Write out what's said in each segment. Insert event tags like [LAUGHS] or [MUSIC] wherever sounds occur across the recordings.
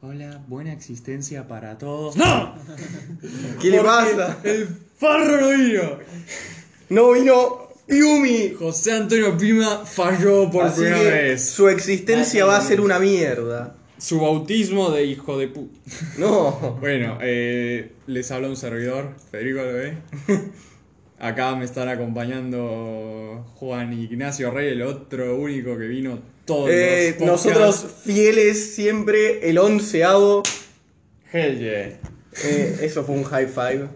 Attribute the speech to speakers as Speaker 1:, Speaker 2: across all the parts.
Speaker 1: Hola, buena existencia para todos. ¡No!
Speaker 2: ¿Qué le
Speaker 1: [LAUGHS] Porque
Speaker 2: pasa?
Speaker 1: El farro no vino.
Speaker 2: No vino Yumi.
Speaker 1: José Antonio Pima falló por
Speaker 2: Así
Speaker 1: primera
Speaker 2: que
Speaker 1: vez.
Speaker 2: su existencia va a ser una mierda.
Speaker 1: Su bautismo de hijo de puta.
Speaker 2: No.
Speaker 1: Bueno, eh, les habla un servidor, Federico Albe. [LAUGHS] Acá me están acompañando Juan Ignacio Rey, el otro único que vino todos
Speaker 2: Eh,
Speaker 1: los podcasts.
Speaker 2: nosotros fieles siempre, el onceavo.
Speaker 1: Hell yeah.
Speaker 2: Eh, eso fue un high five.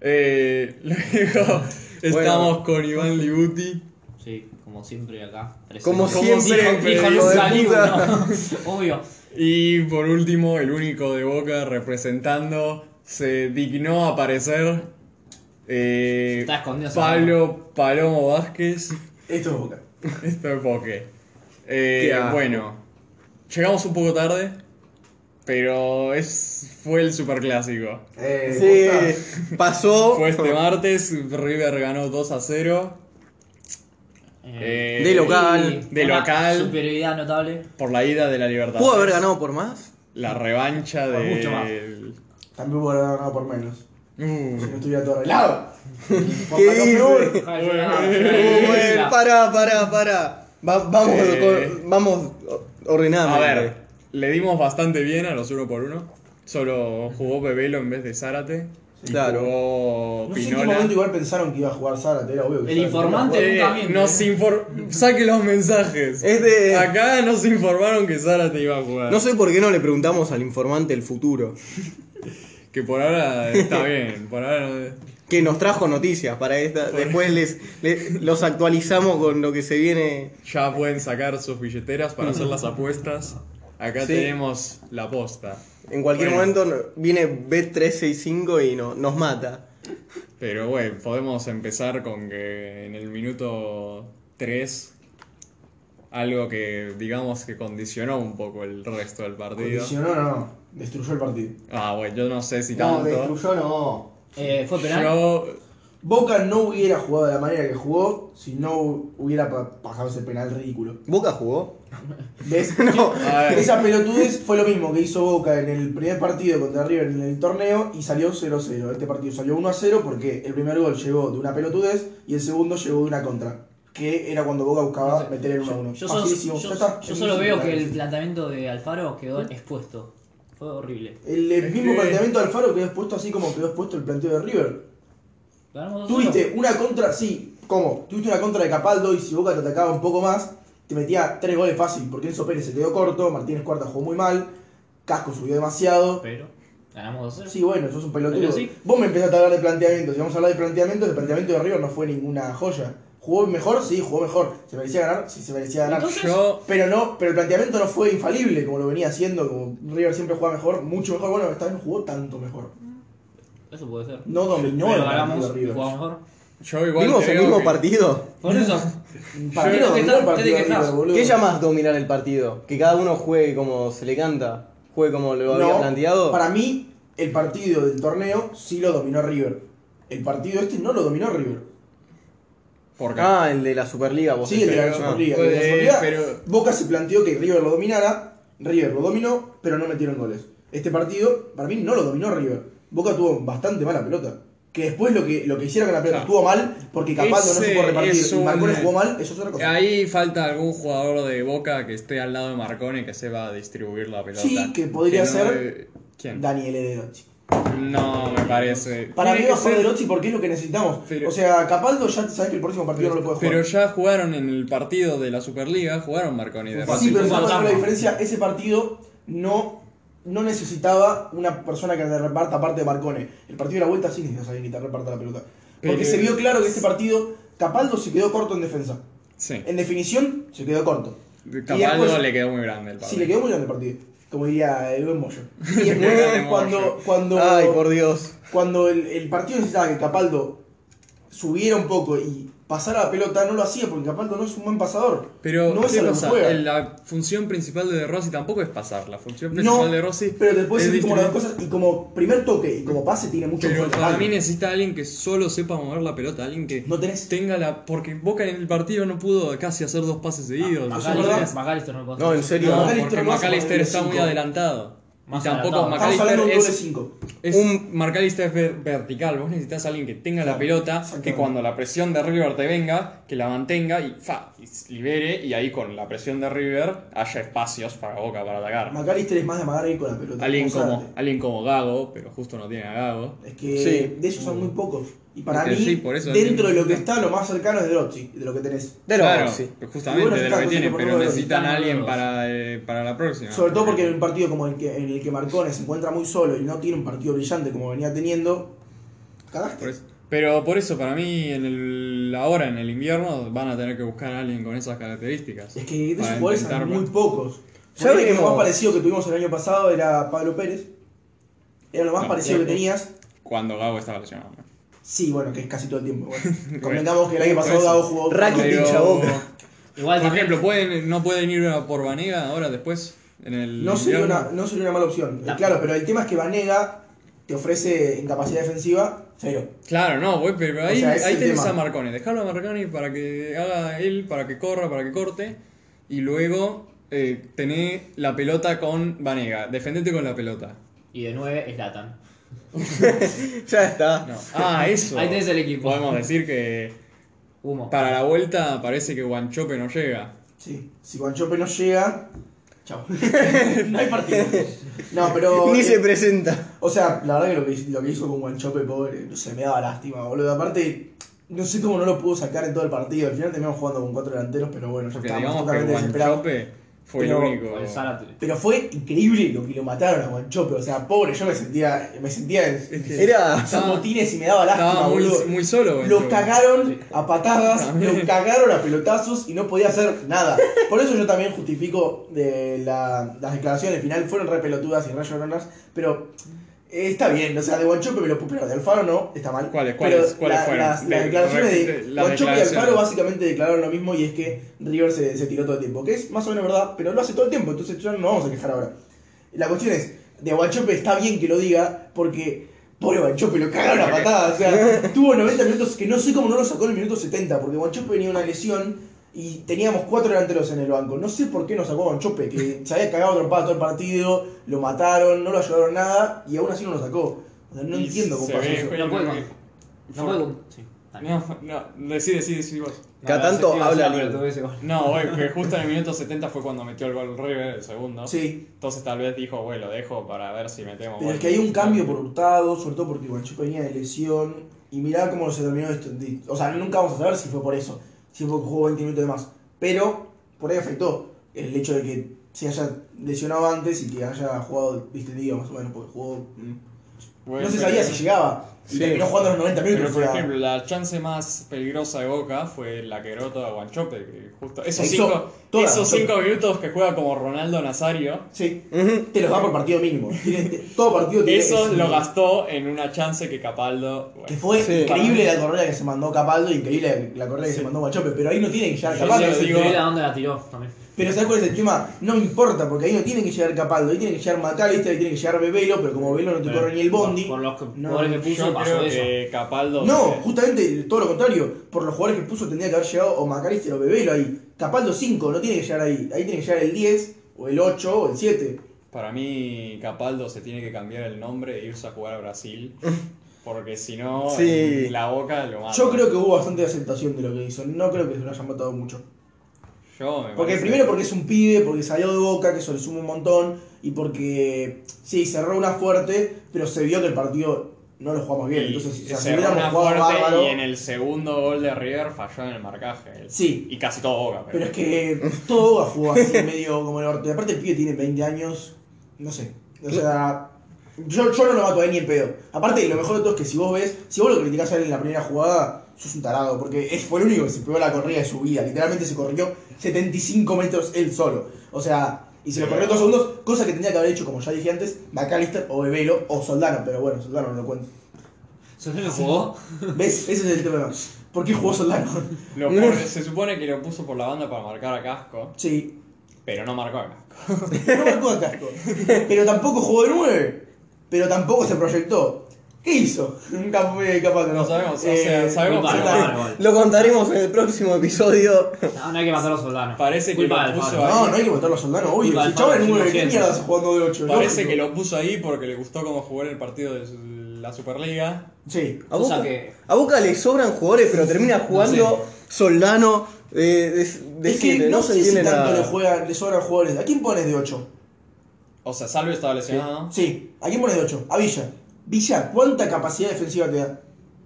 Speaker 1: Eh, [LAUGHS] luego estamos con Iván Libuti.
Speaker 3: Sí, como siempre acá. presente.
Speaker 2: Como
Speaker 1: Como
Speaker 2: siempre,
Speaker 1: siempre,
Speaker 3: Dijo
Speaker 2: hijo de
Speaker 3: nunca
Speaker 2: puta.
Speaker 3: ninguno. [LAUGHS] Obvio.
Speaker 1: Y por último, el único de Boca representando, se dignó a aparecer eh,
Speaker 3: Está escondido,
Speaker 1: Pablo Palomo
Speaker 3: [LAUGHS]
Speaker 1: Vázquez.
Speaker 2: Esto es boca.
Speaker 1: Esto es Poké. Eh,
Speaker 2: Qué asco.
Speaker 1: bueno, llegamos un poco tarde, pero es, fue el superclásico.
Speaker 4: Eh,
Speaker 2: Sí, pasó.
Speaker 1: Fue
Speaker 2: [LAUGHS]
Speaker 1: este martes, River ganó 2 a 0 Eh,
Speaker 2: de local,
Speaker 3: y
Speaker 1: de
Speaker 3: una
Speaker 1: local.
Speaker 3: Superioridad notable.
Speaker 1: por la ida de la Libertad.
Speaker 2: ¿Pudo haber ganado por más?
Speaker 1: La revancha
Speaker 3: Por mucho más.
Speaker 1: de...
Speaker 4: También hubiera ganado por menos.
Speaker 1: Uh,
Speaker 4: Si no estuviera
Speaker 2: [LAUGHS]
Speaker 4: todo arreglado.
Speaker 2: ¿Qué
Speaker 4: Por favor.
Speaker 2: dice?
Speaker 3: Ojalá yo ganaba,
Speaker 2: Bueno,
Speaker 3: ojalá
Speaker 2: pará, pará, pará. Va- vamos,
Speaker 1: Eh.
Speaker 2: con- vamos
Speaker 1: a
Speaker 2: ordenadamente.
Speaker 1: ver, le dimos bastante bien a los uno por uno. Solo jugó Bebelo en vez de Zárate. Y
Speaker 2: Claro.
Speaker 1: Jugó
Speaker 4: No sé en qué
Speaker 1: Pinola.
Speaker 4: momento igual pensaron que iba a jugar Zárate, era obvio que
Speaker 3: El
Speaker 4: Zárate
Speaker 3: informante.
Speaker 4: iba a
Speaker 1: Eh,
Speaker 3: Absolutamente.
Speaker 1: nos inform... Saque los mensajes.
Speaker 2: Es de-
Speaker 1: Acá nos informaron que Sara te iba a jugar.
Speaker 2: No sé por qué no le preguntamos al informante el futuro.
Speaker 1: Que por ahora
Speaker 2: [LAUGHS]
Speaker 1: está bien. Por ahora no-
Speaker 2: Que nos trajo noticias para esta. Después les, les- los actualizamos con lo que se viene.
Speaker 1: ya pueden sacar sus billeteras para hacer las apuestas. Acá
Speaker 2: Mm. Sí.
Speaker 1: tenemos la posta.
Speaker 2: En cualquier
Speaker 1: Bueno.
Speaker 2: momento no- viene B365 y no, nos mata.
Speaker 1: Pero bueno, podemos empezar con que en el minuto 3. Algo que digamos que condicionó un poco el resto del
Speaker 4: jugar.
Speaker 1: partido.
Speaker 4: Condicionó, no, destruyó el partido.
Speaker 1: Ah, bueno, yo no sé si
Speaker 4: No,
Speaker 1: tanto.
Speaker 4: destruyó no.
Speaker 3: Eh, fue penal.
Speaker 1: Yo
Speaker 4: Boca no hubiera jugado de la manera que jugó si no hubiera pa- pasado ese penal ridículo.
Speaker 2: ¿Boca jugó?
Speaker 4: [LAUGHS] ¿Ves?
Speaker 2: No.
Speaker 1: A ver.
Speaker 4: Esa pelotudez fue lo mismo que hizo Boca en el primer partido contra River en el torneo y salió 0-0. Este partido salió 1-0 porque el primer gol llegó de una pelotudez y el segundo llegó de una contra. Que era cuando Boca buscaba meter el 1-1.
Speaker 3: Yo
Speaker 4: Así
Speaker 3: solo,
Speaker 4: decimos,
Speaker 3: yo-
Speaker 4: ya está,
Speaker 3: yo
Speaker 4: el
Speaker 3: solo
Speaker 4: mismo
Speaker 3: veo que
Speaker 4: penal.
Speaker 3: el planteamiento de Alfaro quedó expuesto. Fue horrible.
Speaker 4: El, el
Speaker 1: Es
Speaker 4: mismo
Speaker 1: que-
Speaker 4: planteamiento de Alfaro quedó expuesto así como quedó expuesto el planteo de River.
Speaker 3: Ganamos 2-0.
Speaker 4: Tuviste una contra, sí, ¿cómo? Tuviste una contra de Capaldo y si Boca te atacaba un poco más, te metía tres goles fácil, porque Enzo Pérez se quedó corto, Martínez Cuarta jugó muy mal, Casco subió demasiado.
Speaker 3: Pero ganamos 2-0.
Speaker 4: Sí, bueno, sos un pelotudo.
Speaker 3: Pero sí.
Speaker 4: Vos me empezaste a hablar de planteamiento, si vamos a hablar de planteamiento, el planteamiento de River no fue ninguna joya. ¿Jugó mejor? Sí, jugó mejor. ¿Se merecía ganar? Sí, se merecía ganar.
Speaker 3: Entonces-
Speaker 1: Yo,
Speaker 4: Pero no, pero el planteamiento no fue infalible como lo venía haciendo, como River siempre juega mejor, mucho mejor, bueno, esta vez no jugó tanto mejor.
Speaker 3: Eso puede ser.
Speaker 4: No dominó el
Speaker 3: Pero
Speaker 4: partido
Speaker 3: ganamos y
Speaker 4: River.
Speaker 3: jugamos mejor.
Speaker 1: yo igual
Speaker 2: ¿Vimos el
Speaker 1: creo
Speaker 2: mismo
Speaker 1: que-
Speaker 2: partido?
Speaker 3: Por eso. [LAUGHS]
Speaker 4: Para
Speaker 1: Yo
Speaker 4: mí
Speaker 1: creo
Speaker 4: no
Speaker 3: que
Speaker 4: dominó
Speaker 3: está-
Speaker 4: el partido
Speaker 3: te quejas.
Speaker 4: River, boludo.
Speaker 2: ¿Qué llamas dominar el partido? ¿Que cada uno juegue como se le canta? ¿Juegue como lo había
Speaker 4: No,
Speaker 2: planteado?
Speaker 4: Para mí, el partido del torneo sí lo dominó River. El partido este no lo dominó River.
Speaker 1: ¿Por qué?
Speaker 2: Ah, el de la Superliga, vos
Speaker 4: Sí, el de la
Speaker 2: decís. Ah.
Speaker 4: Superliga.
Speaker 1: puede,
Speaker 4: el de la Superliga,
Speaker 1: pero-
Speaker 4: Boca se planteó que River lo dominara, River lo dominó, pero no metieron goles. Este partido, para mí, no lo dominó River. Boca tuvo bastante mala pelota. Que después lo que, lo que hicieron con la pelota
Speaker 1: Ah.
Speaker 4: estuvo mal, porque Capaldo no
Speaker 1: Ese
Speaker 4: supo repartir.
Speaker 1: es
Speaker 4: Y Marcones
Speaker 1: un-
Speaker 4: jugó mal, eso es otra cosa.
Speaker 1: Ahí falta algún jugador de Boca que esté al lado de Marcone que se va a distribuir la pelota.
Speaker 4: Sí, que podría
Speaker 1: no-
Speaker 4: ser-
Speaker 1: ¿Quién?
Speaker 4: Daniel Ederotti.
Speaker 1: No, me parece.
Speaker 4: Para mí
Speaker 1: Tiene
Speaker 4: va a
Speaker 1: que
Speaker 4: ser
Speaker 1: ser-
Speaker 4: Ederotti porque es lo que necesitamos.
Speaker 1: Pero-
Speaker 4: o sea, Capaldo ya sabes que el próximo partido no lo puede jugar.
Speaker 1: Pero ya jugaron en el partido de la Superliga, jugaron Marcone y de
Speaker 4: Sí,
Speaker 1: Racing.
Speaker 4: pero
Speaker 3: Fantasma.
Speaker 4: ¿sabes cuál es la diferencia? Ese partido no, no necesitaba una persona que le reparta aparte de Marcone. El partido de la vuelta sí necesitas alguien que te reparta la pelota. Porque
Speaker 1: Pero-
Speaker 4: se vio claro que este partido, Capaldo se quedó corto en defensa.
Speaker 1: Sí.
Speaker 4: En definición, se quedó corto. Y
Speaker 1: Capaldo
Speaker 4: después-
Speaker 1: le quedó muy grande el partido.
Speaker 4: Sí, le quedó muy grande el partido. Como diría el
Speaker 1: [LAUGHS]
Speaker 4: buen Moyo. Y
Speaker 1: Grande
Speaker 4: después,
Speaker 1: Moyo.
Speaker 4: cuando, cuando,
Speaker 2: Ay, por Dios.
Speaker 4: cuando el, el partido necesitaba que Capaldo subiera un poco y pasar a la pelota no lo hacía porque Capaldo no es un buen pasador.
Speaker 1: Pero,
Speaker 4: no es
Speaker 1: ¿qué
Speaker 4: a lo que
Speaker 1: pasa?
Speaker 4: juega.
Speaker 1: En la función principal de De Rossi tampoco es pasar. La función principal
Speaker 4: No,
Speaker 1: de Rossi
Speaker 4: pero te puedo
Speaker 1: es
Speaker 4: decir como las
Speaker 1: distribuir.
Speaker 4: cosas y como primer toque y como pase tiene mucho
Speaker 1: Pero
Speaker 4: mejor
Speaker 1: para
Speaker 4: Capaldo.
Speaker 1: mí necesita alguien que solo sepa mover la pelota, alguien que
Speaker 4: No tenés-
Speaker 1: tenga la. Porque Boca en el partido no pudo casi hacer dos pases seguidos.
Speaker 4: ah,
Speaker 1: O sea,
Speaker 4: ¿verdad?
Speaker 3: McAllister, McAllister no pasa.
Speaker 2: No, en serio.
Speaker 4: No,
Speaker 1: no, porque
Speaker 4: McAllister no hace
Speaker 1: McAllister
Speaker 4: doble
Speaker 1: está muy
Speaker 4: cinco.
Speaker 1: adelantado. Y
Speaker 3: Más
Speaker 1: tampoco
Speaker 3: adelantado.
Speaker 4: Estamos hablando de
Speaker 1: McAllister
Speaker 4: un doble
Speaker 1: es
Speaker 4: 5.
Speaker 1: Es
Speaker 2: Un-
Speaker 1: un McAllister es ver- vertical, vos necesitas alguien que tenga la
Speaker 4: Claro,
Speaker 1: pelota, que
Speaker 4: exactamente.
Speaker 1: cuando la presión de River te venga, que la mantenga y fa, y s- libere, y ahí con la presión de River haya espacios para Boca para atacar.
Speaker 4: McAllister es más de amagar ir con la pelota.
Speaker 1: Alguien
Speaker 4: Vamos a
Speaker 1: como,
Speaker 4: darle.
Speaker 1: alguien como Gago, pero justo no tiene a Gago.
Speaker 4: Es que
Speaker 2: Sí.
Speaker 4: de esos son muy pocos. Y para
Speaker 1: Porque
Speaker 4: mí,
Speaker 1: sí, por eso
Speaker 4: dentro
Speaker 1: es
Speaker 4: de lo que
Speaker 1: que-
Speaker 4: está, lo más cercano es de Drozzi, de lo que tenés.
Speaker 2: De
Speaker 1: claro,
Speaker 2: Rossi.
Speaker 1: justamente
Speaker 4: Y bueno,
Speaker 1: de lo que
Speaker 4: está,
Speaker 1: tiene,
Speaker 4: por
Speaker 1: pero
Speaker 4: favor,
Speaker 1: necesitan a
Speaker 3: necesitan
Speaker 1: alguien
Speaker 3: los-
Speaker 1: para, eh, para la próxima.
Speaker 4: Sobre todo porque en un partido como el que, en el que Marcones se encuentra muy solo y no tiene un partido brillante como venía teniendo, cagaste.
Speaker 1: Por eso- pero por eso, para mí, en el, ahora en el invierno van a tener que buscar a alguien con esas características.
Speaker 4: Es que de esos
Speaker 1: Para
Speaker 4: jugadores hay
Speaker 1: intentar-
Speaker 4: muy pocos.
Speaker 2: Ya
Speaker 4: Ya que lo
Speaker 2: veremos.
Speaker 4: más parecido que tuvimos el año pasado era Pablo Pérez. Era lo más
Speaker 1: No,
Speaker 4: parecido
Speaker 1: cierto.
Speaker 4: que tenías.
Speaker 1: Cuando Gago estaba lesionado. ¿no?
Speaker 4: Sí, bueno, que es casi todo el tiempo.
Speaker 1: [LAUGHS]
Speaker 4: Bueno. Convengamos que el año
Speaker 1: Por
Speaker 4: pasado
Speaker 1: eso.
Speaker 4: Gago jugó.
Speaker 2: Rakitic,
Speaker 4: Pero-
Speaker 2: hincha Boca.
Speaker 3: Igual
Speaker 1: Por
Speaker 3: que-
Speaker 1: ejemplo, ¿pueden, ¿no pueden ir a por Vanega ahora después? En el
Speaker 4: No sería,
Speaker 1: invierno?
Speaker 4: una, no sería una mala opción.
Speaker 3: No.
Speaker 4: Claro, pero el tema es que Vanega te ofrece en capacidad defensiva cero.
Speaker 1: Claro, no, güey, pero ahí,
Speaker 4: O sea, ese
Speaker 1: ahí
Speaker 4: es el
Speaker 1: tenés
Speaker 4: tema.
Speaker 1: a Marconi. Dejalo a Marconi para que haga él, para que corra, para que corte. Y luego eh, tenés la pelota con Vanega. Defendete con la pelota.
Speaker 3: Y de 9 es Latan.
Speaker 2: Ya está.
Speaker 1: No. Ah, [LAUGHS] eso.
Speaker 3: Ahí tenés el equipo.
Speaker 1: Podemos decir que
Speaker 3: Humo.
Speaker 1: para la vuelta parece que Guanchope no llega.
Speaker 4: Sí. Si Guanchope no llega, chao. no hay partido. [LAUGHS] No, pero. eh,
Speaker 2: Ni se presenta.
Speaker 4: O sea, la verdad que lo que, lo que hizo con Guanchope, pobre, no sé, me daba lástima, boludo. Aparte, no sé cómo no lo pudo sacar en todo el partido. Al final terminamos jugando con cuatro delanteros, pero bueno, ya
Speaker 1: Porque
Speaker 4: estábamos
Speaker 1: digamos que
Speaker 4: totalmente desesperados.
Speaker 1: Guanchope fue
Speaker 4: Pero-
Speaker 1: el único.
Speaker 3: El Zárate.
Speaker 4: Pero fue increíble lo que lo mataron a Guanchope. O sea, pobre, yo me sentía. Me sentía en
Speaker 1: Este,
Speaker 2: Era.
Speaker 4: esos motines y me daba lástima,
Speaker 1: Estaba muy,
Speaker 4: boludo.
Speaker 1: muy solo.
Speaker 4: Los
Speaker 1: Guanchope.
Speaker 4: cagaron a patadas, los cagaron a pelotazos y no podía hacer nada. Por eso yo también justifico de la- las declaraciones al final, fueron re pelotudas y re lloronas, pero eh, está bien, o sea, de Guanchope me lo puedo de Alfaro no, está mal.
Speaker 1: ¿Cuáles,
Speaker 4: Pero
Speaker 1: cuáles, cuáles
Speaker 4: la-
Speaker 1: fueron?
Speaker 4: Las,
Speaker 1: De-
Speaker 4: las declaraciones de,
Speaker 1: de- las
Speaker 4: Guanchope y
Speaker 1: declaraciones.
Speaker 4: Alfaro básicamente declararon lo mismo y es que River se, se tiró todo el tiempo, que es más o menos verdad, pero lo hace todo el tiempo, entonces ya no nos vamos a quejar ahora. La cuestión es, de Guanchope está bien que lo diga porque... Pobre Guanchope, lo cagaron a
Speaker 1: Porque-
Speaker 4: patadas.
Speaker 1: [LAUGHS]
Speaker 4: O sea, tuvo 90 minutos que no sé cómo no lo sacó en el minuto 70, porque Guanchope venía una lesión y teníamos cuatro delanteros en el banco. No sé por qué no sacó a Guanchope, que se había cagado trompada todo el partido, lo mataron, no lo ayudaron nada y aún así no lo sacó. O sea, no
Speaker 1: Y
Speaker 4: entiendo cómo
Speaker 1: se
Speaker 4: pasó
Speaker 1: ve,
Speaker 4: eso.
Speaker 1: pero
Speaker 3: No puede
Speaker 1: porque-
Speaker 3: No puede con- Sí. dale.
Speaker 1: No, no, decí, decí, decí vos.
Speaker 2: Cada tanto
Speaker 3: sí,
Speaker 2: habla
Speaker 3: sí,
Speaker 2: libre.
Speaker 3: pero tuve ese gol.
Speaker 1: No, güey, que justo en el minuto 70 fue cuando metió el gol River, el segundo.
Speaker 4: Sí,
Speaker 1: Entonces tal vez dijo, güey, lo dejo para ver si metemos
Speaker 4: pero
Speaker 1: gol.
Speaker 4: es que hay un cambio por Hurtado, sobre todo porque Guanchope venía de lesión y mirá cómo se terminó esto. de- O sea, nunca vamos a saber si fue por eso, si fue porque jugó 20 minutos de más. Pero por ahí afectó el hecho de que se haya lesionado antes y que haya jugado distendido más o menos, porque jugó
Speaker 1: Güey,
Speaker 4: no se
Speaker 1: pero-
Speaker 4: sabía si llegaba. Y
Speaker 2: Sí.
Speaker 4: terminó jugando los 90 minutos.
Speaker 1: Pero por
Speaker 4: o sea,
Speaker 1: ejemplo, la chance más peligrosa de Boca fue la que derrotó a Guanchope. Que justo esos
Speaker 4: Hizo
Speaker 1: cinco,
Speaker 4: toda la
Speaker 1: esos
Speaker 4: Guanchope.
Speaker 1: cinco minutos que juega como Ronaldo Nazario,
Speaker 4: sí,
Speaker 2: Ujú.
Speaker 4: te los da por partido mínimo. Tiene- te- todo partido tiene
Speaker 1: eso
Speaker 4: ese-
Speaker 1: lo gastó en una chance que Capaldo... bueno,
Speaker 4: Que fue
Speaker 2: Sí.
Speaker 4: increíble la correa que se mandó Capaldo, increíble la correa que se mandó Guachope, pero ahí no tiene que llegar
Speaker 1: Yo
Speaker 4: Capaldo.
Speaker 1: se lo
Speaker 4: ese-
Speaker 1: digo-
Speaker 3: Mirá dónde la tiró también.
Speaker 4: Pero ¿sabes cuál es el tema? No importa, porque ahí no tiene que llegar Capaldo, ahí tiene que llegar Macalister, ahí tiene que llegar Bebelo, pero como Bebelo no te
Speaker 3: Pero,
Speaker 4: corre ni el bondi.
Speaker 3: Por, por los que-
Speaker 4: No,
Speaker 3: jugadores que puso
Speaker 1: yo
Speaker 3: pasó
Speaker 1: creo
Speaker 3: eso.
Speaker 1: que Capaldo...
Speaker 4: No,
Speaker 1: eh,
Speaker 4: justamente todo lo contrario. Por los jugadores que puso tendría que haber llegado o Macalister o Bebelo ahí. Capaldo 5, no tiene que llegar ahí. Ahí tiene que llegar el 10, o el 8, o el 7.
Speaker 1: Para mí, Capaldo se tiene que cambiar el nombre e irse a jugar a
Speaker 4: [LAUGHS]
Speaker 1: Brasil. Porque si no,
Speaker 2: Sí.
Speaker 1: en la boca lo
Speaker 3: Ah,
Speaker 1: mata.
Speaker 4: Yo creo que hubo bastante aceptación de lo que hizo. No creo que se lo hayan matado mucho.
Speaker 1: Yo me
Speaker 4: Porque
Speaker 1: parece-
Speaker 4: primero porque es un pibe, porque salió de Boca, que eso le suma un montón. Y porque, sí, cerró una fuerte, pero se vio que el partido no lo jugamos bien.
Speaker 1: y
Speaker 4: Entonces, o sea, si
Speaker 1: cerró
Speaker 4: hubiéramos
Speaker 1: una
Speaker 4: jugado
Speaker 1: fuerte
Speaker 4: bárbaro...
Speaker 1: y en el segundo gol de River falló en el marcaje.
Speaker 4: Sí.
Speaker 1: Y casi todo boca. Pero,
Speaker 4: Pero es
Speaker 1: [LAUGHS]
Speaker 4: que todo Boca jugó así, medio como el norte. Aparte el pibe tiene 20 años, no sé. O sea, yo, yo no lo mato ahí ni en pedo. Aparte, lo mejor de todo es que si vos ves, si vos lo criticás a él en la primera jugada, sos un tarado. Porque es, fue el único que se pegó la corrida de su vida. Literalmente se corrió 75 metros él solo. O sea... Y se lo corrió dos segundos, cosa que tenía que haber hecho, como ya dije antes, McAllister o Bebelo o Soldano, pero bueno, Soldano no lo cuento.
Speaker 3: Solano jugó.
Speaker 4: ¿Ves? Ese es el tema. ¿Por qué jugó Soldano?
Speaker 1: Lo pone- se supone que lo puso por la banda para marcar a Casco,
Speaker 4: Sí.
Speaker 1: pero no marcó a Casco.
Speaker 4: No marcó a [LAUGHS] Casco. Pero tampoco jugó de 9. Pero tampoco se proyectó. ¿Qué hizo? Nunca fue capaz de Eh,
Speaker 1: No sabemos, o sea, sabemos
Speaker 3: culpa
Speaker 1: que
Speaker 3: del
Speaker 4: Soldano.
Speaker 3: VAR, igual.
Speaker 2: Lo contaremos en el próximo episodio.
Speaker 3: No, no hay que matar a los soldanos.
Speaker 1: Parece que
Speaker 3: culpa
Speaker 1: lo
Speaker 3: del
Speaker 1: puso
Speaker 3: VAR.
Speaker 1: ahí.
Speaker 4: No, no hay que matarlo a Soldano, obvio.
Speaker 3: Culpa
Speaker 4: Si
Speaker 3: del
Speaker 4: chaval
Speaker 3: Pablo,
Speaker 4: es 9, ¿qué
Speaker 3: 100%.
Speaker 4: mierda hace jugando de 8?
Speaker 1: Parece que lo puso ahí porque le gustó cómo jugó en el partido de su- la Superliga.
Speaker 4: Sí.
Speaker 2: A
Speaker 3: Cosa
Speaker 2: Boca,
Speaker 3: que-
Speaker 2: a Boca le sobran jugadores, pero termina jugando Soldano. eh, de, de
Speaker 4: es que
Speaker 2: siete,
Speaker 4: no,
Speaker 2: se
Speaker 4: sé si
Speaker 2: entiende
Speaker 4: tanto
Speaker 2: nada.
Speaker 4: le, juega, le sobran jugadores. ¿A quién pones de 8?
Speaker 1: O sea, Salve estaba lesionado.
Speaker 4: Sí, ¿a quién pones de 8? A Villa. Villa, ¿cuánta capacidad defensiva te da?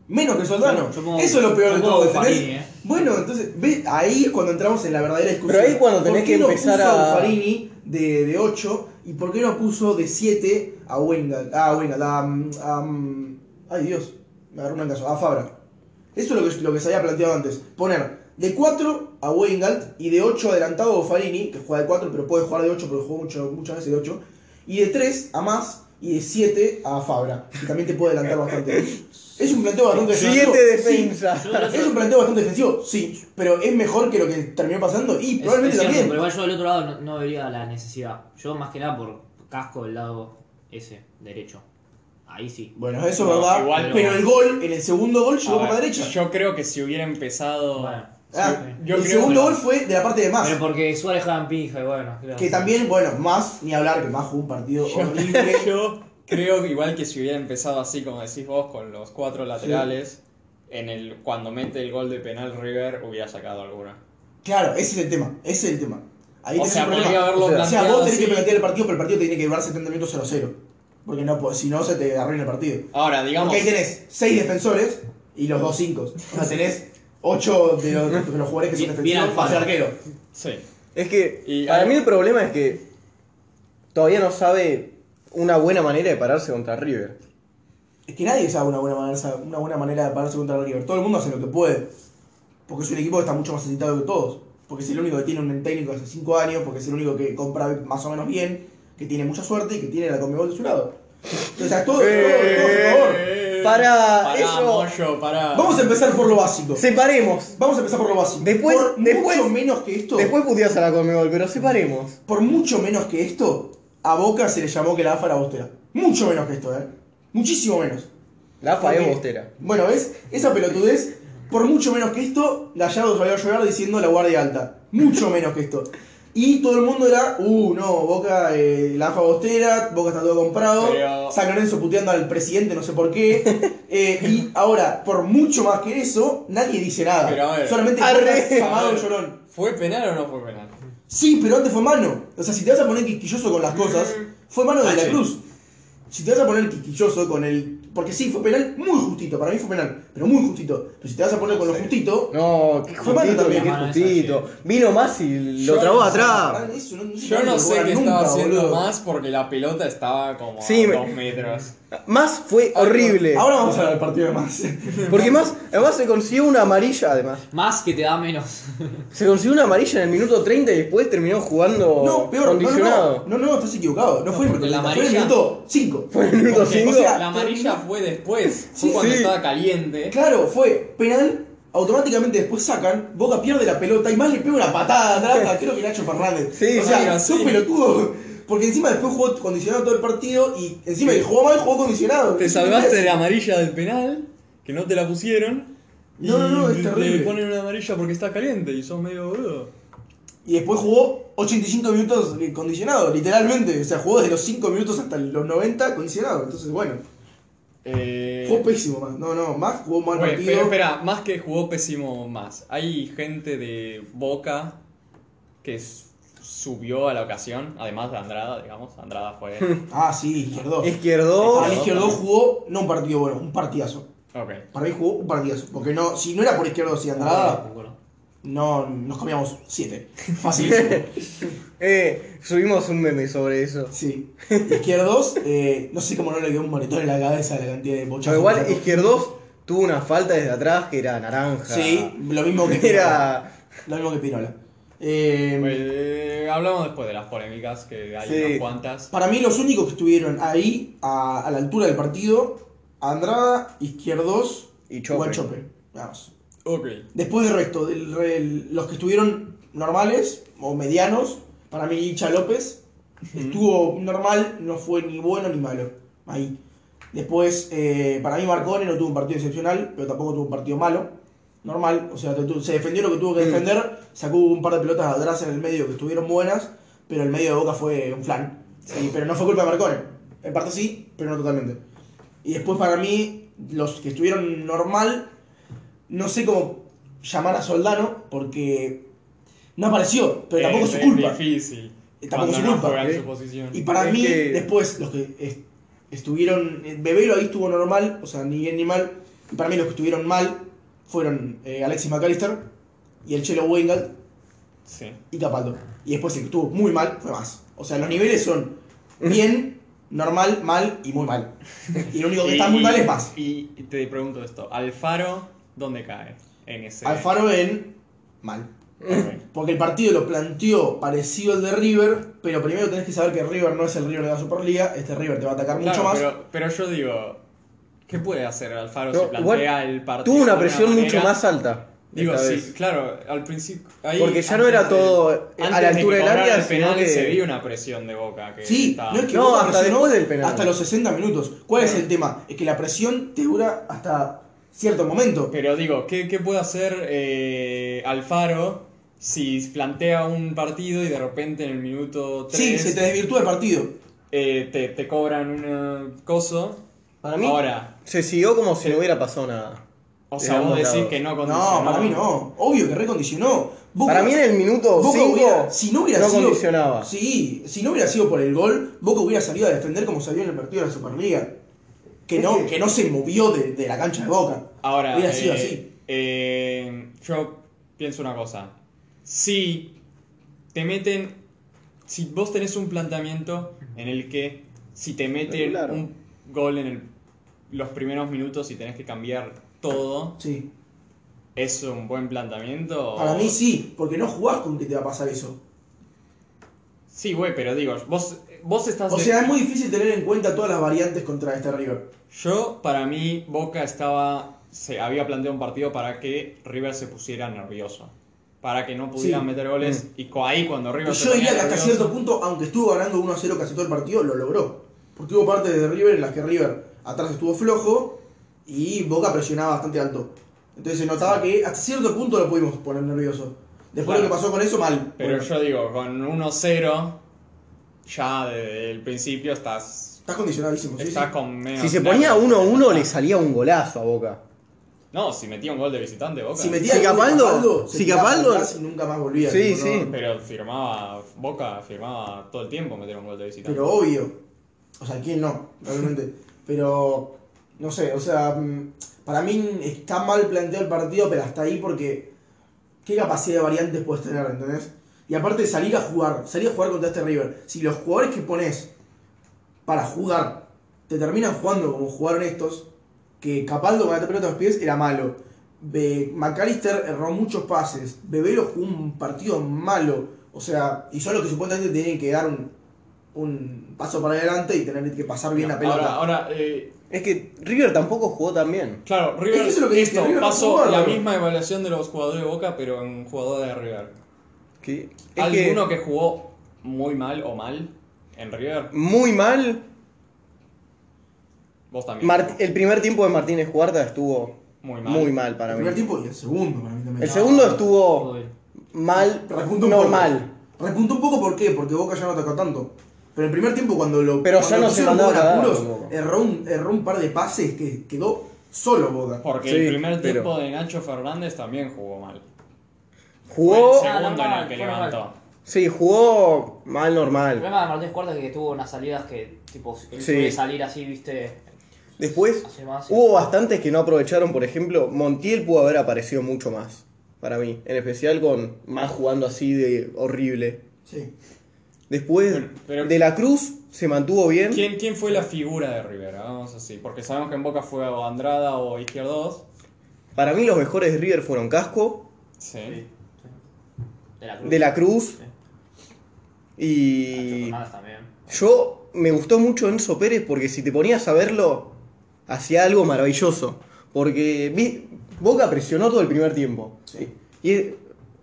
Speaker 4: Menos que Soldano.
Speaker 3: Yo pongo-
Speaker 4: Eso es lo peor
Speaker 3: yo
Speaker 4: de
Speaker 3: pongo
Speaker 4: todo.
Speaker 3: Buffarini,
Speaker 4: ¿entendés?
Speaker 3: eh.
Speaker 4: Bueno, entonces, ve, ahí es cuando entramos en la verdadera discusión.
Speaker 2: Pero ahí cuando tenés
Speaker 4: ¿Por qué
Speaker 2: que
Speaker 4: no
Speaker 2: empezar
Speaker 4: puso
Speaker 2: a-
Speaker 4: Buffarini de, de 8 y por qué no puso de 7 a Wengal? A Wengal, a. mm, a, mm, ay Dios, me agarró un caso. A Fabra. Eso es lo que, lo que se había planteado antes. Poner de 4 a Weingalt y de 8 adelantado a Buffarini, que juega de 4 pero puede jugar de 8 porque jugó mucho- muchas veces de 8. Y de 3 a más y de 7 a Fabra, que también te puede adelantar bastante. Es un planteo bastante
Speaker 2: Siguiente
Speaker 4: defensivo, sí.
Speaker 2: defensa.
Speaker 4: Es un planteo bastante defensivo, sí, pero es mejor que lo que terminó pasando y
Speaker 3: Es-
Speaker 4: probablemente
Speaker 3: es cierto,
Speaker 4: también.
Speaker 3: Pero igual yo del otro lado no, no vería la necesidad. Yo más que nada por casco del lado ese, derecho. Ahí sí.
Speaker 4: Bueno, eso
Speaker 1: No,
Speaker 4: es verdad,
Speaker 1: igual no.
Speaker 4: pero el gol, en el segundo gol
Speaker 1: A
Speaker 4: llegó por la
Speaker 1: ver,
Speaker 4: derecha.
Speaker 1: Yo creo que si hubiera empezado.
Speaker 3: Bueno,
Speaker 4: Ah,
Speaker 3: sí.
Speaker 1: yo
Speaker 4: el
Speaker 1: creo
Speaker 4: segundo
Speaker 1: que-
Speaker 4: gol fue de la parte de
Speaker 2: Ah.
Speaker 4: más.
Speaker 3: Pero porque Suárez juega en pija y bueno. claro.
Speaker 4: Que también, bueno, más ni hablar que más jugó un partido horrible.
Speaker 1: Yo creo que igual que si hubiera empezado así, como decís vos, con los cuatro laterales, en el cuando mete el gol de penal River hubiera sacado alguna.
Speaker 4: Claro, ese es el tema, ese es el tema. Ahí
Speaker 1: O
Speaker 4: tenés
Speaker 1: sea,
Speaker 4: el problema.
Speaker 1: podría haberlo
Speaker 4: o sea,
Speaker 1: planteado
Speaker 4: vos tenés que
Speaker 1: así.
Speaker 4: plantear el partido, pero el partido te tiene que llevar 70 minutos 0-0. Porque no, po- si no, se te arruina el partido.
Speaker 1: Ahora, digamos,
Speaker 4: Porque ahí tenés 6 defensores y los 2 5. O
Speaker 1: [LAUGHS]
Speaker 4: sea, tenés 8 de los, de los jugadores que son
Speaker 3: Bien, bien
Speaker 4: defensivos
Speaker 3: Alfaro.
Speaker 4: más el arquero.
Speaker 1: sí.
Speaker 2: Es que
Speaker 1: Y
Speaker 2: para
Speaker 1: hay-
Speaker 2: mí el problema es que todavía no sabe una buena manera de pararse contra River.
Speaker 4: Es que nadie sabe una buena manera, una buena manera de pararse contra el River. Todo el mundo hace lo que puede. Porque es un equipo que está mucho más necesitado que todos. Porque es el único que tiene un técnico hace 5 años, porque es el único que compra más o menos bien, que tiene mucha suerte y que tiene la Conmebol de su lado. O sea, todo, todo, todo,
Speaker 2: Eh.
Speaker 4: a favor.
Speaker 2: Para
Speaker 1: Pará,
Speaker 2: eso-
Speaker 1: Moyo, pará.
Speaker 4: Vamos a empezar por lo básico.
Speaker 2: Separemos.
Speaker 4: Vamos a empezar por lo básico.
Speaker 2: Después-
Speaker 4: por mucho
Speaker 2: después-
Speaker 4: menos que esto.
Speaker 2: Después puteas a la Conmebol, pero separemos.
Speaker 4: Por mucho menos que esto, a Boca se le llamó que la AFA era bostera. Mucho menos que esto, ¿eh? Muchísimo menos.
Speaker 2: La AFA es
Speaker 4: Porque-
Speaker 2: bostera.
Speaker 4: Bueno, ¿ves? Esa pelotudez, por mucho menos que esto, Gallardo salió a llorar diciendo la guardia alta. Mucho menos que esto. Y todo el mundo era, uh, no, Boca, eh, la AFA bostera, Boca está todo comprado,
Speaker 1: Pero-
Speaker 4: San Lorenzo puteando al presidente, no sé por qué. Eh, y ahora, por mucho más que eso, nadie dice nada.
Speaker 1: Pero a ver.
Speaker 4: Solamente
Speaker 2: Arre.
Speaker 4: el llamado llorón.
Speaker 1: ¿Fue penal o no fue penal?
Speaker 4: Sí, pero antes fue mano. O sea, si te vas a poner quisquilloso con
Speaker 1: Mm.
Speaker 4: las cosas, fue mano de
Speaker 1: Ah,
Speaker 4: la
Speaker 1: sí.
Speaker 4: cruz. Si te vas a poner quisquilloso con el. Porque sí, fue penal muy justito. Para mí fue penal, pero muy justito. Pero si te vas a poner con lo justito.
Speaker 2: No, qué
Speaker 4: Fue malo
Speaker 2: justito,
Speaker 4: también,
Speaker 2: qué
Speaker 3: mano, esa
Speaker 2: justito. Vino más y lo
Speaker 1: Yo
Speaker 2: trabó
Speaker 1: no
Speaker 2: atrás.
Speaker 4: Ah, Eso no-
Speaker 1: Yo
Speaker 4: se
Speaker 1: no
Speaker 4: puede
Speaker 1: sé
Speaker 4: lograr
Speaker 1: qué
Speaker 4: nunca,
Speaker 1: estaba haciendo
Speaker 4: boludo.
Speaker 1: más porque la pelota estaba como a
Speaker 2: Sí, me-
Speaker 1: dos metros.
Speaker 2: Más fue horrible.
Speaker 4: Ahora vamos a hablar del partido de más.
Speaker 2: Porque
Speaker 4: [LAUGHS]
Speaker 2: más, además se consiguió una amarilla, además.
Speaker 3: Más que te da menos.
Speaker 2: Se consiguió una amarilla en el minuto 30 y después terminó jugando
Speaker 4: No, peor, no,
Speaker 2: condicionado.
Speaker 4: no, no, no, estás equivocado. No fue el
Speaker 3: porque la
Speaker 4: minuto, fue el
Speaker 3: amarilla-
Speaker 4: minuto 5.
Speaker 2: Fue en el minuto
Speaker 1: Porque,
Speaker 2: 5.
Speaker 1: o sea,
Speaker 4: terminó-
Speaker 1: la amarilla fue después, fue
Speaker 4: Sí,
Speaker 1: cuando
Speaker 2: sí.
Speaker 1: estaba caliente.
Speaker 4: Claro, fue penal. Automáticamente después sacan, Boca pierde la pelota y más le pega una patada atrás a creo que Nacho Fernández.
Speaker 2: Sí,
Speaker 4: o sea,
Speaker 1: sí,
Speaker 4: sos
Speaker 1: sí.
Speaker 4: pelotudo. Porque encima después jugó condicionado todo el partido y encima que jugó mal, jugó condicionado.
Speaker 1: Te salvaste de la amarilla del penal, que no te la pusieron. y
Speaker 4: No, no, no, es
Speaker 1: te-
Speaker 4: terrible.
Speaker 1: Te ponen una amarilla porque está caliente y sos medio boludo.
Speaker 4: Y después jugó 85 minutos eh, condicionado, literalmente. O sea, jugó desde los 5 minutos hasta los 90 condicionado. Entonces, bueno,
Speaker 1: Eh,
Speaker 4: jugó pésimo más. No, no, más jugó mal
Speaker 1: bueno,
Speaker 4: partido.
Speaker 1: espera, espera, más que jugó pésimo más. Hay gente de Boca que s- subió a la ocasión, además de Andrada, digamos. Andrada
Speaker 4: [LAUGHS]
Speaker 1: fue...
Speaker 4: Ah, sí, izquierdo.
Speaker 2: Izquierdo.
Speaker 4: Para mí, izquierdo jugó no un partido bueno, un partidazo.
Speaker 1: ok.
Speaker 4: Para mí jugó un partidazo. Porque no, si no era por izquierdo, si
Speaker 2: Ah.
Speaker 3: [LAUGHS]
Speaker 4: Andrada.
Speaker 3: Bueno,
Speaker 4: No, nos comíamos siete.
Speaker 2: [LAUGHS]
Speaker 4: Facilísimo.
Speaker 2: Eh, subimos un meme sobre eso.
Speaker 4: sí. Izquierdos, eh, no sé cómo no le quedó un monitor en la cabeza de la cantidad de bochazos.
Speaker 2: Pero
Speaker 4: que
Speaker 2: igual
Speaker 4: sacó.
Speaker 2: Izquierdos tuvo una falta desde atrás que era naranja.
Speaker 4: Sí, lo mismo que Pinola.
Speaker 2: [LAUGHS] Era.
Speaker 4: Lo mismo que Pinola. Eh,
Speaker 1: Eh, hablamos después de las polémicas, que hay
Speaker 2: Sí.
Speaker 1: unas cuantas.
Speaker 4: para mí los únicos que estuvieron ahí, a, a la altura del partido, Andrada, Izquierdos
Speaker 2: Y Chope.
Speaker 4: Guachope. Nada más.
Speaker 1: Ok.
Speaker 4: Después del resto, del re- el- los que estuvieron normales o medianos, para mí Licha López estuvo normal, no fue ni bueno ni malo. Ahí. Después, eh, para mí Marcone no tuvo un partido excepcional, pero tampoco tuvo un partido malo. Normal, o sea, te- tu- se defendió lo que tuvo que
Speaker 2: Mm.
Speaker 4: defender, sacó un par de pelotas atrás en el medio que estuvieron buenas, pero el medio de Boca fue un flan. Sí, pero no fue culpa de Marcone. En parte sí, pero no totalmente. Y después para mí, los que estuvieron normal, no sé cómo llamar a Soldano, porque no apareció,
Speaker 1: Eh,
Speaker 4: pero tampoco es su culpa.
Speaker 1: difícil.
Speaker 4: Eh, tampoco es su
Speaker 1: cuando no
Speaker 4: culpa,
Speaker 1: juega en
Speaker 2: ¿eh?
Speaker 1: su posición.
Speaker 4: Y para
Speaker 2: Es
Speaker 4: mí,
Speaker 2: que-
Speaker 4: después, los que es- estuvieron. eh, Bebelo ahí estuvo normal, o sea, ni bien ni mal. Y para mí, los que estuvieron mal fueron eh, Alexis McAllister y el Chelo Wengald
Speaker 1: Sí.
Speaker 4: y Capaldo. Y después, el que estuvo muy mal fue más. O sea, los niveles son bien, normal, mal y muy mal. Y el único que está muy mal es más.
Speaker 1: Y y te pregunto esto, Alfaro, ¿dónde cae? En ese.
Speaker 4: Alfaro en mal.
Speaker 1: Ok.
Speaker 4: Porque el partido lo planteó parecido al de River, pero primero tenés que saber que River no es el River de la Superliga. Este River te va a atacar mucho
Speaker 1: Claro,
Speaker 4: más.
Speaker 1: pero, pero yo digo, ¿qué puede hacer Alfaro si
Speaker 2: No, igual
Speaker 1: plantea el partido?
Speaker 2: Tuvo una
Speaker 1: de
Speaker 2: presión mucho
Speaker 1: manera?
Speaker 2: más alta.
Speaker 1: Digo,
Speaker 2: esta
Speaker 1: sí,
Speaker 2: vez.
Speaker 1: claro, al principio. ahí,
Speaker 2: Porque ya no
Speaker 1: antes
Speaker 2: era
Speaker 1: del-
Speaker 2: todo eh, a
Speaker 1: antes
Speaker 2: la
Speaker 1: de
Speaker 2: altura del
Speaker 1: cobrar
Speaker 2: área,
Speaker 1: el
Speaker 2: sino
Speaker 1: penal
Speaker 2: que-
Speaker 1: se vio una presión de Boca. Que
Speaker 4: Sí,
Speaker 1: estaba-
Speaker 4: no es que
Speaker 2: No,
Speaker 4: Boca
Speaker 2: hasta
Speaker 4: presionó
Speaker 2: después del penal.
Speaker 4: Hasta los 60 minutos. ¿Cuál es
Speaker 1: Claro.
Speaker 4: el tema? Es que la presión te dura hasta cierto momento.
Speaker 1: Pero digo, ¿qué, qué puede hacer eh, Alfaro si plantea un partido y de repente en el minuto 3
Speaker 4: Sí, se te desvirtúa el partido.
Speaker 1: eh, te, te cobran un eh, coso?
Speaker 2: Para mí,
Speaker 1: Ahora,
Speaker 2: se siguió como si no hubiera pasado nada.
Speaker 1: o
Speaker 2: de
Speaker 1: sea, vos
Speaker 2: ambos
Speaker 1: decís
Speaker 2: lados.
Speaker 1: que no condicionó.
Speaker 4: No, para mí no. Obvio que recondicionó. Boca-
Speaker 2: Para mí en el minuto
Speaker 4: Boca
Speaker 2: 5
Speaker 4: hubiera- si no hubiera sido-
Speaker 2: condicionaba.
Speaker 4: Sí, si no hubiera sido por el gol, Boca hubiera salido a defender como salió en el partido de la Superliga. Que no, que no se movió de, de la cancha de Boca.
Speaker 1: Ahora,
Speaker 4: Hubiera sido
Speaker 1: eh,
Speaker 4: así.
Speaker 1: eh, yo pienso una cosa. Si te meten, si vos tenés un planteamiento en el que si te meten
Speaker 2: Regular.
Speaker 1: un gol en el- los primeros minutos y tenés que cambiar todo,
Speaker 4: Sí.
Speaker 1: ¿es un buen planteamiento?
Speaker 4: Para mí sí, porque no jugás con que te va a pasar eso.
Speaker 1: Sí, güey, pero digo, vos, vos estás...
Speaker 4: O
Speaker 1: de-
Speaker 4: sea, es muy difícil tener en cuenta todas las variantes contra este River.
Speaker 1: Yo, para mí, Boca estaba. Se había planteado un partido para que River se pusiera nervioso. Para que no pudieran
Speaker 4: Sí.
Speaker 1: meter goles. Y co- ahí cuando River
Speaker 4: Y
Speaker 1: se
Speaker 4: yo
Speaker 1: ponía
Speaker 4: diría que hasta
Speaker 1: nervioso-
Speaker 4: cierto punto, aunque estuvo ganando 1 a 0 casi todo el partido, lo logró. Porque hubo partes de River en las que River atrás estuvo flojo y Boca presionaba bastante alto. Entonces se notaba que hasta cierto punto lo pudimos poner nervioso. Después
Speaker 1: Claro.
Speaker 4: lo que pasó con eso, mal.
Speaker 1: Pero
Speaker 4: Bueno,
Speaker 1: yo digo, con 1-0, ya desde el principio estás.
Speaker 4: Estás condicionadísimo, sí,
Speaker 1: Estás
Speaker 4: sí.
Speaker 1: con menos.
Speaker 2: Si se ponía
Speaker 1: nervios.
Speaker 2: 1-1 le salía un golazo a Boca.
Speaker 1: No, si metía un gol de visitante, Boca.
Speaker 4: Si metía
Speaker 2: Si
Speaker 4: el gol de
Speaker 2: Capaldo-
Speaker 4: se
Speaker 2: si
Speaker 4: tiraba
Speaker 2: Capaldo-
Speaker 4: atrás y nunca más volvía.
Speaker 2: Sí,
Speaker 4: tipo,
Speaker 2: sí.
Speaker 4: no-
Speaker 1: Pero firmaba. Boca firmaba todo el tiempo meter un gol de visitante.
Speaker 4: Pero obvio. O sea, ¿quién no? Realmente. Pero, no sé, o sea, mm, para mí está mal planteado el partido, pero hasta ahí porque qué capacidad de variantes puedes tener, ¿entendés? Y aparte salir a jugar, salir a jugar contra este River. Si los jugadores que pones para jugar te terminan jugando como jugaron estos, que Capaldo con la pelota a los pies era malo. Be- McAllister erró muchos pases. Bebelo jugó un partido malo. O sea, y son los que supuestamente tienen que dar un, un paso para adelante y tener que pasar bien la pelota.
Speaker 1: Ahora, ahora eh,
Speaker 2: Es que River tampoco jugó tan bien.
Speaker 1: Claro,
Speaker 4: Es
Speaker 1: River,
Speaker 4: que eso es lo que dije,
Speaker 1: esto,
Speaker 4: River no
Speaker 1: pasó
Speaker 4: jugó,
Speaker 1: la
Speaker 4: bro.
Speaker 1: misma evaluación de los jugadores de Boca, pero en jugadores de River.
Speaker 2: Que- es que
Speaker 1: ¿Alguno que... jugó muy mal o mal en River?
Speaker 2: muy mal.
Speaker 1: Vos también.
Speaker 2: Mart- el primer tiempo de Martínez Cuarta estuvo
Speaker 1: muy mal.
Speaker 2: muy mal
Speaker 4: el
Speaker 2: para
Speaker 4: primer
Speaker 2: mí.
Speaker 4: tiempo y el segundo, para mí también.
Speaker 2: El segundo estuvo
Speaker 3: Obvio.
Speaker 2: mal,
Speaker 4: Repuntó un poco.
Speaker 2: normal.
Speaker 4: Repuntó un poco, ¿por qué? Porque Boca ya no atacó tanto. Pero el primer tiempo, cuando lo.
Speaker 2: Pero ya
Speaker 4: cuando
Speaker 2: no
Speaker 4: lo
Speaker 2: se
Speaker 4: pusieron
Speaker 2: mandaba
Speaker 4: Boca en
Speaker 2: cagada,
Speaker 4: apuros,
Speaker 2: tampoco.
Speaker 4: erró un, erró un par de pases que quedó solo Boca.
Speaker 1: Porque
Speaker 2: Sí,
Speaker 1: el primer
Speaker 2: pero-
Speaker 1: tiempo de Nacho Fernández también jugó mal.
Speaker 2: Jugó,
Speaker 1: Fue el segundo
Speaker 3: Ah,
Speaker 1: en el
Speaker 3: normal,
Speaker 1: que
Speaker 3: fue
Speaker 1: levantó.
Speaker 3: normal.
Speaker 2: sí, jugó mal
Speaker 3: El
Speaker 2: normal.
Speaker 3: problema de Martínez Cuarta es que tuvo unas salidas que, tipo, él
Speaker 2: Sí.
Speaker 3: suele salir así, viste.
Speaker 2: Después
Speaker 3: Hace más, sí.
Speaker 2: hubo bastantes que no aprovecharon, por ejemplo, Montiel pudo haber aparecido mucho más para mí, en especial con más jugando así de horrible.
Speaker 4: Sí.
Speaker 2: Después
Speaker 1: Bueno, pero-
Speaker 2: de la Cruz se mantuvo bien.
Speaker 1: ¿Quién, ¿Quién fue la figura de River? Vamos así. Porque sabemos que en Boca fue o Andrada o Izquierdos.
Speaker 2: Para mí los mejores de River fueron Casco,
Speaker 1: Sí.
Speaker 3: Sí. De la Cruz.
Speaker 2: de la Cruz
Speaker 3: Sí. Nacho
Speaker 2: y
Speaker 3: Fernández también.
Speaker 2: yo me gustó mucho Enzo Pérez porque si te ponías a verlo hacia algo maravilloso. Porque vi- Boca presionó todo el primer tiempo.
Speaker 4: Sí.
Speaker 2: Y eh,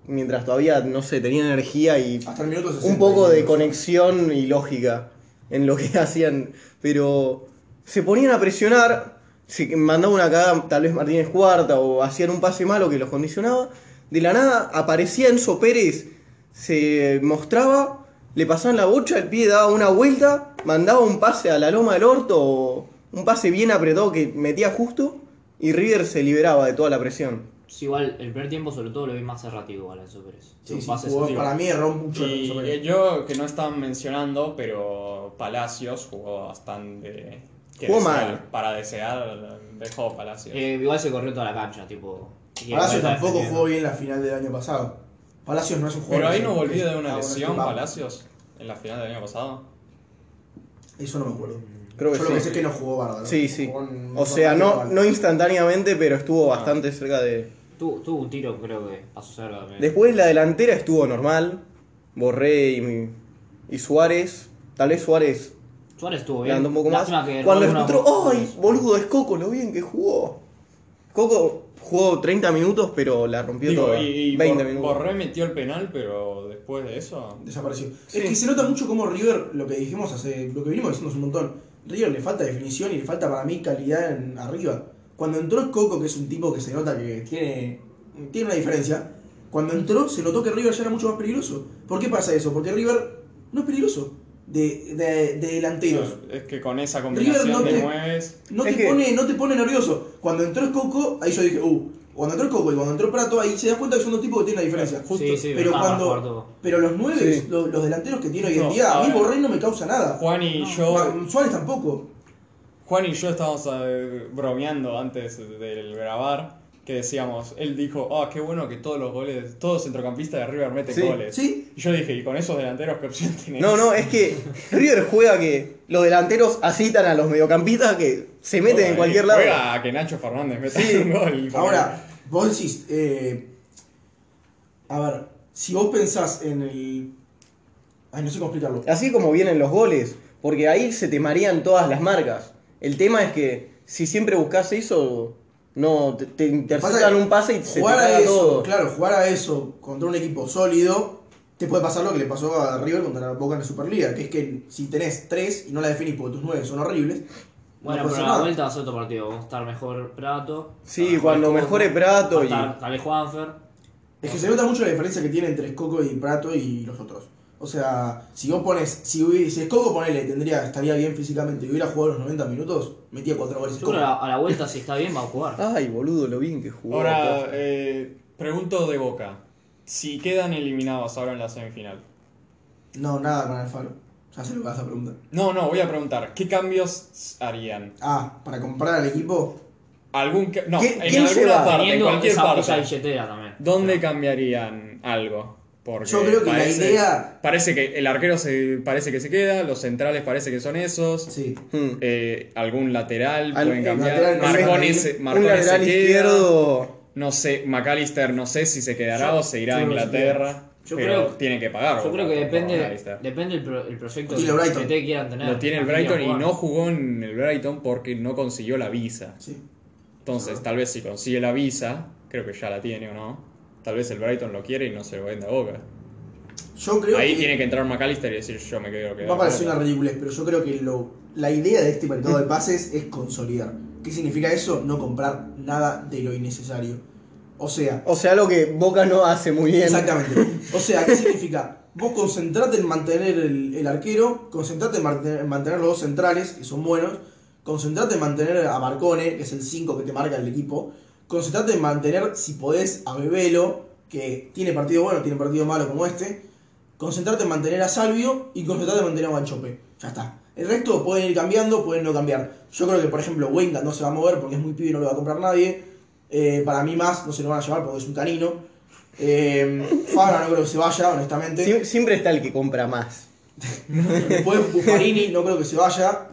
Speaker 2: mientras todavía, no sé, tenía energía y
Speaker 4: Hasta el minuto 60.
Speaker 2: un poco de
Speaker 4: incluso.
Speaker 2: conexión y lógica en lo que [LAUGHS] hacían. Pero se ponían a presionar, se mandaba una cagada, tal vez Martínez Cuarta, o hacían un pase malo que los condicionaba. De la nada aparecía Enzo Pérez, se mostraba, le pasaban la bocha, el pie daba una vuelta, mandaba un pase a la loma del orto, o un pase bien apretado que metía justo, y River se liberaba de toda la presión.
Speaker 3: Sí, igual el primer tiempo sobre todo lo vi más errático igual a Enzo Pérez.
Speaker 4: Sí,
Speaker 3: Los
Speaker 4: sí,
Speaker 3: pases
Speaker 4: jugó-
Speaker 3: así-
Speaker 4: para mí erró mucho el
Speaker 1: Y eh,
Speaker 4: Enzo Pérez.
Speaker 1: yo, que no están mencionando, pero Palacios jugó bastante. que
Speaker 2: Jugó
Speaker 1: desear-
Speaker 2: mal.
Speaker 1: Para desear, dejó Palacios.
Speaker 3: Eh, igual se corrió toda la cancha, tipo. y igual
Speaker 4: Palacios
Speaker 3: está
Speaker 4: tampoco
Speaker 3: defendiendo.
Speaker 4: jugó bien la final del año pasado. Palacios no es un jugador.
Speaker 1: pero ahí
Speaker 4: que-
Speaker 1: no volvió de
Speaker 4: Ah,
Speaker 1: una
Speaker 4: bueno,
Speaker 1: lesión,
Speaker 4: sí, va.
Speaker 1: Palacios, en la final del año pasado.
Speaker 4: Eso no me acuerdo.
Speaker 2: Creo que
Speaker 4: Yo lo que
Speaker 2: sí.
Speaker 4: sé es que no jugó bárbaro.
Speaker 2: Sí, sí.
Speaker 4: Ah, Jugó en-
Speaker 2: O sea, no,
Speaker 4: bastante
Speaker 2: no
Speaker 4: mal.
Speaker 2: instantáneamente, pero estuvo
Speaker 4: Ah.
Speaker 2: bastante cerca de...
Speaker 3: Tuvo, tuvo un tiro, creo que pasó cerca también.
Speaker 2: Después la delantera estuvo normal. Borré y, y Suárez. Tal vez Suárez
Speaker 3: Suárez estuvo bien.
Speaker 2: levantó un poco más.
Speaker 3: Lástima que
Speaker 2: Cuando
Speaker 3: erró
Speaker 2: encontró...
Speaker 3: alguna-
Speaker 2: ¡Ay, boludo! Es Coco, lo bien que jugó. Coco jugó 30 minutos, pero la rompió
Speaker 1: Digo,
Speaker 2: toda.
Speaker 1: y, y
Speaker 2: 20
Speaker 1: Bor-
Speaker 2: minutos.
Speaker 1: Borré metió el penal, pero después de eso.
Speaker 4: Desapareció.
Speaker 2: Sí.
Speaker 4: Es que se nota mucho cómo River, lo que dijimos hace. lo que vinimos diciendo hace un montón. River le falta definición y le falta para mí calidad en- arriba. Cuando entró Coco, que es un tipo que se nota que tiene. tiene una diferencia. Cuando entró se notó que River ya era mucho más peligroso. ¿Por qué pasa eso? Porque River no es peligroso. De, de- de delanteros.
Speaker 1: Es que con esa combinación
Speaker 4: no
Speaker 1: de
Speaker 4: te-
Speaker 1: nueves.
Speaker 4: No
Speaker 2: Es
Speaker 4: te,
Speaker 2: que-
Speaker 4: pone, no te pone nervioso. Cuando entró Coco, ahí yo dije, uh, cuando entró Coco y cuando entró Prato, ahí se das cuenta que son dos tipos que tienen la diferencia.
Speaker 1: Justo.
Speaker 3: Sí, sí,
Speaker 4: pero
Speaker 3: estaba
Speaker 4: cuando-
Speaker 3: para jugar todo.
Speaker 4: Pero los nueve,
Speaker 2: Sí.
Speaker 4: los, los delanteros que tiene hoy en
Speaker 1: No,
Speaker 4: día, a mí
Speaker 1: ahora-
Speaker 4: Borré no me causa nada.
Speaker 1: Juan y yo.
Speaker 4: Ma- Suárez tampoco.
Speaker 1: Juan y yo estábamos eh, bromeando antes del grabar. Que decíamos, él dijo, ah, qué bueno que todos los goles, todos los centrocampistas de River meten
Speaker 2: Sí.
Speaker 1: goles.
Speaker 4: Sí.
Speaker 1: Y yo dije, ¿y con esos delanteros qué opción tenés?
Speaker 2: No, no, es que River juega que los delanteros asitan a los mediocampistas que se meten en
Speaker 1: Bueno,
Speaker 2: cualquier
Speaker 1: y
Speaker 2: lado.
Speaker 1: Juega a que Nacho Fernández meta un gol.
Speaker 4: Ahora, vos decís, eh, a ver, si vos pensás en el... Ay, no sé cómo explicarlo.
Speaker 2: Así como vienen los goles, porque ahí se te marean todas las marcas. El tema es que si siempre buscas eso, no te, te interceptan un pase y se te
Speaker 4: jugar a
Speaker 2: caga
Speaker 4: eso,
Speaker 2: todo.
Speaker 4: claro, jugar a eso contra un equipo sólido, te puede pasar lo que le pasó a River contra la Boca en la Superliga, que es que si tenés tres y no la definís porque tus nueve son horribles,
Speaker 3: Bueno,
Speaker 4: no puede
Speaker 3: pero
Speaker 4: hacer
Speaker 3: la
Speaker 4: nada.
Speaker 3: vuelta va a ser otro partido. Va a estar mejor Prato.
Speaker 2: Sí,
Speaker 3: va a estar
Speaker 2: cuando
Speaker 3: Coco,
Speaker 2: mejore Prato
Speaker 3: va a
Speaker 2: y-
Speaker 3: estar Tal vez Juanfer.
Speaker 4: Es que se nota mucho la diferencia que tiene entre Coco y Prato y los otros. O sea, si vos pones, si, hubi- si Coco ponele, tendría, estaría bien físicamente y hubiera jugado los 90 minutos, metía cuatro goles.
Speaker 3: Yo creo que a la, a la vuelta, si está bien, va a jugar.
Speaker 2: Ay, boludo, lo bien que jugó.
Speaker 1: Ahora, eh, pregunto de boca. Si quedan eliminados ahora en la semifinal.
Speaker 4: No, nada con Alfaro. Ya sé lo que vas a preguntar.
Speaker 1: No, no, voy a preguntar. ¿Qué cambios harían?
Speaker 4: Ah, para comprar al equipo,
Speaker 1: ¿Algún ca- No,
Speaker 2: ¿Quién-
Speaker 1: en
Speaker 2: quién se
Speaker 1: alguna
Speaker 2: va?
Speaker 1: parte, en
Speaker 3: Teniendo
Speaker 1: cualquier
Speaker 3: esa olla
Speaker 1: parte.
Speaker 3: billetera también.
Speaker 1: ¿Dónde
Speaker 3: Pero-
Speaker 1: cambiarían algo? Porque
Speaker 4: Yo creo que la
Speaker 1: parece,
Speaker 4: idea-
Speaker 1: Parece que el arquero se, parece que se queda, los centrales parece que son esos.
Speaker 4: sí.
Speaker 2: Hmm.
Speaker 1: eh, algún lateral
Speaker 2: Al-
Speaker 1: pueden
Speaker 2: el
Speaker 1: cambiar.
Speaker 4: lateral no
Speaker 1: Marcones,
Speaker 4: sé.
Speaker 1: se-
Speaker 2: un
Speaker 1: Marcones se
Speaker 2: lateral
Speaker 1: queda.
Speaker 2: izquierdo.
Speaker 1: No sé, McAllister no sé si se quedará
Speaker 4: Yo-
Speaker 1: o se irá a
Speaker 4: yo creo que se
Speaker 1: Inglaterra.
Speaker 3: Yo
Speaker 1: pero
Speaker 3: creo-
Speaker 1: tiene que pagar.
Speaker 3: Yo creo
Speaker 1: por-
Speaker 3: que
Speaker 1: por
Speaker 3: depende,
Speaker 1: McAllister.
Speaker 3: depende el, pro- el proyecto
Speaker 4: Lo tiene
Speaker 3: que-
Speaker 4: Brighton.
Speaker 3: que te quieran tener.
Speaker 1: Lo tiene el
Speaker 3: Así que
Speaker 1: Brighton y
Speaker 3: jugar.
Speaker 1: no jugó en el Brighton porque no consiguió la visa.
Speaker 4: sí.
Speaker 1: Entonces, tal vez si consigue la visa, creo que ya la tiene o no, tal vez el Brighton lo quiere y no se lo vende a Boca.
Speaker 4: Yo creo
Speaker 1: Ahí
Speaker 4: que
Speaker 1: tiene que entrar McAllister y decir yo me quedo
Speaker 4: va a parecer una
Speaker 1: Boca".
Speaker 4: ridiculez, pero yo creo que lo, la idea de este mercado de pases es consolidar. ¿Qué significa eso? No comprar nada de lo innecesario. O sea,
Speaker 2: O sea, lo que Boca no hace muy bien.
Speaker 4: Exactamente. O sea, ¿qué significa? Vos concentrate en mantener el, el arquero, concentrate en mantener, en mantener los dos centrales, que son buenos, concentrate en mantener a Marcone, que es el 5 que te marca el equipo, concentrate en mantener, si podés, a Bebelo, que tiene partido bueno, tiene partido malo como este, concentrate en mantener a Salvio y concentrate en mantener a Guanchope. Ya está. El resto pueden ir cambiando, pueden no cambiar. Yo creo que, por ejemplo, Wenga no se va a mover porque es muy pibe y no lo va a comprar nadie. Eh, para mí más, no se lo van a llevar porque es un canino. Eh, Fabra no creo que se vaya, honestamente.
Speaker 2: Sie- siempre está el que compra más.
Speaker 4: Después Buffarini no creo que se vaya.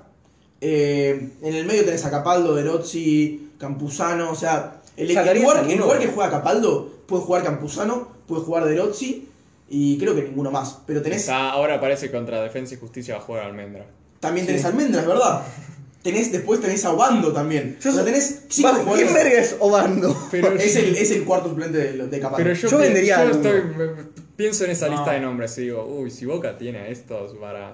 Speaker 4: Eh, en el medio tenés a Capaldo, Verozzi, Campuzano. O sea, el, el
Speaker 2: ¿Sacarías
Speaker 4: lugar, el
Speaker 2: alguno?
Speaker 4: lugar que juega Capaldo puede jugar Campuzano, puede jugar Verozzi y creo que ninguno más. Pero tenés
Speaker 1: Está- ahora parece que contra Defensa y Justicia va a jugar Almendra.
Speaker 4: también tenés
Speaker 2: Sí.
Speaker 4: almendras, ¿verdad? tenés, después tenés a Obando también.
Speaker 2: Yo
Speaker 4: o sea,
Speaker 2: soy-
Speaker 4: tenés cinco
Speaker 2: Va, ¿Quién
Speaker 4: jugadores.
Speaker 2: verga es Obando?
Speaker 1: Pero
Speaker 4: Es
Speaker 1: yo-
Speaker 4: el, es el cuarto suplente de, de Capaz.
Speaker 1: Pero yo,
Speaker 2: Yo
Speaker 1: pi-
Speaker 2: vendería
Speaker 1: yo
Speaker 2: alguno.
Speaker 1: estoy- me- me- pienso en esa
Speaker 3: No.
Speaker 1: lista de nombres y digo, uy, si Boca tiene a estos para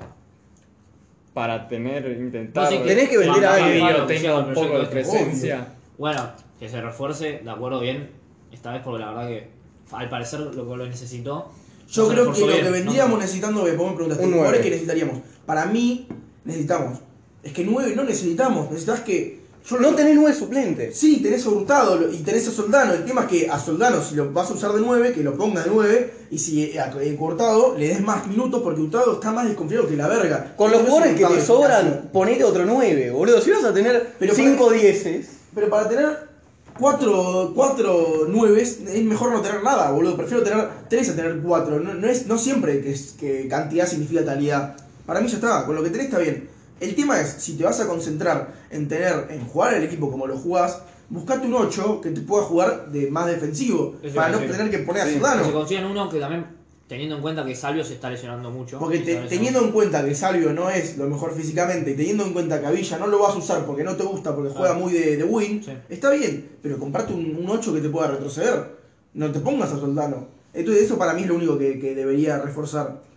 Speaker 1: para tener intentar
Speaker 3: Vos sí que-
Speaker 2: Tenés que vender
Speaker 1: que
Speaker 2: a alguien.
Speaker 1: Guido
Speaker 3: Claro, que
Speaker 1: tenga
Speaker 3: lleva el
Speaker 1: un poco de
Speaker 3: proyecto
Speaker 4: este.
Speaker 1: presencia.
Speaker 3: Bueno, que se refuerce, de acuerdo bien. Esta vez porque la verdad que al parecer lo que lo necesitó.
Speaker 4: Yo
Speaker 3: no se
Speaker 4: creo que
Speaker 3: reforzó
Speaker 4: lo
Speaker 3: bien,
Speaker 4: que
Speaker 3: ¿no?
Speaker 4: vendríamos necesitando, vos me preguntaste,
Speaker 2: Un nueve.
Speaker 4: jugadores que necesitaríamos. Para mí, necesitamos. Es que nueve no necesitamos, necesitas que. Yo
Speaker 2: No tenés nueve suplentes.
Speaker 4: Sí, tenés a Hurtado lo- y tenés a Soldano. El tema es que a Soldano, si lo vas a usar de 9, que lo ponga de 9. Y si a eh, Hurtado le des más minutos, porque Hurtado está más desconfiado que la verga.
Speaker 2: Con los
Speaker 4: Entonces,
Speaker 2: jugadores que
Speaker 4: Hurtado
Speaker 2: te
Speaker 4: es
Speaker 2: sobran,
Speaker 4: eficacia.
Speaker 2: ponete otro 9, boludo. Si vas a tener
Speaker 4: Pero
Speaker 2: 5 dieces,
Speaker 4: Pero para tener 4, 4 9 es mejor no tener nada, boludo. Prefiero tener 3 a tener 4. No, no es, no siempre que, es- que cantidad significa calidad. Para mí ya está, con lo que tenés está bien. El tema es, si te vas a concentrar en tener, en jugar al equipo como lo jugás, buscate un 8 que te pueda jugar de más defensivo,
Speaker 3: Eso iba
Speaker 4: para no
Speaker 3: a decir.
Speaker 4: tener que
Speaker 2: Sí.
Speaker 4: poner a
Speaker 3: Que se
Speaker 4: Ciudadano.
Speaker 3: consigan uno que también, teniendo en cuenta que Salvio se está lesionando mucho.
Speaker 4: Porque te-
Speaker 3: se está
Speaker 4: teniendo
Speaker 3: lesionando-
Speaker 4: en cuenta que Salvio no es lo mejor físicamente y teniendo en cuenta que a Villa no lo vas a usar porque no te gusta, porque juega
Speaker 3: Ah.
Speaker 4: muy de, de win,
Speaker 3: Sí.
Speaker 4: está bien, pero comparte un, un 8 que te pueda retroceder. No te pongas a Soldano. Entonces, eso para mí es lo único que, que debería reforzar.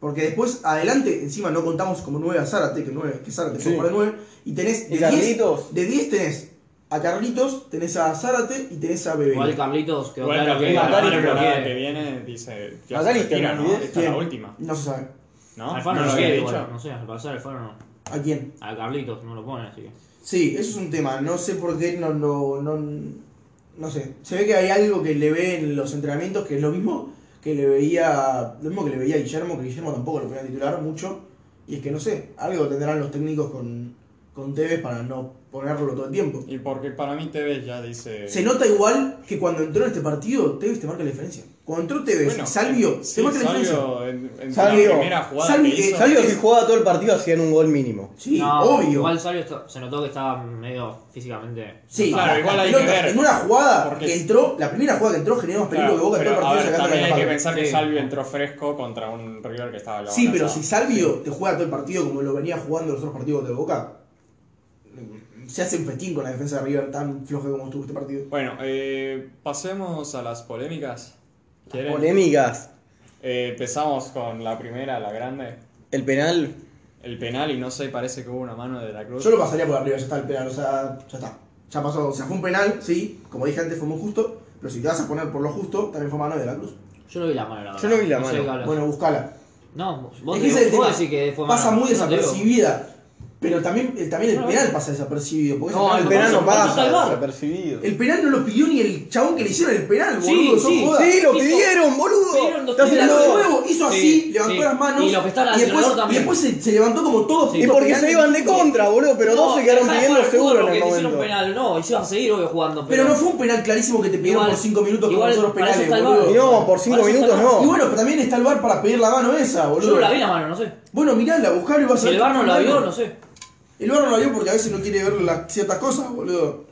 Speaker 4: Porque después, adelante, encima no contamos como 9 a Zárate, que, 9, que Zárate
Speaker 2: Sí.
Speaker 4: fue para 9, y tenés
Speaker 2: ¿Y
Speaker 4: de 10,
Speaker 2: Carlitos?
Speaker 4: de 10 tenés a Carlitos, tenés a Zárate y tenés a Bebé.
Speaker 3: Igual Carlitos quedó
Speaker 1: Igual
Speaker 3: claro
Speaker 1: que
Speaker 3: que
Speaker 1: la
Speaker 2: Atari
Speaker 3: Alfaro lo
Speaker 1: temporada que
Speaker 3: quiere.
Speaker 1: viene dice
Speaker 2: Atari
Speaker 1: clasifica,
Speaker 2: tiene
Speaker 1: ¿no?
Speaker 2: diez.
Speaker 1: Está la última,
Speaker 4: No se sabe.
Speaker 1: ¿no?
Speaker 3: Alfaro
Speaker 1: ¿No
Speaker 3: lo
Speaker 1: lo
Speaker 3: quiere
Speaker 1: había
Speaker 3: igual,
Speaker 1: dicho?
Speaker 3: no sé, al parecer Alfaro no.
Speaker 4: ¿A quién?
Speaker 3: A Carlitos no lo pone, así que.
Speaker 4: Sí, eso es un tema. No sé por qué no lo. No, no sé. Se ve que hay algo que le ve en los entrenamientos que es lo mismo que le veía. Lo mismo que le veía a Guillermo, que Guillermo tampoco lo podía titular mucho. Y es que no sé, algo tendrán los técnicos con, con Tevez para no ponerlo todo el tiempo.
Speaker 1: Y porque para mí Tevez ya dice
Speaker 4: Se nota igual que cuando entró en este partido, Tevez te marca la diferencia. Cuando entró Tevez,
Speaker 1: Bueno,
Speaker 4: Salvio,
Speaker 1: sí,
Speaker 4: te marca la diferencia.
Speaker 1: Salvio en, en
Speaker 2: Salvio.
Speaker 1: la primera jugada
Speaker 4: Salvio,
Speaker 1: que hizo,
Speaker 4: eh,
Speaker 2: Salvio si jugaba todo el partido hacían un gol mínimo.
Speaker 4: Sí,
Speaker 3: no,
Speaker 4: obvio.
Speaker 3: Igual Salvio está- se notó que estaba medio físicamente.
Speaker 4: Sí,
Speaker 1: Claro,
Speaker 4: la-
Speaker 1: igual
Speaker 4: la
Speaker 1: hay que
Speaker 4: pelota,
Speaker 1: ver.
Speaker 4: En una jugada
Speaker 1: Porque
Speaker 4: que
Speaker 1: es-
Speaker 4: entró, la primera jugada que entró generó más peligro
Speaker 1: Claro,
Speaker 4: que Boca en todo
Speaker 1: pero,
Speaker 4: el
Speaker 1: a
Speaker 4: partido
Speaker 1: ver,
Speaker 4: sacando
Speaker 1: también
Speaker 4: la
Speaker 1: hay que
Speaker 4: espalda.
Speaker 1: pensar que
Speaker 3: Sí.
Speaker 1: Salvio entró fresco contra un River que estaba en la
Speaker 4: Sí,
Speaker 1: banda
Speaker 4: pero
Speaker 1: pasada.
Speaker 4: si Salvio te juega todo el partido como lo venía jugando los otros partidos de Boca, se hace un festín con la defensa de River tan floja como estuvo este partido.
Speaker 1: Bueno, eh, pasemos a las polémicas. ¿Quieren?
Speaker 2: Polémicas,
Speaker 1: Eh, empezamos con la primera, la grande.
Speaker 2: el penal.
Speaker 1: El penal, y no sé, parece que hubo una mano de la cruz.
Speaker 4: Yo lo pasaría por arriba, ya está el penal, o sea, ya está. Ya pasó, o sea, fue un penal, sí, como dije antes fue muy justo, pero si te vas a poner por lo justo, también fue mano de la cruz.
Speaker 3: Yo no vi la mano, la verdad.
Speaker 2: Yo no vi la
Speaker 3: sé
Speaker 2: mano.
Speaker 3: qué hablas.
Speaker 4: Bueno, buscala.
Speaker 3: no, vos,
Speaker 4: es que ese es el
Speaker 3: vos
Speaker 4: tema.
Speaker 3: decís que fue
Speaker 4: pasa
Speaker 3: mano.
Speaker 4: muy
Speaker 3: Yo no te digo.
Speaker 4: desapercibida, pero también, eh, también el
Speaker 3: No, no.
Speaker 4: penal pasa desapercibido. Porque
Speaker 3: No,
Speaker 4: ese
Speaker 3: el
Speaker 4: lo
Speaker 3: penal
Speaker 4: pasó-
Speaker 3: no pasa,
Speaker 4: al VAR.
Speaker 2: desapercibido.
Speaker 4: El penal no lo pidió ni el chabón que le hicieron el penal,
Speaker 3: Sí,
Speaker 4: boludo. sos
Speaker 3: sí,
Speaker 4: joda.
Speaker 2: Sí, lo
Speaker 3: Hizo-
Speaker 2: pidieron,
Speaker 3: pidieron
Speaker 2: boludo.
Speaker 3: dos
Speaker 2: Te hacen
Speaker 4: Pero
Speaker 3: penales.
Speaker 4: de
Speaker 2: loco.
Speaker 4: nuevo hizo así,
Speaker 3: Sí,
Speaker 4: levantó
Speaker 3: sí.
Speaker 4: las manos
Speaker 3: Y los que estaban
Speaker 4: y después,
Speaker 3: alrededor también.
Speaker 4: y después se, se levantó como todos.
Speaker 3: Sí.
Speaker 2: Y
Speaker 4: estos
Speaker 2: porque se
Speaker 4: penales.
Speaker 2: iban de contra, boludo, pero dos se quedaron
Speaker 3: dejá de
Speaker 2: pidiendo
Speaker 3: jugar al
Speaker 2: seguro
Speaker 3: fútbol
Speaker 2: en el
Speaker 3: porque te hicieron
Speaker 2: momento.
Speaker 3: penal, no, y se iban a seguir obvio jugando.
Speaker 4: Pero no fue un penal clarísimo que te pidieron
Speaker 3: Igual-
Speaker 4: por 5 minutos
Speaker 3: igual,
Speaker 4: como los
Speaker 3: para eso
Speaker 4: penales,
Speaker 3: está el
Speaker 4: boludo.
Speaker 2: Y no, por cinco
Speaker 3: Parece
Speaker 2: minutos
Speaker 3: que no.
Speaker 2: no.
Speaker 4: Y bueno, pero también está el bar para pedir la mano esa,
Speaker 3: Yo
Speaker 4: boludo.
Speaker 3: no la vi la mano, no sé.
Speaker 4: Bueno, mirala, buscalo y vas
Speaker 3: Si
Speaker 4: a ver.
Speaker 3: el
Speaker 4: que
Speaker 3: bar no
Speaker 4: fue
Speaker 3: la
Speaker 4: penal.
Speaker 3: vio, no sé.
Speaker 4: El bar no la vio porque a veces no quiere ver las ciertas cosas, boludo.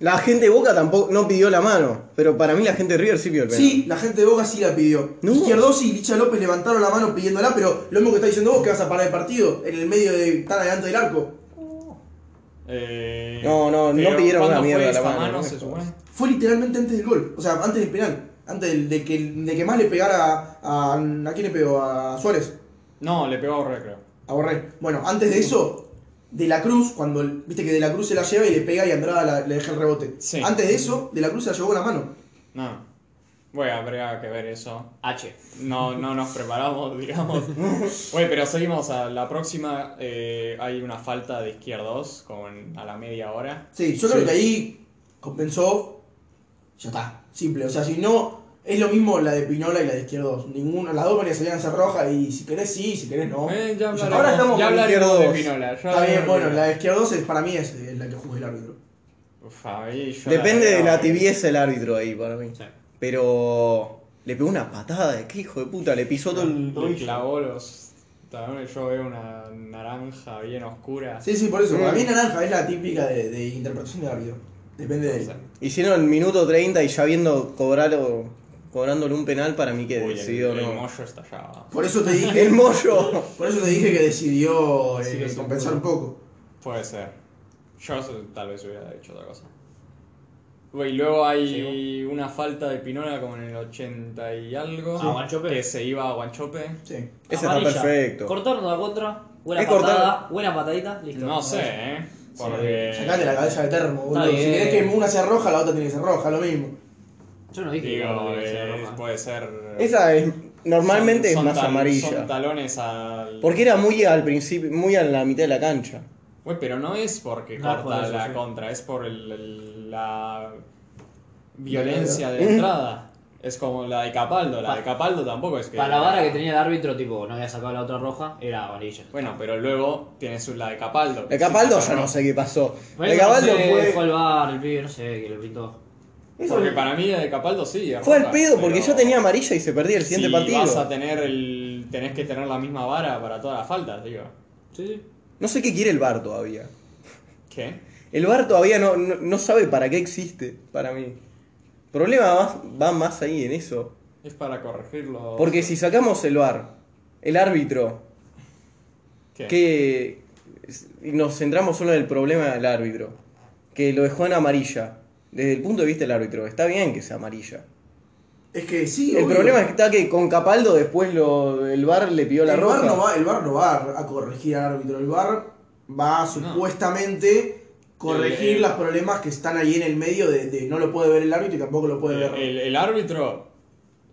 Speaker 2: La gente de Boca tampoco no pidió la mano, pero para mí la gente de River sí pidió el penal.
Speaker 4: Sí, la gente de Boca sí la pidió.
Speaker 2: No.
Speaker 4: Izquierdosi y Licha López levantaron la mano pidiéndola, pero lo mismo que está diciendo vos, que vas a parar el partido en el medio de tan adelante del arco.
Speaker 1: Eh,
Speaker 2: No, no, no
Speaker 1: pero
Speaker 2: pidieron
Speaker 1: ¿cuándo
Speaker 2: una mierda
Speaker 1: fue
Speaker 2: la
Speaker 1: esta
Speaker 2: mano,
Speaker 1: mano,
Speaker 2: no me
Speaker 1: se supone?
Speaker 4: Fue literalmente antes del gol, o sea, antes del penal. Antes del- de, que, de que más le pegara a. ¿A quién le pegó? A Suárez.
Speaker 1: No, le pegó a Borré, creo.
Speaker 4: A Borré. Bueno, antes de eso, De la Cruz, cuando. el- Viste que De la Cruz se la lleva y le pega y Andrada la- le deja el rebote.
Speaker 1: Sí.
Speaker 4: Antes de eso, De la Cruz se la llevó con la mano.
Speaker 1: No. Bueno, habría que ver eso.
Speaker 3: H.
Speaker 1: No, no nos preparamos, [LAUGHS] digamos. Bueno, pero seguimos a la próxima. eh, hay una falta de izquierdos con, a la media hora.
Speaker 4: Sí, yo creo que ahí compensó. Ya está. Simple. O sea, si no. Es lo mismo la de Pinola y la de Izquierdos. Ninguna, las dos van a salir a ser roja y si querés sí, si querés no.
Speaker 1: Eh, ya
Speaker 4: Y ya
Speaker 1: hablaremos,
Speaker 4: está. Ahora estamos
Speaker 1: ya
Speaker 2: con
Speaker 1: hablaremos de
Speaker 2: izquierdos.
Speaker 1: Pinola. ya
Speaker 4: Está bien,
Speaker 1: hablaremos
Speaker 4: bueno,
Speaker 1: de
Speaker 4: la
Speaker 1: Pinola.
Speaker 4: de Izquierdos es, para mí es eh, la que juzga el árbitro.
Speaker 1: Uf, ahí yo
Speaker 2: Depende de la
Speaker 1: veo-
Speaker 2: tibieza del árbitro ahí para mí.
Speaker 3: Sí.
Speaker 2: Pero le pegó una patada, qué hijo de puta, le pisó todo el
Speaker 1: Le
Speaker 2: tobillo.
Speaker 1: clavó los talones, yo veo una naranja bien oscura.
Speaker 4: Sí, sí, por eso.
Speaker 2: Mm.
Speaker 4: Para mí naranja es la típica de, de interpretación del árbitro. Depende de
Speaker 1: No
Speaker 4: él.
Speaker 1: sé.
Speaker 2: Hicieron el minuto 30 y ya viendo cobrarlo, cobrándole un penal para mí que
Speaker 1: Uy, el-
Speaker 2: decidió
Speaker 1: el,
Speaker 2: no.
Speaker 1: mollo estallaba.
Speaker 4: Por eso te dije.
Speaker 2: El mollo.
Speaker 4: Por eso te dije que decidió eh,
Speaker 1: Sí, lo sé,
Speaker 4: compensar
Speaker 1: seguro.
Speaker 4: un poco.
Speaker 1: Puede ser. Yo se- tal vez hubiera hecho otra cosa. Güey, Y luego hay una falta de Pinona como en el 80 y algo.
Speaker 3: Ah, Guanchope.
Speaker 1: Que se iba a Guanchope.
Speaker 4: Sí.
Speaker 2: Ese está
Speaker 3: Amarilla.
Speaker 2: perfecto.
Speaker 3: Cortaron la contra, buena
Speaker 2: Es cortar-
Speaker 3: patada, buena patadita, listo.
Speaker 1: No sé, ¿eh? Porque...
Speaker 4: Sacate la cabeza de termo, boludo. Si
Speaker 3: bien.
Speaker 4: querés que una sea roja, la otra tiene que ser roja, lo mismo.
Speaker 3: Yo no dije que iba
Speaker 1: Digo,
Speaker 3: a ser
Speaker 1: eh,
Speaker 3: roja.
Speaker 1: puede ser...
Speaker 2: Esa es normalmente
Speaker 1: son- son
Speaker 2: es más
Speaker 1: tal- Son
Speaker 2: amarilla.
Speaker 1: talones al...
Speaker 2: Porque era muy al principio, muy a la mitad de la cancha.
Speaker 1: Güey, pero no es porque
Speaker 3: No,
Speaker 1: corta
Speaker 3: por eso,
Speaker 1: la
Speaker 3: sí.
Speaker 1: contra, es por el- el- la violencia de la entrada. Es como la de Capaldo, la
Speaker 3: Pa-
Speaker 1: de Capaldo tampoco es que...
Speaker 3: Para la vara que tenía el árbitro, tipo, no había sacado la otra roja, era amarilla.
Speaker 1: Bueno, pero luego tienes la de Capaldo.
Speaker 2: De Capaldo
Speaker 1: Sí,
Speaker 2: ya no sé qué pasó.
Speaker 3: Bueno,
Speaker 2: De
Speaker 3: no
Speaker 2: Capaldo
Speaker 3: sé, fue
Speaker 2: fue,
Speaker 3: al bar, el pibe, no sé, que lo pintó.
Speaker 1: Porque para mí la de Capaldo sí. es
Speaker 2: fue al
Speaker 1: roja,
Speaker 2: pedo porque
Speaker 1: pero
Speaker 2: yo tenía amarilla y se perdía el siguiente
Speaker 1: si vas a
Speaker 2: partido.
Speaker 1: tener el... tenés que tener la misma vara para todas las faltas, digo.
Speaker 3: Sí, sí.
Speaker 2: No sé qué quiere el bar todavía.
Speaker 1: ¿Qué?
Speaker 2: El bar todavía no, no, no sabe para qué existe, para mí. El problema más- va más ahí en eso.
Speaker 1: Es para corregirlo.
Speaker 2: Porque si sacamos el bar, el árbitro,
Speaker 1: ¿Qué?
Speaker 2: que y nos centramos solo en el problema del árbitro, que lo dejó en amarilla, desde el punto de vista del árbitro, está bien que sea amarilla.
Speaker 4: Es que sí,
Speaker 2: El
Speaker 4: obvio.
Speaker 2: problema es que está que con Capaldo después lo, el bar le pidió la
Speaker 4: el
Speaker 2: roja.
Speaker 4: VAR no va, el VAR no va a corregir al árbitro, el VAR va a supuestamente corregir
Speaker 1: El- el-
Speaker 4: los problemas que están ahí en el medio de, de no lo puede ver el árbitro y tampoco lo puede
Speaker 1: El,
Speaker 4: ver.
Speaker 1: el- el árbitro,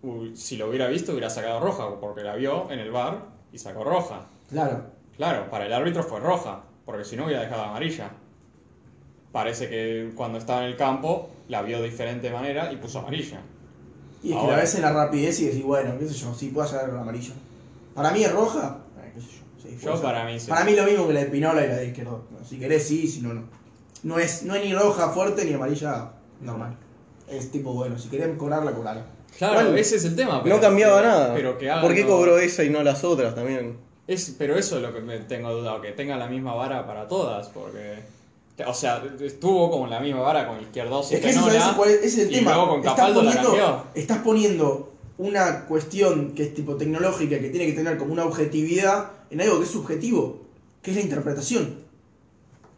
Speaker 1: u- si lo hubiera visto, hubiera sacado roja, porque la vio en el bar y sacó roja.
Speaker 4: Claro.
Speaker 1: Claro, para el árbitro fue roja, porque si no hubiera dejado amarilla. Parece que cuando estaba en el campo la vio de diferente manera y puso amarilla.
Speaker 4: Y es que
Speaker 1: Ahora.
Speaker 4: la ves en la rapidez y decís, bueno, qué sé yo, sí puede ser amarilla. Para mí es roja, eh, qué sé yo. sí,
Speaker 1: Yo
Speaker 4: puede ser.
Speaker 1: para mí sí.
Speaker 4: Para mí lo mismo que la de Pinola y la de izquierdo. Si querés, sí, si no, no. No es, no es ni roja fuerte ni amarilla normal. Es tipo, bueno, si querés cobrarla, cobrala.
Speaker 1: Claro,
Speaker 2: Bueno,
Speaker 1: ese es el tema. pero
Speaker 2: No cambiaba
Speaker 1: que-
Speaker 2: nada.
Speaker 1: Pero que haga-
Speaker 2: ¿Por qué
Speaker 1: no-
Speaker 2: cobró esa y no las otras también?
Speaker 1: Es, pero eso es lo que me tengo dudado, que tenga la misma vara para todas, porque... O sea, estuvo con la misma vara con Izquierdos y
Speaker 4: Es que ese,
Speaker 1: Penola,
Speaker 4: ¿sabes cuál es? Ese es el
Speaker 1: y
Speaker 4: tema.
Speaker 1: luego con
Speaker 4: Estás
Speaker 1: Capaldo la
Speaker 4: poniendo-
Speaker 1: cambió.
Speaker 4: Estás poniendo una cuestión que es tipo tecnológica, que tiene que tener como una objetividad, en algo que es subjetivo, que es la interpretación.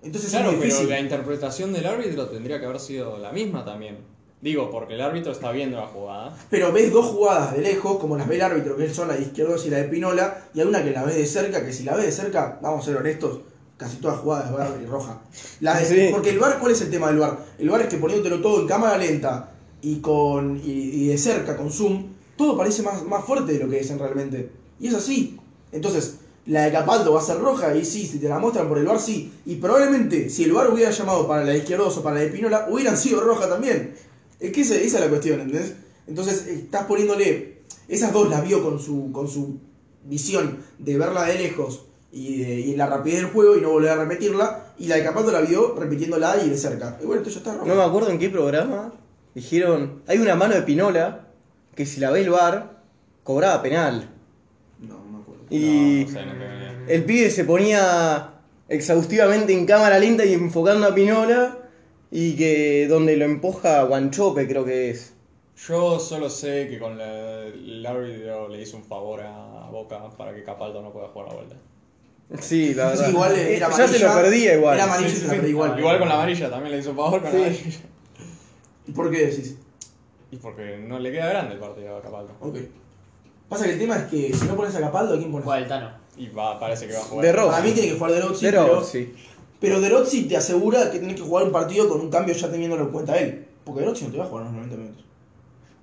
Speaker 4: Entonces
Speaker 1: Claro,
Speaker 4: es muy
Speaker 1: pero
Speaker 4: difícil.
Speaker 1: la interpretación del árbitro tendría que haber sido la misma también. Digo, porque el árbitro está viendo la jugada.
Speaker 4: Pero ves dos jugadas de lejos, como las ve el árbitro, que son la de izquierdos y la de Pinola, y hay una que la ves de cerca, que si la ves de cerca, vamos a ser honestos, casi todas jugadas de verde y roja. La de-
Speaker 2: Sí.
Speaker 4: Porque el bar, ¿cuál es el tema del bar? El bar es que poniéndotelo todo en cámara lenta y con y, y de cerca, con zoom, todo parece más, más fuerte de lo que dicen realmente. Y es así. Entonces, la de Capaldo va a ser roja, y sí, si te la muestran por el bar, sí. Y probablemente, si el bar hubiera llamado para la de izquierdos o para la de Pinola, hubieran sido roja también. Es que esa, esa es la cuestión, ¿entendés? Entonces eh, estás poniéndole. Esas dos las vio con su, con su visión de verla de lejos y, de, y la rapidez del juego y no volver a repetirla. Y la de Capaldo la vio repitiéndola y de cerca. Y bueno, esto ya está rojo.
Speaker 2: No me acuerdo en qué programa dijeron, hay una mano de Pinola que si la ve el bar cobraba penal.
Speaker 4: No, no me acuerdo.
Speaker 2: Y
Speaker 1: No, no sé, no tengo idea.
Speaker 2: el pibe se ponía exhaustivamente en cámara lenta y enfocando a Pinola y que donde lo empuja Guanchope creo que es.
Speaker 1: Yo solo sé que con la- el árbitro le hizo un favor a Boca para que Capaldo no pueda jugar la vuelta.
Speaker 2: Sí, la verdad.
Speaker 4: Sí, igual
Speaker 2: Eh,
Speaker 4: era
Speaker 2: ya se lo
Speaker 4: amarilla,
Speaker 2: perdía igual.
Speaker 4: Era amarilla y se la perdí igual.
Speaker 1: Igual con la amarilla también le hizo un favor con la amarilla.
Speaker 4: ¿Y por qué decís?
Speaker 1: Y porque no le queda grande el partido a Capaldo.
Speaker 4: Ok. Pasa que el tema es que si no pones a Capaldo, ¿a quién pones?
Speaker 3: Fue el Tano.
Speaker 1: Y va, parece que va a jugar.
Speaker 2: De Rossi.
Speaker 4: Para mí tiene que jugar De Rossi,
Speaker 2: Pero,
Speaker 4: pero,
Speaker 2: sí.
Speaker 4: pero De Rossi te asegura que tenés que jugar un partido con un cambio ya teniéndolo en cuenta él. Porque De Rossi no te va a jugar los 90 minutos.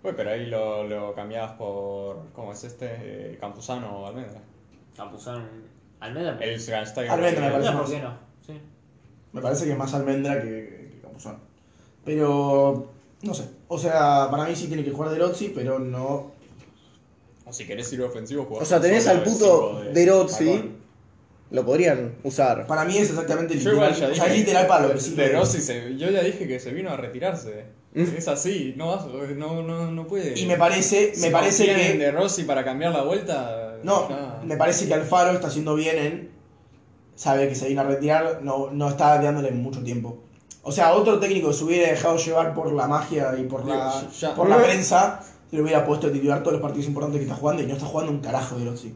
Speaker 1: Uy, pero ahí lo, lo cambiabas por. ¿Cómo es este? Eh, Campuzano o Almendra.
Speaker 3: Campuzano. Almendra.
Speaker 1: El Schweinsteiger.
Speaker 4: Almendra, me parece.
Speaker 3: Almendra, ¿por qué no? Sí.
Speaker 4: Me parece que es más almendra que, que Campuzano. Pero. No sé. O sea, para mí sí tiene que jugar de Lozzi, pero no.
Speaker 1: O si querés ir ofensivo, jugás
Speaker 2: O sea, tenés
Speaker 1: solo
Speaker 2: al
Speaker 1: de
Speaker 2: puto
Speaker 1: cinco
Speaker 2: De
Speaker 4: eh,
Speaker 2: Rossi,
Speaker 1: Falcón.
Speaker 2: lo podrían usar.
Speaker 4: Para mí es exactamente
Speaker 1: Yo igual
Speaker 4: literal.
Speaker 1: ya
Speaker 4: o
Speaker 1: dije.
Speaker 4: sea, es literal para lo que sí.
Speaker 1: De Rossi, se- yo ya dije que se vino a retirarse. Es así, no, vas- no, no, no puede.
Speaker 4: Y me parece, me
Speaker 1: Si
Speaker 4: parece
Speaker 1: confían en
Speaker 4: que.
Speaker 1: De Ah. Rossi para cambiar la vuelta.
Speaker 4: No,
Speaker 1: ya.
Speaker 4: me parece que Alfaro está haciendo bien en. Sabe que se vino a retirar, no, no está dándole mucho tiempo. O sea, otro técnico que se hubiera dejado llevar por la magia y por la,
Speaker 1: Digo, ya-
Speaker 4: por la prensa, se le hubiera puesto a titular todos los partidos importantes que está jugando y no está jugando un carajo de Rossi.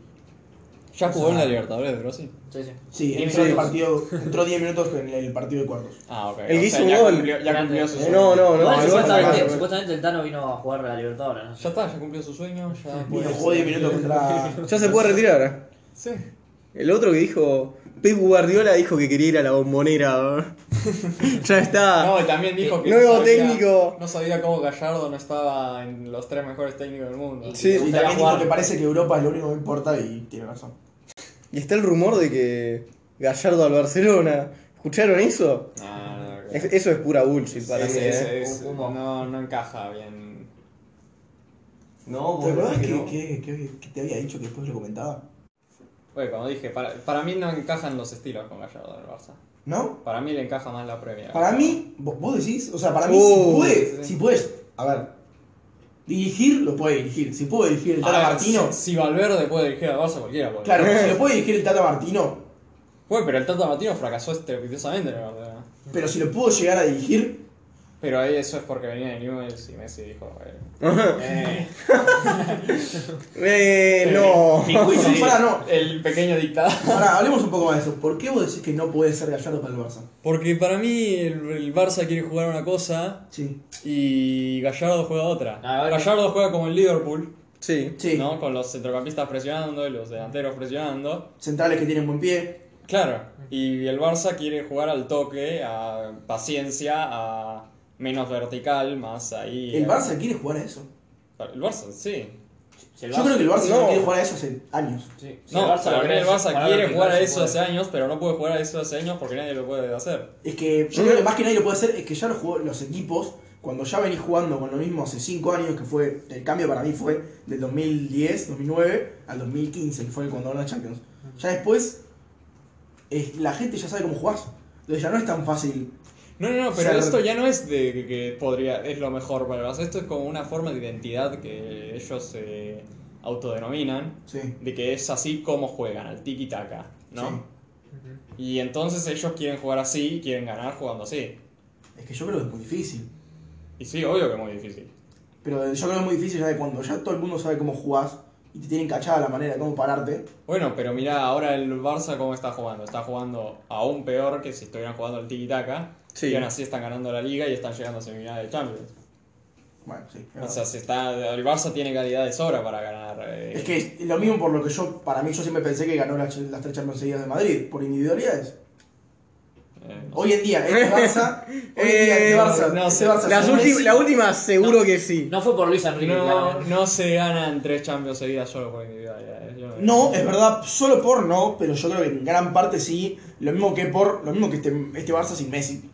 Speaker 1: Ya jugó en la Libertadores, bro, sí.
Speaker 3: Sí, sí.
Speaker 4: Sí,
Speaker 3: Diez
Speaker 4: entró, en el
Speaker 3: minutos.
Speaker 4: partido, entró 10 minutos en el partido de cuartos.
Speaker 1: Ah, ok.
Speaker 2: El que hizo un
Speaker 1: ya
Speaker 2: gol.
Speaker 1: Cumplió, ya cumplió su
Speaker 3: Eh,
Speaker 1: sueño.
Speaker 2: no, no,
Speaker 3: Igual,
Speaker 2: no,
Speaker 3: supuestamente,
Speaker 2: no, no.
Speaker 3: supuestamente el Tano vino a jugar a la Libertadores. ¿no?
Speaker 1: Ya está, ya cumplió su sueño. Ya
Speaker 4: Bueno,
Speaker 1: puede-
Speaker 4: jugó 10 minutos contra.
Speaker 2: [LAUGHS] Ya se puede retirar.
Speaker 1: Sí.
Speaker 2: El otro que dijo. Pep Guardiola dijo que quería ir a la bombonera. bro. [LAUGHS] ya está.
Speaker 1: No, y también dijo que.
Speaker 2: Ah. Nuevo
Speaker 1: no
Speaker 2: técnico.
Speaker 1: No sabía cómo Gallardo no estaba en los tres mejores técnicos del mundo.
Speaker 2: Sí.
Speaker 4: Y
Speaker 3: Gustaría
Speaker 4: también dijo
Speaker 3: jugar.
Speaker 4: que parece que Europa es lo único que importa y tiene razón.
Speaker 2: Y está el rumor de que Gallardo al Barcelona. ¿Escucharon eso?
Speaker 1: No, no, no.
Speaker 2: Es- eso es pura bullshit para
Speaker 1: Sí,
Speaker 2: mí.
Speaker 1: es-
Speaker 2: eh.
Speaker 1: es-
Speaker 3: Humo.
Speaker 1: no, no encaja bien.
Speaker 2: No,
Speaker 4: ¿Te acuerdas
Speaker 2: que
Speaker 4: que,
Speaker 2: no.
Speaker 4: que- que- que te había dicho que después lo comentaba?
Speaker 1: Bueno, como dije, para, para mí no encajan los estilos con Gallardo en el Barça.
Speaker 4: ¿No?
Speaker 1: Para mí le encaja más la Premier.
Speaker 4: Para mí, vo- vos decís, o sea, para mí
Speaker 2: Uh,
Speaker 4: si puede,
Speaker 1: sí, sí.
Speaker 4: si puedes, a ver, dirigir, lo puede dirigir. Si puede dirigir el
Speaker 1: A
Speaker 4: Tata
Speaker 1: ver,
Speaker 4: Martino,
Speaker 1: Si, si Valverde puede dirigir al Barça, cualquiera puede.
Speaker 4: claro, si
Speaker 2: [LAUGHS]
Speaker 4: lo puede dirigir el Tata Martino,
Speaker 1: Bueno, pero el Tata Martino fracasó estrepitosamente en el Barcelona.
Speaker 4: pero si lo pudo llegar a dirigir,
Speaker 1: Pero ahí eso es porque venía de Newell's y Messi dijo...
Speaker 4: [LAUGHS]
Speaker 1: eh, eh,
Speaker 2: [LAUGHS] Eh, no.
Speaker 4: Pinguillo, [LAUGHS] pará, no.
Speaker 1: El pequeño dictador.
Speaker 4: ahora hablemos un poco más de eso. ¿Por qué vos decís que no puede ser Gallardo para el Barça?
Speaker 1: Porque para mí el, el Barça quiere jugar una cosa
Speaker 4: Sí.
Speaker 1: y Gallardo juega otra.
Speaker 3: A ver.
Speaker 1: Gallardo juega como el Liverpool,
Speaker 2: Sí.
Speaker 4: Sí.
Speaker 1: ¿no? Con los centrocampistas presionando y los delanteros presionando.
Speaker 4: Centrales que tienen buen pie.
Speaker 1: Claro, y el Barça quiere jugar al toque, a paciencia, a menos vertical, más ahí. eh,
Speaker 4: El Barça quiere jugar a eso.
Speaker 1: El Barça, sí.
Speaker 3: Si el
Speaker 4: Yo creo que el Barça no
Speaker 2: No.
Speaker 4: quiere jugar a eso hace años.
Speaker 3: sí, si
Speaker 1: No,
Speaker 3: el Barça lo
Speaker 1: para mí el
Speaker 3: querés
Speaker 1: Barça
Speaker 3: parar
Speaker 1: quiere
Speaker 3: de
Speaker 1: jugar a
Speaker 3: picar,
Speaker 1: eso
Speaker 3: se
Speaker 1: hace años, pero no puede jugar a eso hace años porque nadie lo puede hacer.
Speaker 4: Es que yo creo que más que nadie lo puede hacer es que ya los, jugó- los equipos, cuando ya venís jugando con lo mismo hace 5 años, que fue, el cambio para mí fue del 2010, 2009 al 2015, que fue cuando ganó la Champions. Ya después, es- la gente ya sabe cómo jugás. Entonces ya no es tan fácil.
Speaker 1: No, no, no, pero
Speaker 4: O sea,
Speaker 1: esto ya no es de que, que podría, es lo mejor para el Barça. Esto es como una forma de identidad que ellos se autodenominan,
Speaker 4: Sí.
Speaker 1: de que es así como juegan, al tiki-taka, ¿no? Y entonces ellos quieren jugar así, quieren ganar jugando así.
Speaker 4: Es que yo creo que es muy difícil.
Speaker 1: Y sí, obvio que es muy difícil.
Speaker 4: Pero yo creo que es muy difícil ya de cuando ya todo el mundo sabe cómo jugás y te tienen cachada la manera de cómo pararte.
Speaker 1: Bueno, pero mirá ahora el Barça cómo está jugando. Está jugando aún peor que si estuvieran jugando al tiki-taka.
Speaker 2: Sí.
Speaker 1: Y aún así están ganando la liga y están llegando a semifinales de Champions.
Speaker 4: Bueno, sí. es
Speaker 1: O
Speaker 4: verdad.
Speaker 1: sea, se está, el Barça tiene calidad de sobra para ganar. eh.
Speaker 4: Es que es lo mismo por lo que yo, para mí, yo siempre pensé que ganó las, las tres Champions seguidas de Madrid, por individualidades.
Speaker 1: Eh, no
Speaker 4: Hoy en
Speaker 2: [LAUGHS]
Speaker 4: día, este Barça. hoy en día, este
Speaker 2: Eh,
Speaker 4: Barça.
Speaker 1: no
Speaker 4: este
Speaker 1: sé.
Speaker 4: Barça
Speaker 2: Las
Speaker 4: sin
Speaker 2: últim-
Speaker 4: Messi,
Speaker 2: la última seguro que sí.
Speaker 3: No fue por Luis Enrique,
Speaker 1: No,
Speaker 3: claramente.
Speaker 1: no se ganan tres Champions seguidas solo por individualidades. yo-
Speaker 4: No, es verdad, solo por no, pero yo creo que en gran parte sí. Lo mismo que por. Lo mismo que este, este Barça sin Messi.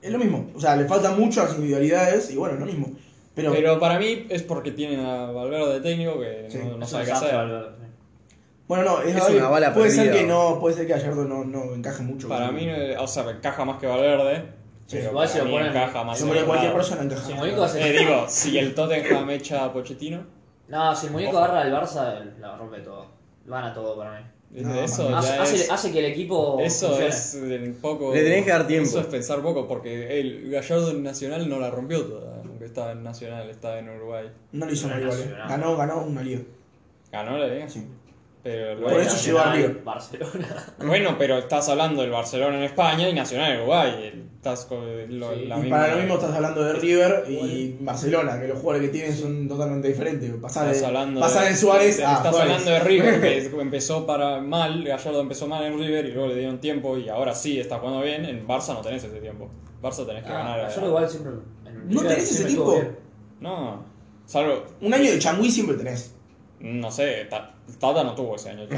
Speaker 4: Es lo mismo. O sea, le faltan mucho a las individualidades y bueno, es lo mismo. Pero,
Speaker 1: Pero para mí es porque tienen a Valverde de técnico que
Speaker 4: Sí,
Speaker 1: no, no
Speaker 3: Es
Speaker 1: sabe
Speaker 3: un
Speaker 1: qué
Speaker 3: desastre,
Speaker 1: hacer.
Speaker 3: Valverde, sí.
Speaker 4: bueno, no, es,
Speaker 2: Es
Speaker 4: verdad que
Speaker 2: una bala
Speaker 4: puede ser
Speaker 2: perdida.
Speaker 4: que no, puede ser que Gallardo no, no encaje mucho.
Speaker 1: Para mí, eh, o sea, me encaja más que Valverde.
Speaker 4: Sí,
Speaker 1: pero
Speaker 3: igual
Speaker 1: para
Speaker 3: si lo
Speaker 1: mí
Speaker 3: ponen-
Speaker 1: encaja más
Speaker 4: Se
Speaker 1: en
Speaker 4: muere
Speaker 1: el
Speaker 4: cualquier
Speaker 1: lado.
Speaker 4: persona encaja.
Speaker 3: Si el Mónico hace-
Speaker 1: Eh, digo, si el Tottenham echa a Pochettino,
Speaker 3: No, si el muñeco agarra al Barça, la rompe todo. Van a todo para mí.
Speaker 4: No,
Speaker 1: eh, eso
Speaker 3: Hace,
Speaker 1: ya
Speaker 3: hace-
Speaker 1: es.
Speaker 3: hace que el equipo.
Speaker 1: Eso
Speaker 3: funcione.
Speaker 1: es un poco.
Speaker 2: Le tenés que dar tiempo.
Speaker 1: Eso es pensar poco, porque el Gallardo en Nacional no la rompió toda, aunque estaba en Nacional, estaba en Uruguay.
Speaker 4: No lo hizo
Speaker 3: No,
Speaker 4: mal
Speaker 3: no,
Speaker 4: igual. eh.
Speaker 3: no, no.
Speaker 4: Ganó, ganó una liga.
Speaker 1: Ganó la liga,
Speaker 4: Sí.
Speaker 1: pero
Speaker 4: Por
Speaker 1: luego-
Speaker 4: eso llegó arriba.
Speaker 3: Barcelona.
Speaker 1: Bueno, pero estás hablando del Barcelona en España y Nacional en Uruguay. Estás con lo-
Speaker 3: Sí.
Speaker 1: la
Speaker 4: y
Speaker 1: misma-
Speaker 4: para lo mismo estás hablando de River y Barcelona, que los jugadores que tienen son totalmente diferentes. Pasar de,
Speaker 1: Estás hablando
Speaker 4: pasar de Suárez Eh, a
Speaker 1: Estás
Speaker 4: Suárez.
Speaker 1: hablando de
Speaker 4: [LAUGHS]
Speaker 1: River, que empezó para mal, Gallardo empezó mal en River y luego le dieron tiempo y ahora sí está jugando bien. En Barça no tenés ese tiempo. Barça tenés que ganar. eh.
Speaker 3: Ah, yo igual siempre. en
Speaker 4: ¿No
Speaker 3: River
Speaker 4: tenés ese
Speaker 3: siempre
Speaker 4: tipo?
Speaker 3: estuvo bien.
Speaker 1: No, salvo,
Speaker 4: Un año de changüí siempre tenés.
Speaker 1: no sé, Ta- Tata no tuvo
Speaker 4: [LAUGHS]
Speaker 1: ese año.
Speaker 4: Es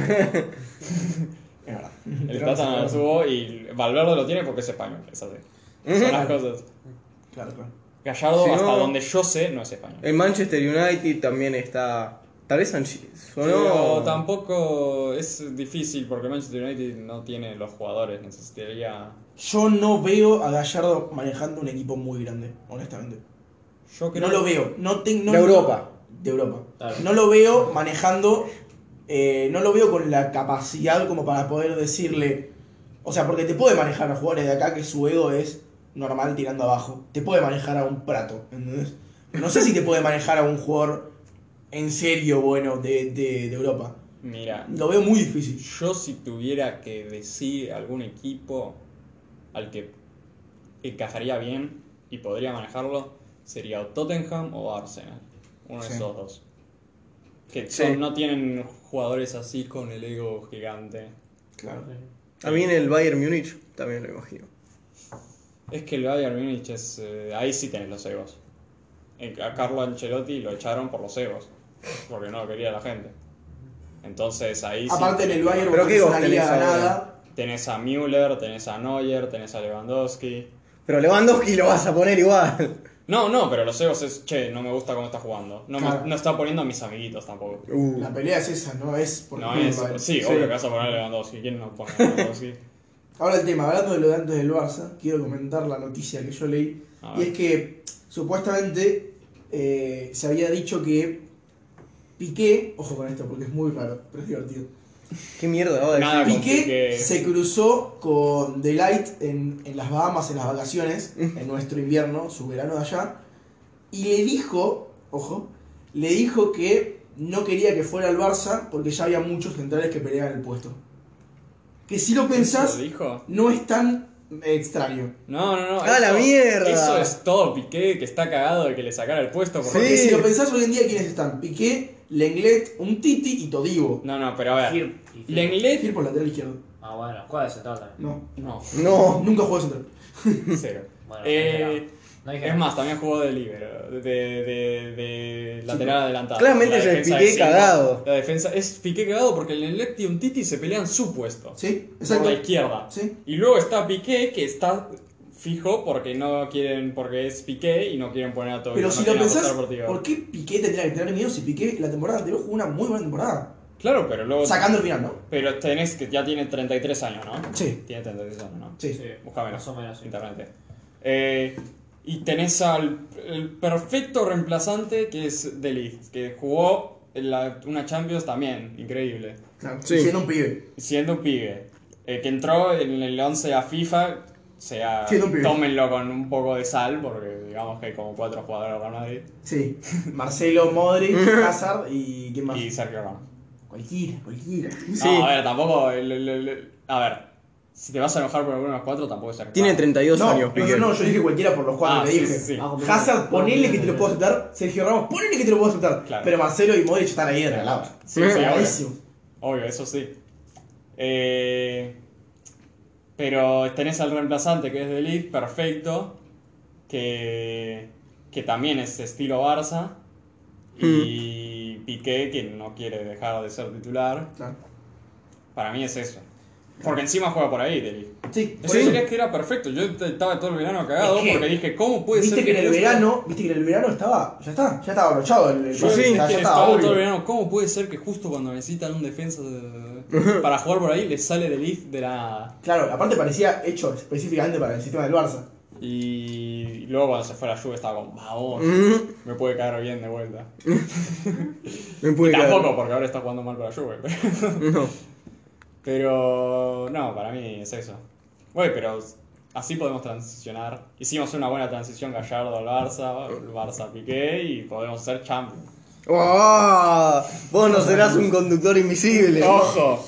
Speaker 4: verdad.
Speaker 1: El
Speaker 4: Tenés
Speaker 1: Tata no lo
Speaker 4: razón.
Speaker 1: tuvo y Valverde lo tiene porque es español, es así. Son las cosas.
Speaker 4: Claro, claro.
Speaker 1: Gallardo,
Speaker 2: Si no-
Speaker 1: hasta donde yo sé, no es
Speaker 4: Eh,
Speaker 1: español.
Speaker 2: El Manchester United también está. Tal vez han sonó.
Speaker 1: Pero tampoco es difícil porque Manchester United no tiene los jugadores, necesitaría...
Speaker 4: Yo no veo a Gallardo manejando un equipo muy grande, honestamente.
Speaker 1: Yo creo
Speaker 4: No lo veo. No te- no-
Speaker 2: De Europa.
Speaker 4: De Europa.
Speaker 3: Claro.
Speaker 4: No lo veo manejando. eh, no lo veo con la capacidad como para poder decirle. O sea, porque te puede manejar a jugadores de acá que su ego es normal tirando abajo. Te puede manejar a un prato, ¿entendés? No sé si te puede manejar a un jugador en serio bueno de, de- de Europa.
Speaker 1: Mira,
Speaker 4: Lo veo muy difícil.
Speaker 1: yo si tuviera que decir algún equipo al que encajaría bien y podría manejarlo, sería o Tottenham o Arsenal. Uno
Speaker 4: Sí.
Speaker 1: de esos dos. Que
Speaker 2: Sí.
Speaker 1: son- no tienen jugadores así con el ego gigante.
Speaker 4: Claro.
Speaker 2: A mí en el Bayern Múnich también lo imagino.
Speaker 1: Es que el Bayern Múnich es. eh, ahí sí tenés los egos. En- A Carlo Ancelotti lo echaron por los egos. Porque no lo quería la gente. Entonces ahí sí
Speaker 4: Aparte en
Speaker 1: tenés-
Speaker 4: el Bayern
Speaker 2: Pero
Speaker 4: vos
Speaker 2: ¿qué
Speaker 4: tenés
Speaker 2: vos
Speaker 4: una
Speaker 2: tenés
Speaker 4: liga
Speaker 2: ahora?
Speaker 4: ganada.
Speaker 1: Tenés a Müller, tenés a Neuer, tenés a Lewandowski.
Speaker 2: Pero Lewandowski lo vas a poner igual.
Speaker 1: No, no, pero los egos es, che, no me gusta cómo está jugando. No, me-
Speaker 4: Claro.
Speaker 1: no está poniendo a mis amiguitos tampoco.
Speaker 2: Uh,
Speaker 4: La pelea es esa, no es por eh,
Speaker 1: No
Speaker 4: culpa
Speaker 1: es.
Speaker 4: del-
Speaker 1: Sí,
Speaker 2: Sí.
Speaker 1: obvio que vas a poner a Lewandowski. ¿Quién no pone a
Speaker 2: [LAUGHS]
Speaker 1: Lewandowski?
Speaker 4: Ahora el tema, hablando de lo de antes del Barça, quiero comentar la noticia que yo leí.
Speaker 1: A
Speaker 4: Y
Speaker 1: ver.
Speaker 4: es que supuestamente eh, se había dicho que Piqué, ojo con esto porque es muy raro, pero es divertido.
Speaker 2: ¿Qué mierda va a
Speaker 1: Nada.
Speaker 2: decir?
Speaker 1: Ah, con
Speaker 4: Piqué
Speaker 1: Piqué.
Speaker 4: se cruzó con Delight en, en las Bahamas, en las vacaciones,
Speaker 1: Mm.
Speaker 4: en nuestro invierno, su verano de allá, y le dijo, ojo, le dijo que no quería que fuera al Barça porque ya había muchos centrales que peleaban el puesto. Que si lo pensás,
Speaker 1: ¿Lo dijo?
Speaker 4: no es tan eh, extraño.
Speaker 1: No, no, no.
Speaker 2: ¡A ¡Ah, la mierda!
Speaker 1: Eso es todo, Piqué, que está cagado de que le sacara el puesto. Porque
Speaker 4: Porque
Speaker 2: Sí.
Speaker 4: Eh, si lo pensás hoy en día, ¿quiénes están? Piqué, Lenglet, un Titi y Todivo.
Speaker 1: No, no, pero a ver.
Speaker 3: Gir- y Gir-
Speaker 1: Lenglet.
Speaker 4: Gil por lateral izquierdo.
Speaker 3: Ah, bueno, juega de central también.
Speaker 4: No.
Speaker 1: No, [LAUGHS]
Speaker 2: No.
Speaker 4: Nunca jugó central.
Speaker 1: cero.
Speaker 3: Bueno,
Speaker 1: Eh,
Speaker 3: no dije
Speaker 1: es
Speaker 3: nada.
Speaker 1: más, también jugó de libero, de, de, de lateral adelantado.
Speaker 2: Claramente
Speaker 1: La
Speaker 2: es el
Speaker 1: defensa
Speaker 2: Piqué
Speaker 1: de cinco.
Speaker 2: cagado.
Speaker 1: La defensa es Piqué cagado porque el Lenglet y un Titi se pelean su puesto.
Speaker 4: ¿Sí?
Speaker 1: Por
Speaker 4: Exacto.
Speaker 1: la izquierda.
Speaker 4: Sí.
Speaker 1: Y luego está Piqué, que está fijo porque no quieren, porque es Piqué y no quieren poner a todo
Speaker 4: Pero
Speaker 1: no
Speaker 4: si lo
Speaker 1: quieren
Speaker 4: pensás,
Speaker 1: apostar por Tibaut.
Speaker 4: ¿por qué Piqué tendría que tener miedo si Piqué la temporada anterior jugó una muy buena temporada?
Speaker 1: Claro, pero luego.
Speaker 4: Sacando el final, ¿no?
Speaker 1: Pero tenés que ya tiene 33 años, ¿no?
Speaker 4: Sí.
Speaker 1: Tiene 33 años, ¿no?
Speaker 4: Sí.
Speaker 3: Sí,
Speaker 1: Búscamelo.
Speaker 3: Más o menos. sí.
Speaker 1: Internet. Eh, y tenés al el perfecto reemplazante que es Delic, que jugó en la- una Champions también, increíble.
Speaker 4: Claro,
Speaker 2: Sí.
Speaker 4: Siendo un pibe.
Speaker 1: Siendo un pibe, eh, que entró en el 11 a FIFA, o sea,
Speaker 4: Siendo un pibe.
Speaker 1: tómenlo con un poco de sal, porque digamos que hay como cuatro jugadores para Madrid,
Speaker 4: Sí. Marcelo, Modric, Hazard y ¿quién más?
Speaker 1: y Sergio Ramos.
Speaker 4: Cualquiera, cualquiera.
Speaker 2: Sí.
Speaker 1: No, a ver, tampoco. el- el- el- a ver, si te vas a enojar por alguno de los cuatro, tampoco es Sergio
Speaker 2: Tiene
Speaker 1: Ramos.
Speaker 2: 32
Speaker 4: No,
Speaker 2: años,
Speaker 4: no,
Speaker 2: Piqué.
Speaker 4: no, no, yo dije cualquiera por los cuatro
Speaker 1: Ah,
Speaker 4: le
Speaker 1: sí,
Speaker 4: dije.
Speaker 1: sí, sí.
Speaker 3: Vamos,
Speaker 4: Hazard, ponele que te lo puedo
Speaker 3: vamos,
Speaker 4: aceptar. Sergio Ramos, ponele que te lo puedo aceptar.
Speaker 1: Claro.
Speaker 4: Pero Marcelo y Modric están ahí regalados.
Speaker 1: Sí, sí, obvio.
Speaker 4: Clarísimo.
Speaker 1: Obvio, eso sí. Eh, pero tenés al reemplazante que es de Leeds, perfecto. Que, que también es estilo Barça. Y Piqué, que no quiere dejar de ser titular.
Speaker 4: Claro.
Speaker 1: Para mí es eso. Porque encima juega por ahí, de Leeds.
Speaker 4: Sí, por
Speaker 1: Eso
Speaker 4: eso.
Speaker 1: sería que era perfecto. Yo estaba todo el verano cagado
Speaker 4: Es que-
Speaker 1: porque dije, ¿cómo puede
Speaker 4: Viste
Speaker 1: ser
Speaker 4: que en el
Speaker 1: esto-
Speaker 4: verano, viste que en el verano estaba, ya está, ya estaba abrochado el, el
Speaker 1: Yo
Speaker 4: ya,
Speaker 1: dije,
Speaker 4: ya
Speaker 1: estaba
Speaker 4: estaba,
Speaker 1: todo el
Speaker 4: obvio.
Speaker 1: verano, ¿cómo puede ser que justo cuando necesitan un defensa de- para jugar por ahí le sale de Leeds de la nada?
Speaker 4: Claro, aparte parecía hecho específicamente para el sistema del Barça.
Speaker 1: Y luego cuando se fue a la lluvia estaba como, vamos,
Speaker 2: Mm,
Speaker 1: me puede caer bien de vuelta.
Speaker 2: me pude caer.
Speaker 1: Tampoco, porque ahora está jugando mal para la lluvia.
Speaker 2: [LAUGHS] No.
Speaker 1: Pero no, para mí es eso. Bueno, pero así podemos transicionar. Hicimos una buena transición Gallardo al Barça, Barça Piqué y podemos ser champions.
Speaker 2: ¡Oh! Vos no serás un conductor invisible.
Speaker 1: ¡Ojo!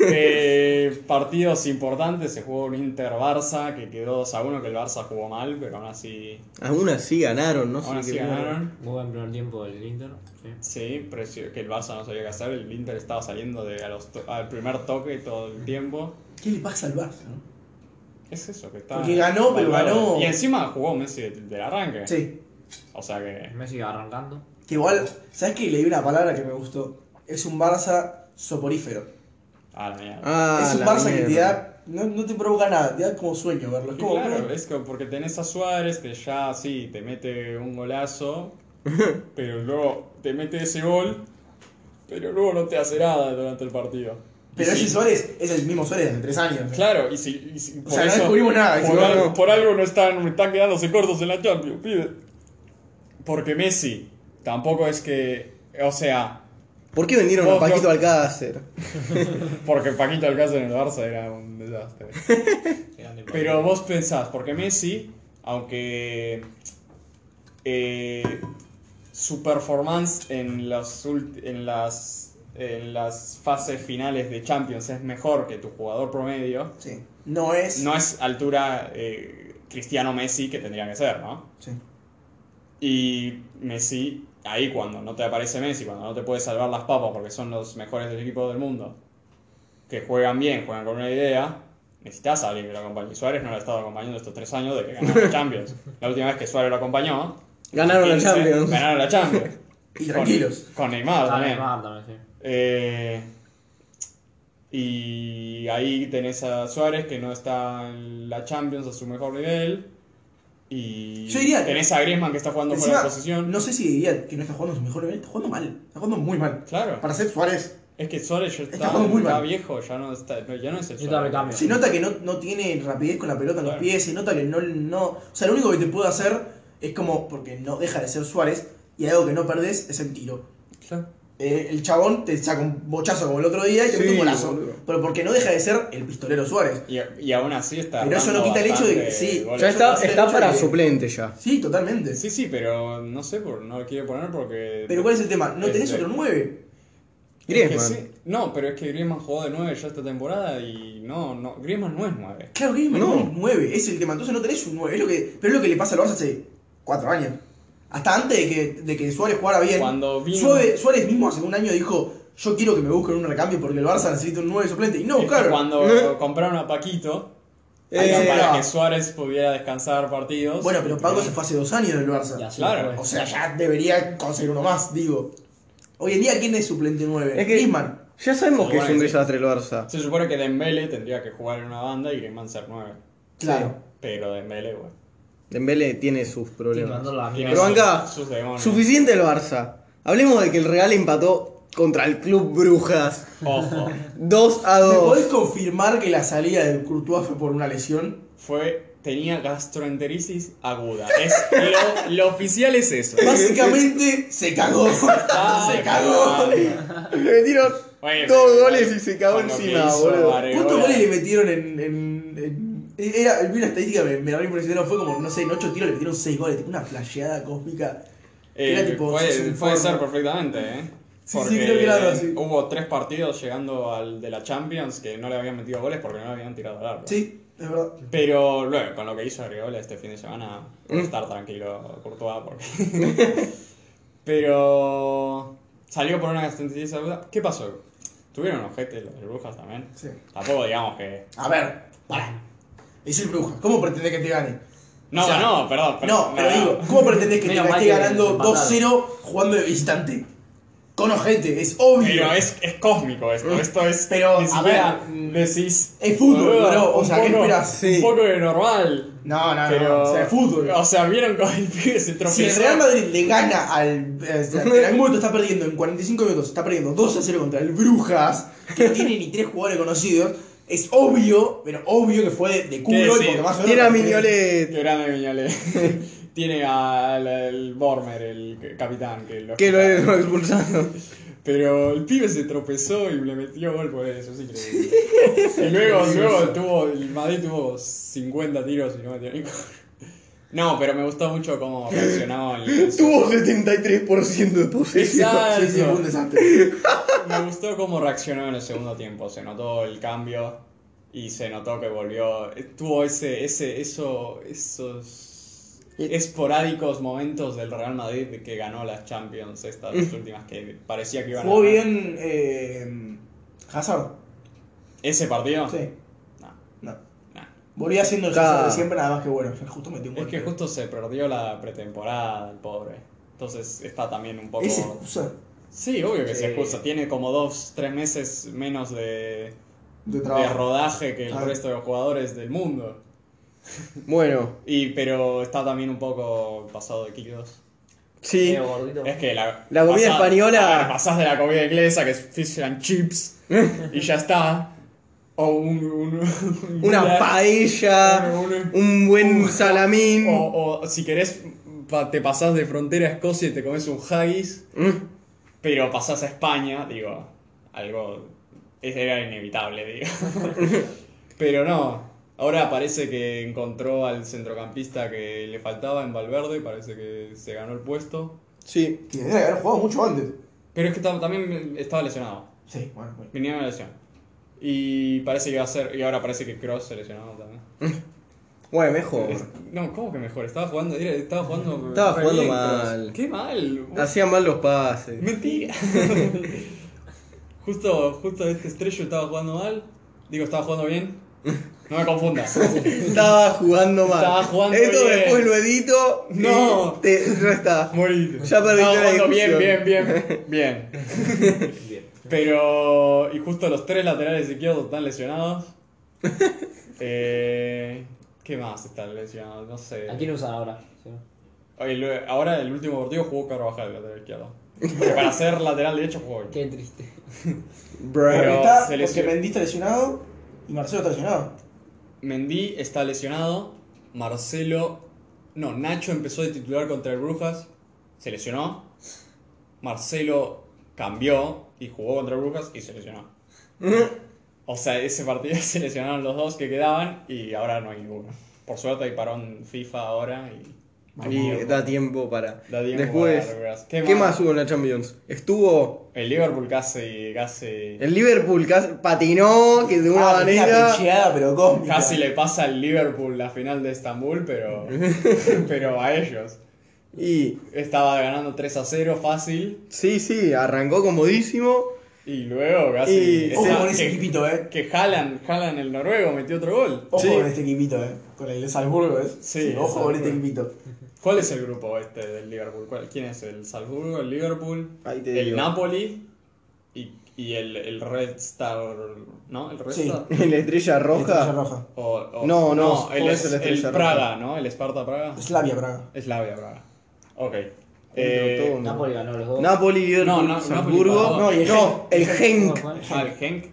Speaker 1: Eh, partidos importantes, se jugó un Inter-Barça que quedó 2 a 1, que el Barça jugó mal, pero aún así,
Speaker 2: Aún así ganaron, no sé
Speaker 1: aún así
Speaker 2: qué mierda.
Speaker 1: ganaron.
Speaker 3: Muy buen primer tiempo del Inter. Sí.
Speaker 1: Sí, precio- que el Barça no sabía qué hacer, el Inter estaba saliendo de a los to- al primer toque todo el tiempo.
Speaker 4: ¿Qué le pasa al Barça? no?
Speaker 1: Es eso, que está...
Speaker 4: Porque ganó, pero
Speaker 1: Valverde.
Speaker 4: ganó.
Speaker 1: Y encima jugó Messi de- del arranque.
Speaker 4: Sí,
Speaker 1: O sea que...
Speaker 3: Messi arrancando.
Speaker 4: que igual, ¿sabes qué? Leí una palabra que me gustó. Es un Barça soporífero.
Speaker 1: Ah, la mierda.
Speaker 2: Ah,
Speaker 4: es un
Speaker 2: la
Speaker 4: Barça que te
Speaker 2: mierda.
Speaker 4: da, no, no te provoca nada, te da como sueño verlo. Es
Speaker 1: Y
Speaker 4: como,
Speaker 1: claro,
Speaker 4: bueno,
Speaker 1: es que porque tenés a Suárez que ya sí, te mete un
Speaker 4: [LAUGHS]
Speaker 1: golazo, pero luego te mete ese gol, pero luego no te hace nada durante el partido.
Speaker 4: pero
Speaker 1: Y si-
Speaker 4: ese Suárez es el mismo Suárez de hace tres años.
Speaker 1: Claro, y si, y si-
Speaker 4: O sea, no descubrimos nada,
Speaker 1: Por,
Speaker 4: si no,
Speaker 1: algo,
Speaker 4: no.
Speaker 1: por algo no están, están quedándose cortos en la Champions, pibe. Porque Messi tampoco es que. O sea,
Speaker 2: ¿Por qué vendieron a
Speaker 1: Vos,
Speaker 2: Paquito
Speaker 1: no.
Speaker 2: Alcácer?
Speaker 1: porque Paquito Alcázar en el Barça era un desastre. Pero vos pensás, porque Messi, aunque eh, su performance en las, ult- en las en las fases finales de Champions es mejor que tu jugador promedio,
Speaker 4: Sí. No es.
Speaker 1: no es altura eh, Cristiano Messi que tendría que ser, ¿no?
Speaker 4: Sí.
Speaker 1: Y Messi, ahí cuando no te aparece Messi, cuando no te puede salvar las papas porque son los mejores del equipo del mundo, que juegan bien, juegan con una idea, necesitas a alguien que lo acompañe. Y Suárez no lo ha estado acompañando estos tres años de que ganaron la Champions. La última vez que Suárez lo acompañó,
Speaker 2: Ganaron la
Speaker 1: 15,
Speaker 2: Champions.
Speaker 1: Ganaron la Champions.
Speaker 4: [LAUGHS] Y tranquilos.
Speaker 1: Con, con Neymar
Speaker 3: Está
Speaker 1: también.
Speaker 3: Neymar también, sí.
Speaker 1: Eh, y ahí tenés a Suárez que no está en la Champions a su mejor nivel. Y
Speaker 4: Yo diría que-
Speaker 1: tenés a Griezmann que está jugando por
Speaker 4: Encima,
Speaker 1: la posición.
Speaker 4: No sé si diría que no está jugando a su mejor nivel, está jugando mal. Está jugando muy mal.
Speaker 1: Claro.
Speaker 4: Para ser Suárez.
Speaker 1: Es que Suárez ya
Speaker 4: Está
Speaker 1: está,
Speaker 4: jugando muy
Speaker 1: está
Speaker 4: mal.
Speaker 1: viejo, ya no, está, no, ya no es el
Speaker 3: Yo te
Speaker 1: Suárez.
Speaker 3: recambio.
Speaker 4: Se nota que no, no tiene rapidez con la pelota en los
Speaker 1: Claro.
Speaker 4: pies, se nota que no, no. O sea, lo único que te puede hacer es como. Porque no deja de ser Suárez y algo que no perdés es el tiro.
Speaker 1: Claro.
Speaker 4: Eh, el chabón te saca un bochazo como el otro día y te
Speaker 2: Sí,
Speaker 4: mete un golazo.
Speaker 2: boludo.
Speaker 4: Pero porque no deja de ser el pistolero Suárez.
Speaker 1: Y, y aún así está.
Speaker 4: Pero eso no
Speaker 1: dando
Speaker 4: quita el hecho de que-
Speaker 1: bastante
Speaker 4: sí,
Speaker 1: goles.
Speaker 2: Ya está,
Speaker 4: Yo-
Speaker 2: está
Speaker 4: yo-
Speaker 2: para
Speaker 4: yo-
Speaker 2: suplente ya.
Speaker 4: Sí, totalmente.
Speaker 1: Sí, sí, pero no sé, por, no lo quiere poner porque.
Speaker 4: Pero ¿cuál es el tema? No
Speaker 1: Este.
Speaker 4: tenés otro 9.
Speaker 1: Es que
Speaker 2: Griezmann.
Speaker 1: sí- no, pero es que Griezmann jugó de 9 ya esta temporada y no, no Griezmann no es 9.
Speaker 4: Claro, Griezmann
Speaker 2: No.
Speaker 4: no. es 9, es el tema. Entonces no tenés un 9. Es lo que, pero es lo que le pasa al Barça hace 4 años. Hasta antes de que, de que Suárez jugara bien.
Speaker 1: Cuando vino-
Speaker 4: Suárez, Suárez mismo hace un año dijo: Yo quiero que me busquen un recambio porque el Barça necesita un 9 suplente. Y no
Speaker 1: Es que
Speaker 4: buscaron.
Speaker 1: Este, Cuando compraron a Paquito,
Speaker 2: Eh,
Speaker 1: era para
Speaker 4: no.
Speaker 1: que Suárez pudiera descansar partidos. Este,
Speaker 4: Bueno, pero Paco se fue hace 2 años del Barça.
Speaker 3: Y así
Speaker 1: Claro.
Speaker 3: fue.
Speaker 4: O sea, ya debería conseguir uno más, digo. Hoy en día, ¿quién es suplente 9?
Speaker 2: Es que-
Speaker 4: Griezmann.
Speaker 2: Ya sabemos que es un
Speaker 1: Seguramente.
Speaker 2: desastre el Barça.
Speaker 1: Se supone que Dembele tendría que jugar en una banda y Griezmann ser 9.
Speaker 4: Claro.
Speaker 1: Pero Dembele, bueno.
Speaker 2: Dembélé tiene sus
Speaker 3: Te
Speaker 2: problemas.
Speaker 3: mandó la
Speaker 1: tiene
Speaker 3: mierda.
Speaker 2: Pero
Speaker 1: sus-
Speaker 2: acá,
Speaker 1: sus demonios.
Speaker 2: Suficiente el Barça. Hablemos de que el Real empató contra el Club Brujas.
Speaker 1: Ojo,
Speaker 2: 2 a
Speaker 4: ¿Me
Speaker 2: [LAUGHS]
Speaker 4: podés
Speaker 2: 2.
Speaker 4: confirmar que la salida de Courtois fue por una lesión?
Speaker 2: [LAUGHS]
Speaker 1: fue, tenía gastroenteritis aguda. Es, lo, lo oficial es eso.
Speaker 4: Básicamente se cagó.
Speaker 1: Ah,
Speaker 4: se cagó.
Speaker 2: Le metieron
Speaker 1: Bueno,
Speaker 2: dos
Speaker 1: pero-
Speaker 2: goles y se cagó
Speaker 1: Con lo que
Speaker 2: encima,
Speaker 1: hizo
Speaker 2: boludo.
Speaker 1: Areola.
Speaker 4: ¿Cuántos goles le metieron en.? en- en- eh, era, vi una estadística, me, me la impresionó, fue como, no sé, en 8 tiros le metieron 6 goles, tipo una flasheada cósmica.
Speaker 1: Eh,
Speaker 4: Era tipo, sos
Speaker 1: puede,
Speaker 4: un
Speaker 1: puede ser
Speaker 4: forro.
Speaker 1: perfectamente, ¿eh?
Speaker 4: Sí, sí, creo que era algo
Speaker 1: eh,
Speaker 4: así.
Speaker 1: hubo tres partidos llegando al de la Champions que no le habían metido goles porque no le habían tirado al arco.
Speaker 4: Sí, es verdad.
Speaker 1: Pero luego, con lo que hizo Areola este fin de semana,
Speaker 4: Mm.
Speaker 1: puede estar tranquilo Courtois porque... [LAUGHS] Pero salió por una gastroenteritis aguda. ¿Qué pasó? Tuvieron objetos los de Brujas también.
Speaker 4: Sí.
Speaker 1: Tampoco digamos que...
Speaker 4: A ver, pará. Es el bruja. ¿Cómo pretendés que te gane?
Speaker 1: No,
Speaker 4: O sea,
Speaker 1: no, perdón. per-
Speaker 4: No, pero
Speaker 1: no,
Speaker 4: digo, ¿cómo pretendés que te
Speaker 3: Menos mal
Speaker 4: esté
Speaker 3: que
Speaker 4: ganando
Speaker 3: empataron.
Speaker 4: 2-0 jugando de visitante? Con ojete, es obvio.
Speaker 1: Pero es, es cósmico esto, esto es...
Speaker 4: Mm. Pero,
Speaker 1: ni
Speaker 4: a
Speaker 1: siquiera
Speaker 4: ver,
Speaker 1: decís...
Speaker 4: es fútbol,
Speaker 1: boludo,
Speaker 4: bro, o
Speaker 1: un
Speaker 4: sea, ¿qué
Speaker 1: poco-
Speaker 4: esperás?
Speaker 2: Sí.
Speaker 1: Un poco de normal.
Speaker 4: No, no,
Speaker 1: Pero,
Speaker 4: no. O sea, es fútbol.
Speaker 1: O sea, vieron cómo el pibe se tropezó.
Speaker 4: Si el Real Madrid le gana al. eh, o sea, en algún momento está perdiendo en 45 minutos, está perdiendo 2 a 0 contra el Brujas, que no tiene ni 3 jugadores conocidos. Es obvio, pero obvio que fue de, de culo y
Speaker 1: decir?
Speaker 4: porque más o menos.
Speaker 2: Tiene a
Speaker 4: porque-
Speaker 2: Mignolet,
Speaker 1: Qué grande Viñolet. [LAUGHS] Tiene al, al Bormer, el capitán. Que lo,
Speaker 2: que lo lo expulsaron.
Speaker 1: Pero el pibe se tropezó y le metió gol por eso, es increíble. y luego, luego tuvo, el Madrid tuvo 50 tiros y no metió ni gol. No, pero me gustó mucho cómo reaccionaba
Speaker 4: [LAUGHS]
Speaker 1: en el
Speaker 2: Tuvo 73% de posesión.
Speaker 1: Exacto.
Speaker 4: Sí, sí, fue un desastre.
Speaker 1: Me gustó cómo reaccionó en el segundo tiempo. Se notó el cambio y se notó que volvió. Tuvo ese, ese, eso, esos esporádicos momentos del Real Madrid que ganó las Champions estas las últimas que parecía que iban a
Speaker 4: Mm. Jugó
Speaker 1: ganar.
Speaker 4: bien. Eh, Hazard.
Speaker 1: ese partido.
Speaker 4: Sí.
Speaker 1: No,
Speaker 4: No.
Speaker 1: no.
Speaker 4: Volvía siendo el
Speaker 2: Claro.
Speaker 4: Hazard de siempre, nada más que bueno. Justo metió un
Speaker 1: Es
Speaker 4: gol.
Speaker 1: que justo se perdió la pretemporada, el pobre. Entonces está también un poco.
Speaker 4: ¿Es excusa
Speaker 1: Sí, obvio que
Speaker 3: Sí.
Speaker 1: se excusa. Tiene como dos, tres meses menos de,
Speaker 4: de
Speaker 1: de
Speaker 4: trabajo?
Speaker 1: rodaje que el
Speaker 4: Ah.
Speaker 1: resto de los jugadores del mundo.
Speaker 2: Bueno,
Speaker 1: Y pero está también un poco pasado de kilos.
Speaker 2: sí.
Speaker 1: Eh,
Speaker 3: Medio Eh, gordito.
Speaker 1: Es que la,
Speaker 2: La comida
Speaker 1: pasás-
Speaker 2: española-
Speaker 1: a ver, pasás de la comida inglesa que es fish and chips y ya está. O un, un- un-
Speaker 2: Una
Speaker 1: Eh,
Speaker 2: paella, un buen salamín.
Speaker 1: O, o si querés pa- te pasás de frontera a Escocia y te comes un haggis,
Speaker 2: Mm.
Speaker 1: pero pasás a España, digo, algo era inevitable, digo.
Speaker 2: [LAUGHS]
Speaker 1: pero no. Ahora parece que encontró al centrocampista que le faltaba en Valverde, parece que se ganó el puesto.
Speaker 2: Sí.
Speaker 4: Tiene que haber jugado mucho antes.
Speaker 1: Pero es que ta- también estaba lesionado.
Speaker 4: Sí, bueno, bueno.
Speaker 1: Vinieron una lesión. Y parece que va a ser. Y ahora parece que Cross se lesionó también.
Speaker 2: Bueno, mejor.
Speaker 1: Es- No, ¿cómo que mejor? Estaba jugando, era- estaba jugando.
Speaker 2: Estaba
Speaker 1: re
Speaker 2: jugando
Speaker 1: bien,
Speaker 2: mal. Ah,
Speaker 1: Cross. Qué mal. vos.
Speaker 2: Hacían mal los pases.
Speaker 1: [LAUGHS] Mentira. justo, justo este estrello estaba jugando mal. Digo, estaba jugando bien. No me confundas.
Speaker 2: Estaba jugando mal.
Speaker 1: Estaba jugando
Speaker 2: Esto
Speaker 1: bien.
Speaker 2: después lo edito. y
Speaker 1: No.
Speaker 2: te- ya está.
Speaker 1: Morite.
Speaker 2: Ya perdí
Speaker 1: Estaba
Speaker 2: la
Speaker 1: jugando bien,
Speaker 2: discusión.
Speaker 1: bien,
Speaker 2: [LAUGHS]
Speaker 1: bien. Bien.
Speaker 3: [LAUGHS] Bien.
Speaker 1: Pero. Y justo los tres laterales izquierdos están
Speaker 2: [LAUGHS]
Speaker 1: lesionados. Eh, ¿Qué más están lesionados? No sé.
Speaker 3: ¿A quién usan ahora? Sí.
Speaker 1: Oye, lo- ahora el último partido jugó Carvajal, lateral izquierdo. Porque para ser lateral derecho jugó bien.
Speaker 3: Qué triste.
Speaker 2: Bro.
Speaker 1: Pero
Speaker 4: está,
Speaker 1: se
Speaker 4: porque
Speaker 1: lesionó.
Speaker 4: Mendy está lesionado y Marcelo está lesionado.
Speaker 1: Mendy está lesionado. Marcelo. No, Nacho empezó de titular contra el Brujas. Se lesionó. Marcelo cambió y jugó contra el Brujas y se lesionó. O sea, ese partido [LAUGHS] se lesionaron los dos que quedaban y ahora no hay ninguno. Por suerte hay parón FIFA ahora y.
Speaker 2: [LAUGHS] Y da tiempo para.
Speaker 1: Da tiempo
Speaker 2: Después.
Speaker 1: para recuperarse.
Speaker 2: ¿Qué,
Speaker 1: ¿Qué
Speaker 2: más?
Speaker 1: más?
Speaker 2: hubo en la Champions? Estuvo.
Speaker 1: El Liverpool casi. casi.
Speaker 2: El Liverpool casi patinó, que de una
Speaker 4: Ah, tenía
Speaker 2: manera.
Speaker 4: pecheada, pero cósmica.
Speaker 1: Casi le pasa al Liverpool la final de Estambul,
Speaker 2: [LAUGHS]
Speaker 1: pero. pero a ellos.
Speaker 2: Y.
Speaker 1: Estaba ganando 3 a 0 fácil.
Speaker 2: Sí, sí, arrancó comodísimo.
Speaker 1: Y luego
Speaker 2: Y-
Speaker 1: casi.
Speaker 4: Ojo
Speaker 1: Esa-
Speaker 4: con ese
Speaker 1: que,
Speaker 4: equipito, eh.
Speaker 1: que Haaland, Haaland el noruego metió otro gol.
Speaker 4: Ojo
Speaker 2: Sí.
Speaker 4: con este equipito, eh. Con el de Salzburgo, eh.
Speaker 1: Sí,
Speaker 4: ojo con este
Speaker 1: Salzburgo.
Speaker 4: equipito.
Speaker 1: ¿Cuál es el grupo este del Liverpool? ¿Cuál- ¿Quién es? ¿El Salzburgo, el Liverpool,
Speaker 2: Ahí te
Speaker 1: el
Speaker 2: digo.
Speaker 1: Napoli y, y el, el Red Star? ¿No? ¿El Red
Speaker 4: Sí.
Speaker 1: Star?
Speaker 2: En [LAUGHS] la estrella
Speaker 4: Estrella
Speaker 2: roja.
Speaker 4: Este roja.
Speaker 1: O- o-
Speaker 2: No, no,
Speaker 1: el,
Speaker 2: ¿cómo es el
Speaker 1: el
Speaker 2: Estrella
Speaker 1: Praga, ¿no? El Sparta Praga.
Speaker 4: Slavia Praga.
Speaker 1: Eslavia Praga. Ok.
Speaker 2: Contra
Speaker 1: Eh,
Speaker 2: todo.
Speaker 3: Napoli ganó los dos.
Speaker 2: Napoli, Liverpool,
Speaker 1: No, no,
Speaker 2: Salzburgo.
Speaker 1: Napoli,
Speaker 2: No,
Speaker 4: no, y el
Speaker 2: el
Speaker 3: ¿Cómo
Speaker 2: Genk.
Speaker 3: fue?
Speaker 1: ah, el Genk.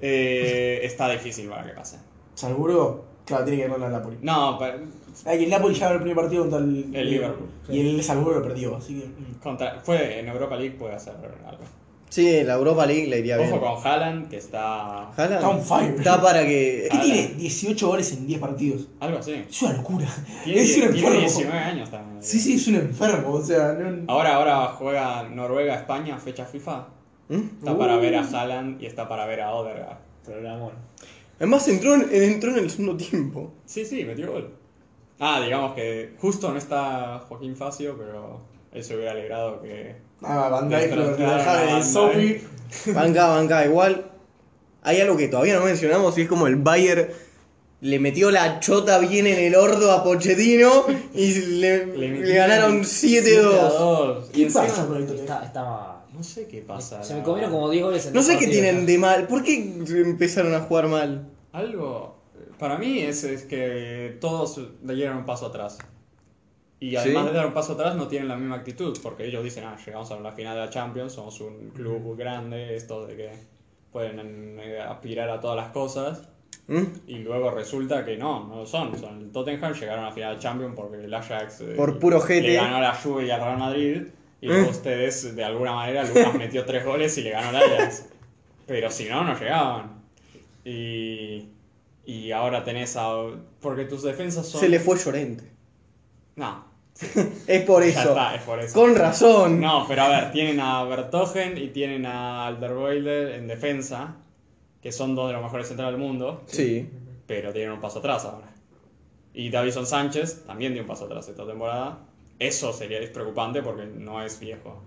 Speaker 1: Eh, está difícil para que pase.
Speaker 4: Salzburgo, claro, tiene que ganar la Napoli.
Speaker 1: No, pero
Speaker 4: Ay, que el Napoli ya ganó el primer partido contra el,
Speaker 1: El Liverpool.
Speaker 4: Y el Salzburgo lo perdió, así que. mm.
Speaker 1: Contra, puede, en Europa League puede hacer algo.
Speaker 2: Sí, la Europa League le iría
Speaker 1: Ojo
Speaker 2: bien.
Speaker 1: con Haaland, que está.
Speaker 2: Haaland
Speaker 4: Está on fire.
Speaker 2: Está para que.
Speaker 4: Este
Speaker 1: Ah,
Speaker 4: tiene 18 goles en 10 partidos.
Speaker 1: Algo así.
Speaker 4: Es una locura.
Speaker 1: Tiene,
Speaker 4: es un
Speaker 1: tiene
Speaker 4: enfermo.
Speaker 1: 19 años también.
Speaker 4: Sí, sí, es un enfermo. O sea, no.
Speaker 1: Ahora, ahora juega Noruega-España, fecha FIFA.
Speaker 2: ¿Mm?
Speaker 1: Está para ver a
Speaker 4: Uh.
Speaker 1: Haaland y está para ver a Odegaard.
Speaker 3: Programón.
Speaker 2: Además entró en, entró en el segundo tiempo.
Speaker 1: Sí, sí, metió gol. Ah, digamos que justo no está Joaquín Facio, pero él se hubiera alegrado que.
Speaker 4: Ah, Van Dijk lo
Speaker 1: Destrozaron a
Speaker 4: dejaron
Speaker 1: Van
Speaker 4: en el zombie.
Speaker 1: Dijk.
Speaker 2: Banca, banca, igual. Hay algo que todavía no mencionamos y es como el Bayern le metió la chota bien en el ordo a Pochettino y le, le ganaron 7-2.
Speaker 1: 7-2. Y
Speaker 4: ¿Qué
Speaker 1: encima-
Speaker 4: pasa con esto?
Speaker 3: Está, estaba.
Speaker 1: No sé qué pasa.
Speaker 3: Se me comieron como 10 goles en
Speaker 2: No
Speaker 3: dos
Speaker 2: sé qué
Speaker 3: partidos,
Speaker 2: tienen
Speaker 3: ya.
Speaker 2: de mal. ¿Por qué empezaron a jugar mal?
Speaker 1: Algo. eh, Para mí es, es que todos dieron un paso atrás. Y además
Speaker 2: Sí.
Speaker 1: de dar un paso atrás, no tienen la misma actitud. Porque ellos dicen, ah, llegamos a la final de la Champions, somos un club grande, esto de que pueden eh, aspirar a todas las cosas.
Speaker 2: ¿Mm?
Speaker 1: Y luego resulta que no, no lo son. Son el Tottenham llegaron a la final de Champions porque el Ajax eh,
Speaker 2: Por puro Eh.
Speaker 1: le
Speaker 2: ojete.
Speaker 1: ganó a la Juve y al Real Madrid. Y luego ustedes, de alguna manera, Lucas
Speaker 2: [LAUGHS]
Speaker 1: metió tres goles y le ganó al Ajax. Pero si no, no llegaban. Y, y ahora tenés a... Porque tus defensas son...
Speaker 2: Se le fue llorente.
Speaker 1: No,
Speaker 2: Es por
Speaker 1: ya
Speaker 2: eso.
Speaker 1: está, es por eso.
Speaker 2: Con razón.
Speaker 1: No, pero a ver, tienen a Bertogen y tienen a Alderweireld en defensa, que son dos de los mejores centrales del mundo.
Speaker 2: Sí.
Speaker 1: pero tienen un paso atrás ahora. Y Davison Sánchez también dio un paso atrás esta temporada. Eso sería es preocupante porque no es viejo.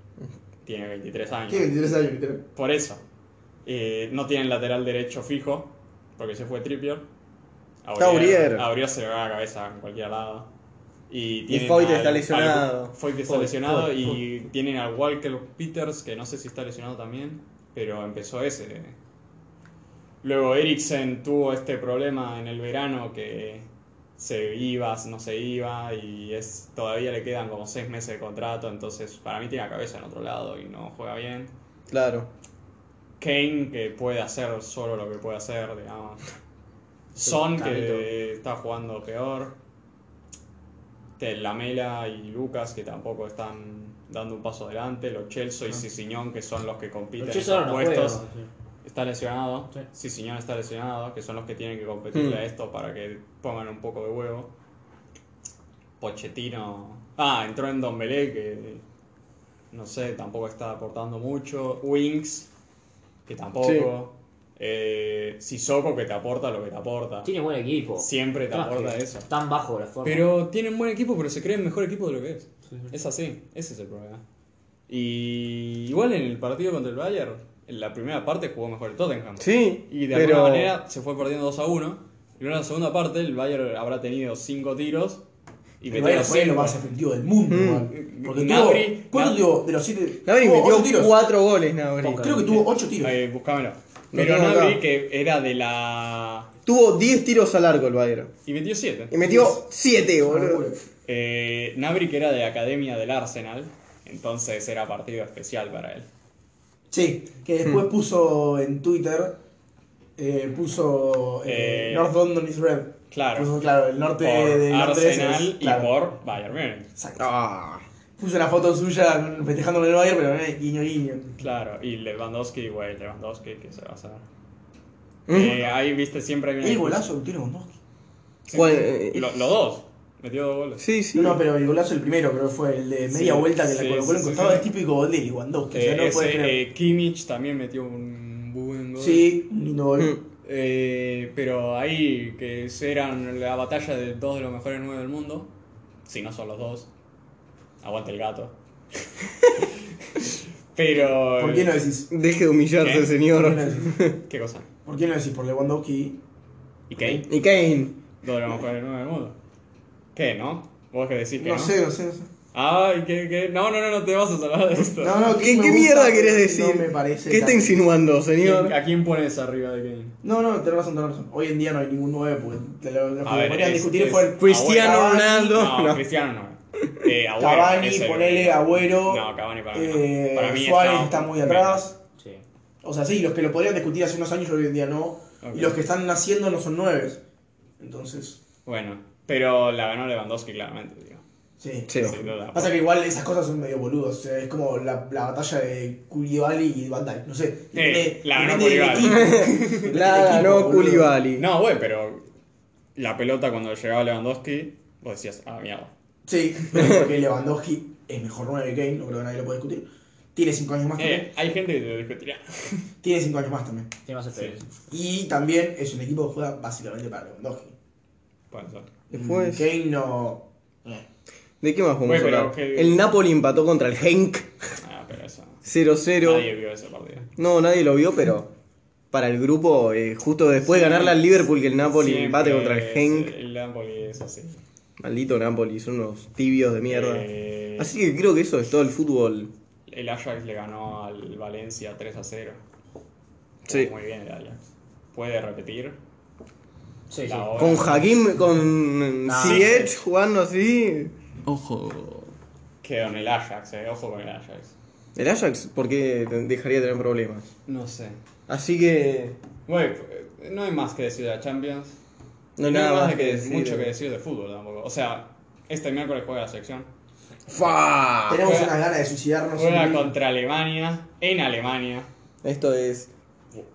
Speaker 1: Tiene 23 años.
Speaker 4: Tiene 23 años, literal.
Speaker 1: Por eso. Eh, no tienen lateral derecho fijo porque se fue Trippier.
Speaker 2: Aurier.
Speaker 1: Aurier se le va la cabeza en cualquier lado. Y, tienen
Speaker 2: Foyt
Speaker 1: al-
Speaker 2: está
Speaker 1: al-
Speaker 2: lesionado.
Speaker 1: Foyt está
Speaker 3: Foyt,
Speaker 1: lesionado
Speaker 3: Foyt,
Speaker 1: y tienen al Walker Peters, que no sé si está lesionado también, pero empezó ese. Luego Eriksen tuvo este problema en el verano que se iba, no se iba y es todavía le quedan como seis meses de contrato, entonces para mí tiene la cabeza en otro lado y no juega bien.
Speaker 2: Claro.
Speaker 1: Kane que puede hacer solo lo que puede hacer, digamos. Son que
Speaker 3: Carrito.
Speaker 1: está jugando peor. Te- Lamela y Lucas que tampoco están dando un paso adelante. Los Chelso y Sisiñón que son los que compiten
Speaker 3: Pero
Speaker 1: en
Speaker 3: yo solo
Speaker 1: estos
Speaker 3: no
Speaker 1: puestos.
Speaker 3: juego.
Speaker 1: Está lesionado.
Speaker 3: Sí.
Speaker 1: Sisiñón está lesionado, que son los que tienen que competirle a esto para que pongan un poco de huevo. Pochettino. Ah, entró en Don que no sé, tampoco está aportando mucho. Wings, que tampoco. Eh, Sissoko, que te aporta lo que te aporta.
Speaker 3: Tiene buen equipo.
Speaker 1: Siempre te
Speaker 3: Temas que
Speaker 1: aporta eso.
Speaker 3: Tan bajo la forma.
Speaker 1: Pero tienen buen equipo, pero se creen mejor equipo de lo que es. Es así, ese es el problema. Y igual en el partido contra el Bayern, en la primera parte jugó mejor el Tottenham.
Speaker 2: Sí,
Speaker 1: Y de
Speaker 2: pero-
Speaker 1: alguna manera se fue perdiendo 2 a 1. Y luego en la segunda parte el Bayern habrá tenido 5 tiros y
Speaker 4: El
Speaker 1: metió
Speaker 4: Bayern
Speaker 1: los
Speaker 4: fue lo
Speaker 1: cinco.
Speaker 4: más efectivo del mundo,
Speaker 2: Mm.
Speaker 4: igual.
Speaker 1: Mm.
Speaker 4: Porque
Speaker 1: Gnabry-
Speaker 4: tuvo. ¿Cuánto
Speaker 1: Gnabry-
Speaker 4: tuvo? De los siete.
Speaker 2: Nabri
Speaker 1: Oh,
Speaker 4: tuvo ocho
Speaker 2: metió
Speaker 4: tiros.
Speaker 2: cuatro goles, Nabri.
Speaker 3: Poca.
Speaker 4: Creo que tuvo ocho tiros.
Speaker 1: Eh, buscámelo.
Speaker 2: Lo
Speaker 1: Pero
Speaker 2: tengo acá.
Speaker 1: Nabri, que era de la...
Speaker 2: Tuvo 10 tiros al arco el Bayern.
Speaker 1: Y metió 7.
Speaker 2: Y metió 7, Este, boludo.
Speaker 1: Eh, Nabri, que era de la Academia del Arsenal, entonces era partido especial para él.
Speaker 4: Sí, que después
Speaker 2: Mm.
Speaker 4: puso en Twitter. eh, puso. eh,
Speaker 1: Eh,
Speaker 4: North London is red.
Speaker 1: Claro.
Speaker 4: Puso, claro, el norte
Speaker 1: por
Speaker 4: de norte de ese
Speaker 1: Arsenal
Speaker 4: es-
Speaker 1: y
Speaker 4: claro.
Speaker 1: por Bayern Múnich.
Speaker 4: Exacto.
Speaker 2: Ah.
Speaker 4: Puso una foto suya festejando con el Bayern, pero eh, guiño guiño.
Speaker 1: Claro, y Lewandowski, güey, Lewandowski, ¿qué se va a hacer?
Speaker 2: Mm.
Speaker 1: Eh, ahí, viste, siempre hay una
Speaker 4: El
Speaker 1: discusión.
Speaker 4: golazo que tiene Lewandowski.
Speaker 2: ¿Cuál, eh?
Speaker 1: Lo- Los dos. Metió dos goles.
Speaker 2: Sí, sí.
Speaker 4: No, no, pero el golazo el primero creo que fue el de media
Speaker 1: Sí,
Speaker 4: vuelta que
Speaker 1: sí,
Speaker 4: la colocó
Speaker 1: sí,
Speaker 4: en el
Speaker 1: sí,
Speaker 4: costado.
Speaker 1: sí.
Speaker 4: Es típico gol de Lewandowski. o
Speaker 1: Eh,
Speaker 4: sea, no lo puedes
Speaker 1: ese,
Speaker 4: creer.
Speaker 1: eh, Kimmich también metió un buen gol.
Speaker 4: sí, un lindo gol.
Speaker 2: Mm.
Speaker 1: Eh, pero ahí, que eran la batalla de dos de los mejores nueve del mundo. Si no son los dos. Aguante el
Speaker 4: [LAUGHS]
Speaker 1: gato. pero...
Speaker 4: ¿Por qué no decís?
Speaker 2: Deje de humillarse,
Speaker 1: ¿Qué?
Speaker 4: ¿Por qué no
Speaker 2: señor.
Speaker 4: decís?
Speaker 1: ¿Qué cosa?
Speaker 4: ¿Por qué no decís por Lewandowski?
Speaker 1: ¿Y qué?
Speaker 2: Y Kane.
Speaker 1: Dos de los mejores nueve del mundo. ¿Qué, no? Vos que decís que no.
Speaker 4: No sé, no sé, no sé.
Speaker 1: Ay, ¿qué, qué? No, no, no, no te vas a salvar de esto.
Speaker 4: No, no,
Speaker 2: ¿Qué,
Speaker 4: me
Speaker 2: qué
Speaker 4: gusta,
Speaker 2: mierda querés
Speaker 4: no
Speaker 2: decir?
Speaker 4: me parece
Speaker 2: ¿Qué está
Speaker 4: tan-
Speaker 2: insinuando, señor?
Speaker 1: ¿Quién- ¿A quién pones arriba de Kane?
Speaker 4: No, no, tenés razón, tenés razón. Hoy en día no hay ningún 9 porque te lo, lo que
Speaker 1: ver,
Speaker 4: podrían
Speaker 1: es-
Speaker 4: discutir
Speaker 1: es-
Speaker 4: fue el
Speaker 2: Cristiano
Speaker 4: Agüero,
Speaker 2: Ronaldo.
Speaker 1: No,
Speaker 2: No.
Speaker 1: Cristiano no. Eh, Agüero,
Speaker 4: Cavani,
Speaker 1: ese-
Speaker 4: ponele Agüero.
Speaker 1: No, Cavani para mí. no.
Speaker 4: eh,
Speaker 1: para mí
Speaker 4: Suárez está muy atrás.
Speaker 3: Sí.
Speaker 4: O sea, sí, los que lo podrían discutir hace unos años, yo hoy en día no.
Speaker 1: Ok.
Speaker 4: Y los que están naciendo no son 9. Entonces,
Speaker 1: Bueno, pero la ganó Lewandowski claramente, digo.
Speaker 4: sí.
Speaker 2: Sí.
Speaker 1: Sin duda.
Speaker 4: Pasa que igual esas cosas son medio boludas. O sea, es como la, la batalla de Koulibaly y Van Dijk. No sé. Depende-
Speaker 1: la ganó
Speaker 4: depende del
Speaker 1: Koulibaly.
Speaker 4: equipo. Depende del
Speaker 2: La
Speaker 4: equipo,
Speaker 2: ganó
Speaker 4: boludo.
Speaker 2: Koulibaly.
Speaker 1: No, güey, pero la pelota cuando llegaba Lewandowski, vos decías, ah, mierda.
Speaker 4: Sí, pero porque Lewandowski es mejor 9 que Kane, no creo que nadie lo pueda discutir. Tiene 5 años más también.
Speaker 1: Eh, hay gente que te discutirá.
Speaker 4: Tiene 5 años más también.
Speaker 3: Tiene más experiencia.
Speaker 4: Y también es un equipo que juega básicamente para Lewandowski. Mm,
Speaker 1: Puede ser.
Speaker 2: Después-
Speaker 4: Kane no. eh.
Speaker 2: ¿De qué más vamos
Speaker 1: Güey,
Speaker 2: a
Speaker 1: pero
Speaker 2: hablar?
Speaker 1: que-
Speaker 2: El Napoli empató contra el Henk
Speaker 1: Ah, pero eso.
Speaker 2: 0-0.
Speaker 1: Nadie vio ese partido.
Speaker 2: No, nadie lo vio, pero para el grupo, eh, justo después de ganarle al Liverpool, que el Napoli
Speaker 1: Siempre
Speaker 2: empate contra el
Speaker 1: es-
Speaker 2: Henk.
Speaker 1: El Napoli es así.
Speaker 2: Maldito Napoli, son unos tibios de mierda.
Speaker 1: Eh,
Speaker 2: Así que creo que eso es todo el fútbol.
Speaker 1: El Ajax le ganó al Valencia 3 a 0.
Speaker 2: Sí.
Speaker 1: Muy bien el Ajax. Puede repetir.
Speaker 3: Sí, sí.
Speaker 1: La hora.
Speaker 2: Con Hakim, con
Speaker 1: Ah,
Speaker 3: No.
Speaker 2: Ziyech jugando así. Ojo.
Speaker 1: Quedó en el Ajax, eh. Ojo con el Ajax.
Speaker 2: El Ajax, ¿por qué te- dejaría de tener problemas?
Speaker 1: No sé.
Speaker 2: Así que.
Speaker 1: Güey, eh, no hay más que decir de la Champions.
Speaker 2: No hay nada más
Speaker 1: de
Speaker 2: que decir.
Speaker 1: mucho que decir de fútbol tampoco. O sea, este miércoles juega la sección.
Speaker 2: ¡Fa!
Speaker 4: Ah, Tenemos
Speaker 1: juega-
Speaker 4: unas ganas de
Speaker 2: Ah,
Speaker 4: suicidarnos.
Speaker 1: Juega
Speaker 4: un-
Speaker 1: contra Alemania, en Alemania.
Speaker 2: Esto es.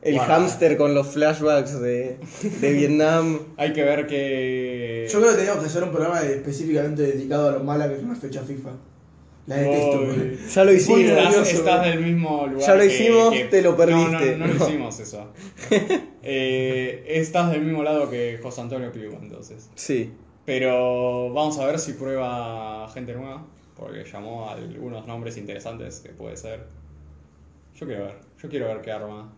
Speaker 2: El
Speaker 1: Guarda.
Speaker 2: hámster con los flashbacks de, de Vietnam.
Speaker 1: Hay que ver que.
Speaker 4: Yo creo que tenemos que hacer un programa específicamente dedicado a lo mala que es una fecha FIFA. La detesto,
Speaker 1: Uy.
Speaker 4: güey.
Speaker 2: Ya lo hicimos.
Speaker 4: Muy
Speaker 1: Estás,
Speaker 4: nervioso,
Speaker 1: estás
Speaker 4: güey.
Speaker 1: del mismo lugar.
Speaker 2: Ya lo
Speaker 1: que-
Speaker 2: hicimos,
Speaker 1: que-
Speaker 2: te lo perdiste.
Speaker 1: No, no, no, lo hicimos
Speaker 2: [LAUGHS]
Speaker 1: eso. Eh, estás del mismo lado que José Antonio Piu, entonces.
Speaker 2: Sí.
Speaker 1: Pero vamos a ver si prueba gente nueva, porque llamó a algunos nombres interesantes que puede ser. Yo quiero ver, yo quiero ver qué arma.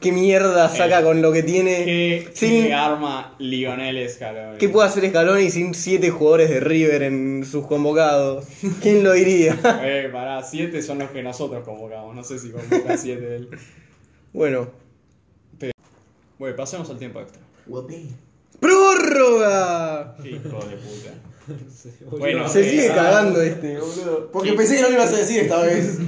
Speaker 2: ¿Qué mierda saca
Speaker 1: Eh,
Speaker 2: con lo que tiene?
Speaker 1: ¿Qué,
Speaker 2: sin-
Speaker 1: qué arma Lionel Scaloni?
Speaker 2: Eh, ¿Qué puede hacer Scaloni sin siete jugadores de River en sus convocados? ¿Quién lo diría? [LAUGHS]
Speaker 1: Eh, pará, siete son los que nosotros convocamos, no sé si convoca siete él.
Speaker 2: Bueno.
Speaker 1: Bueno, pasemos al tiempo extra.
Speaker 4: Guapi.
Speaker 2: ¡Prórroga!
Speaker 1: Qué Hijo de puta.
Speaker 3: boludo.
Speaker 1: Bueno,
Speaker 2: Se
Speaker 1: eh,
Speaker 2: sigue
Speaker 1: ah,
Speaker 2: cagando este, boludo.
Speaker 4: Porque pensé que no lo ibas a decir esta vez.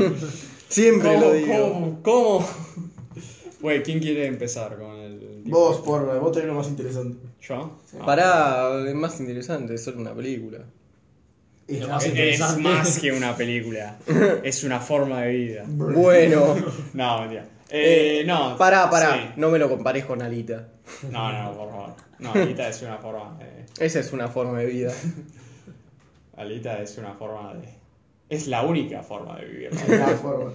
Speaker 2: Siempre
Speaker 1: ¿Cómo?
Speaker 2: lo digo.
Speaker 1: ¿Cómo? ¿Cómo? [LAUGHS] Güey, ¿quién quiere empezar con el.
Speaker 4: Vos, pues. porra, vos tenés lo más interesante.
Speaker 1: ¿Yo? Ah.
Speaker 2: Pará, es más interesante, es solo una película.
Speaker 4: Esta.
Speaker 3: Lo más
Speaker 1: Es- Es
Speaker 3: interesante.
Speaker 1: más que una
Speaker 2: [LAUGHS]
Speaker 1: película. es una forma de vida.
Speaker 2: Bueno.
Speaker 1: No, mentira. Eh,
Speaker 2: Eh,
Speaker 1: no.
Speaker 2: Pará, pará,
Speaker 1: sí.
Speaker 2: no me lo compares con Alita.
Speaker 1: No, no, por favor. No, Alita es una forma de.
Speaker 2: Esa es una forma de vida.
Speaker 1: Alita es una forma de. Es la única forma de vivir. ¿no?
Speaker 4: Nada, porra.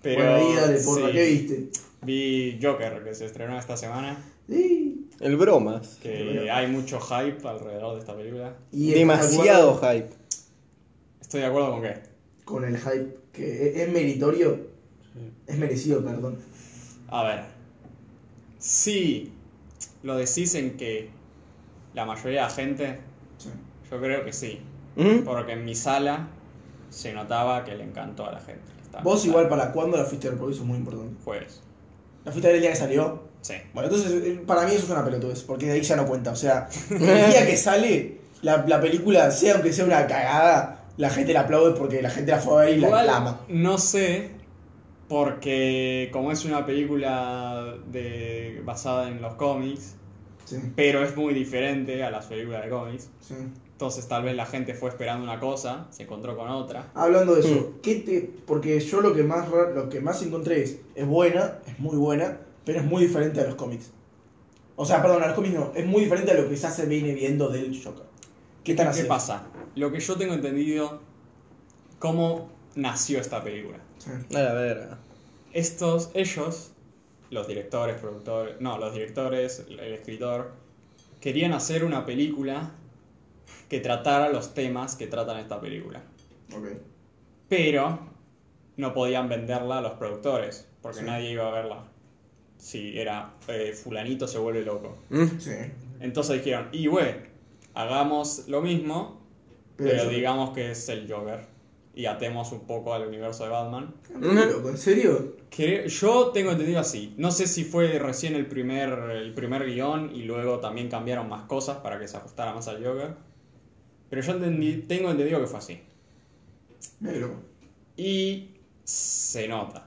Speaker 1: Pero
Speaker 4: Buena vida de porra,
Speaker 1: sí,
Speaker 4: ¿qué viste?
Speaker 1: vi Joker que se estrenó esta semana,
Speaker 4: Sí.
Speaker 2: [LAUGHS] El bromas.
Speaker 1: que
Speaker 4: Sí, bueno.
Speaker 1: hay mucho hype alrededor de esta película.
Speaker 4: Y
Speaker 2: Demasiado
Speaker 4: ¿estás de acuerdo
Speaker 2: hype.
Speaker 1: Estoy de acuerdo con que
Speaker 4: Con el hype, que e, es, es meritorio. Es merecido, perdón.
Speaker 1: A ver. Sí, lo decís en que la mayoría de la gente,
Speaker 4: Sí.
Speaker 1: yo creo que sí.
Speaker 2: ¿Mm?
Speaker 1: Porque en mi sala se notaba que le encantó a la gente. que estaba en
Speaker 4: Vos
Speaker 1: la
Speaker 4: igual
Speaker 1: sala.
Speaker 4: para cuándo la fuiste a ver, porque eso es muy importante.
Speaker 1: Jueves.
Speaker 4: La fuiste a ver el día que salió.
Speaker 1: Sí.
Speaker 4: Bueno, entonces eh, para mí eso es una pelotudez, porque de ahí ya no cuenta. O sea, el día que sale la, la película, sea aunque sea una cagada, la gente la aplaude porque la gente la fue a ver y
Speaker 1: Igual,
Speaker 4: la ama.
Speaker 1: no sé, porque como es una película de, basada en los cómics,
Speaker 4: Sí,
Speaker 1: pero es muy diferente a las películas de cómics,
Speaker 4: sí.
Speaker 1: entonces tal vez la gente fue esperando una cosa, se encontró con otra.
Speaker 4: Hablando de
Speaker 1: Mm.
Speaker 4: eso, ¿qué te, porque yo lo que más ra- lo que más encontré es, es buena, es muy buena, pero es muy diferente a los cómics. O sea, perdón, a los cómics no, es muy diferente a lo que ya se viene viendo del Joker. ¿Qué están
Speaker 1: ¿Qué
Speaker 4: haciendo?
Speaker 1: pasa? Lo que yo tengo entendido, cómo nació esta película.
Speaker 4: Sí.
Speaker 2: A la verga.
Speaker 1: Estos, ellos, los directores, productores, no, los directores, el escritor, querían hacer una película que tratara los temas que tratan esta película.
Speaker 4: Ok.
Speaker 1: pero no podían venderla a los productores, porque
Speaker 4: Sí.
Speaker 1: nadie iba a verla. Si era eh, fulanito se vuelve loco.
Speaker 2: ¿Mm?
Speaker 4: Sí.
Speaker 1: Entonces dijeron, y güey, hagamos lo mismo,
Speaker 4: Pero
Speaker 1: pero,
Speaker 4: yo-
Speaker 1: digamos que es el Joker. Y atemos un poco al universo de Batman.
Speaker 4: Ah, loco, ¿En serio?
Speaker 1: Que yo tengo entendido así. No sé si fue recién el primer, el primer guión y luego también cambiaron más cosas para que se ajustara más al Joker. Pero yo entendí- tengo entendido que fue así.
Speaker 4: Mira qué loco.
Speaker 1: Y se nota.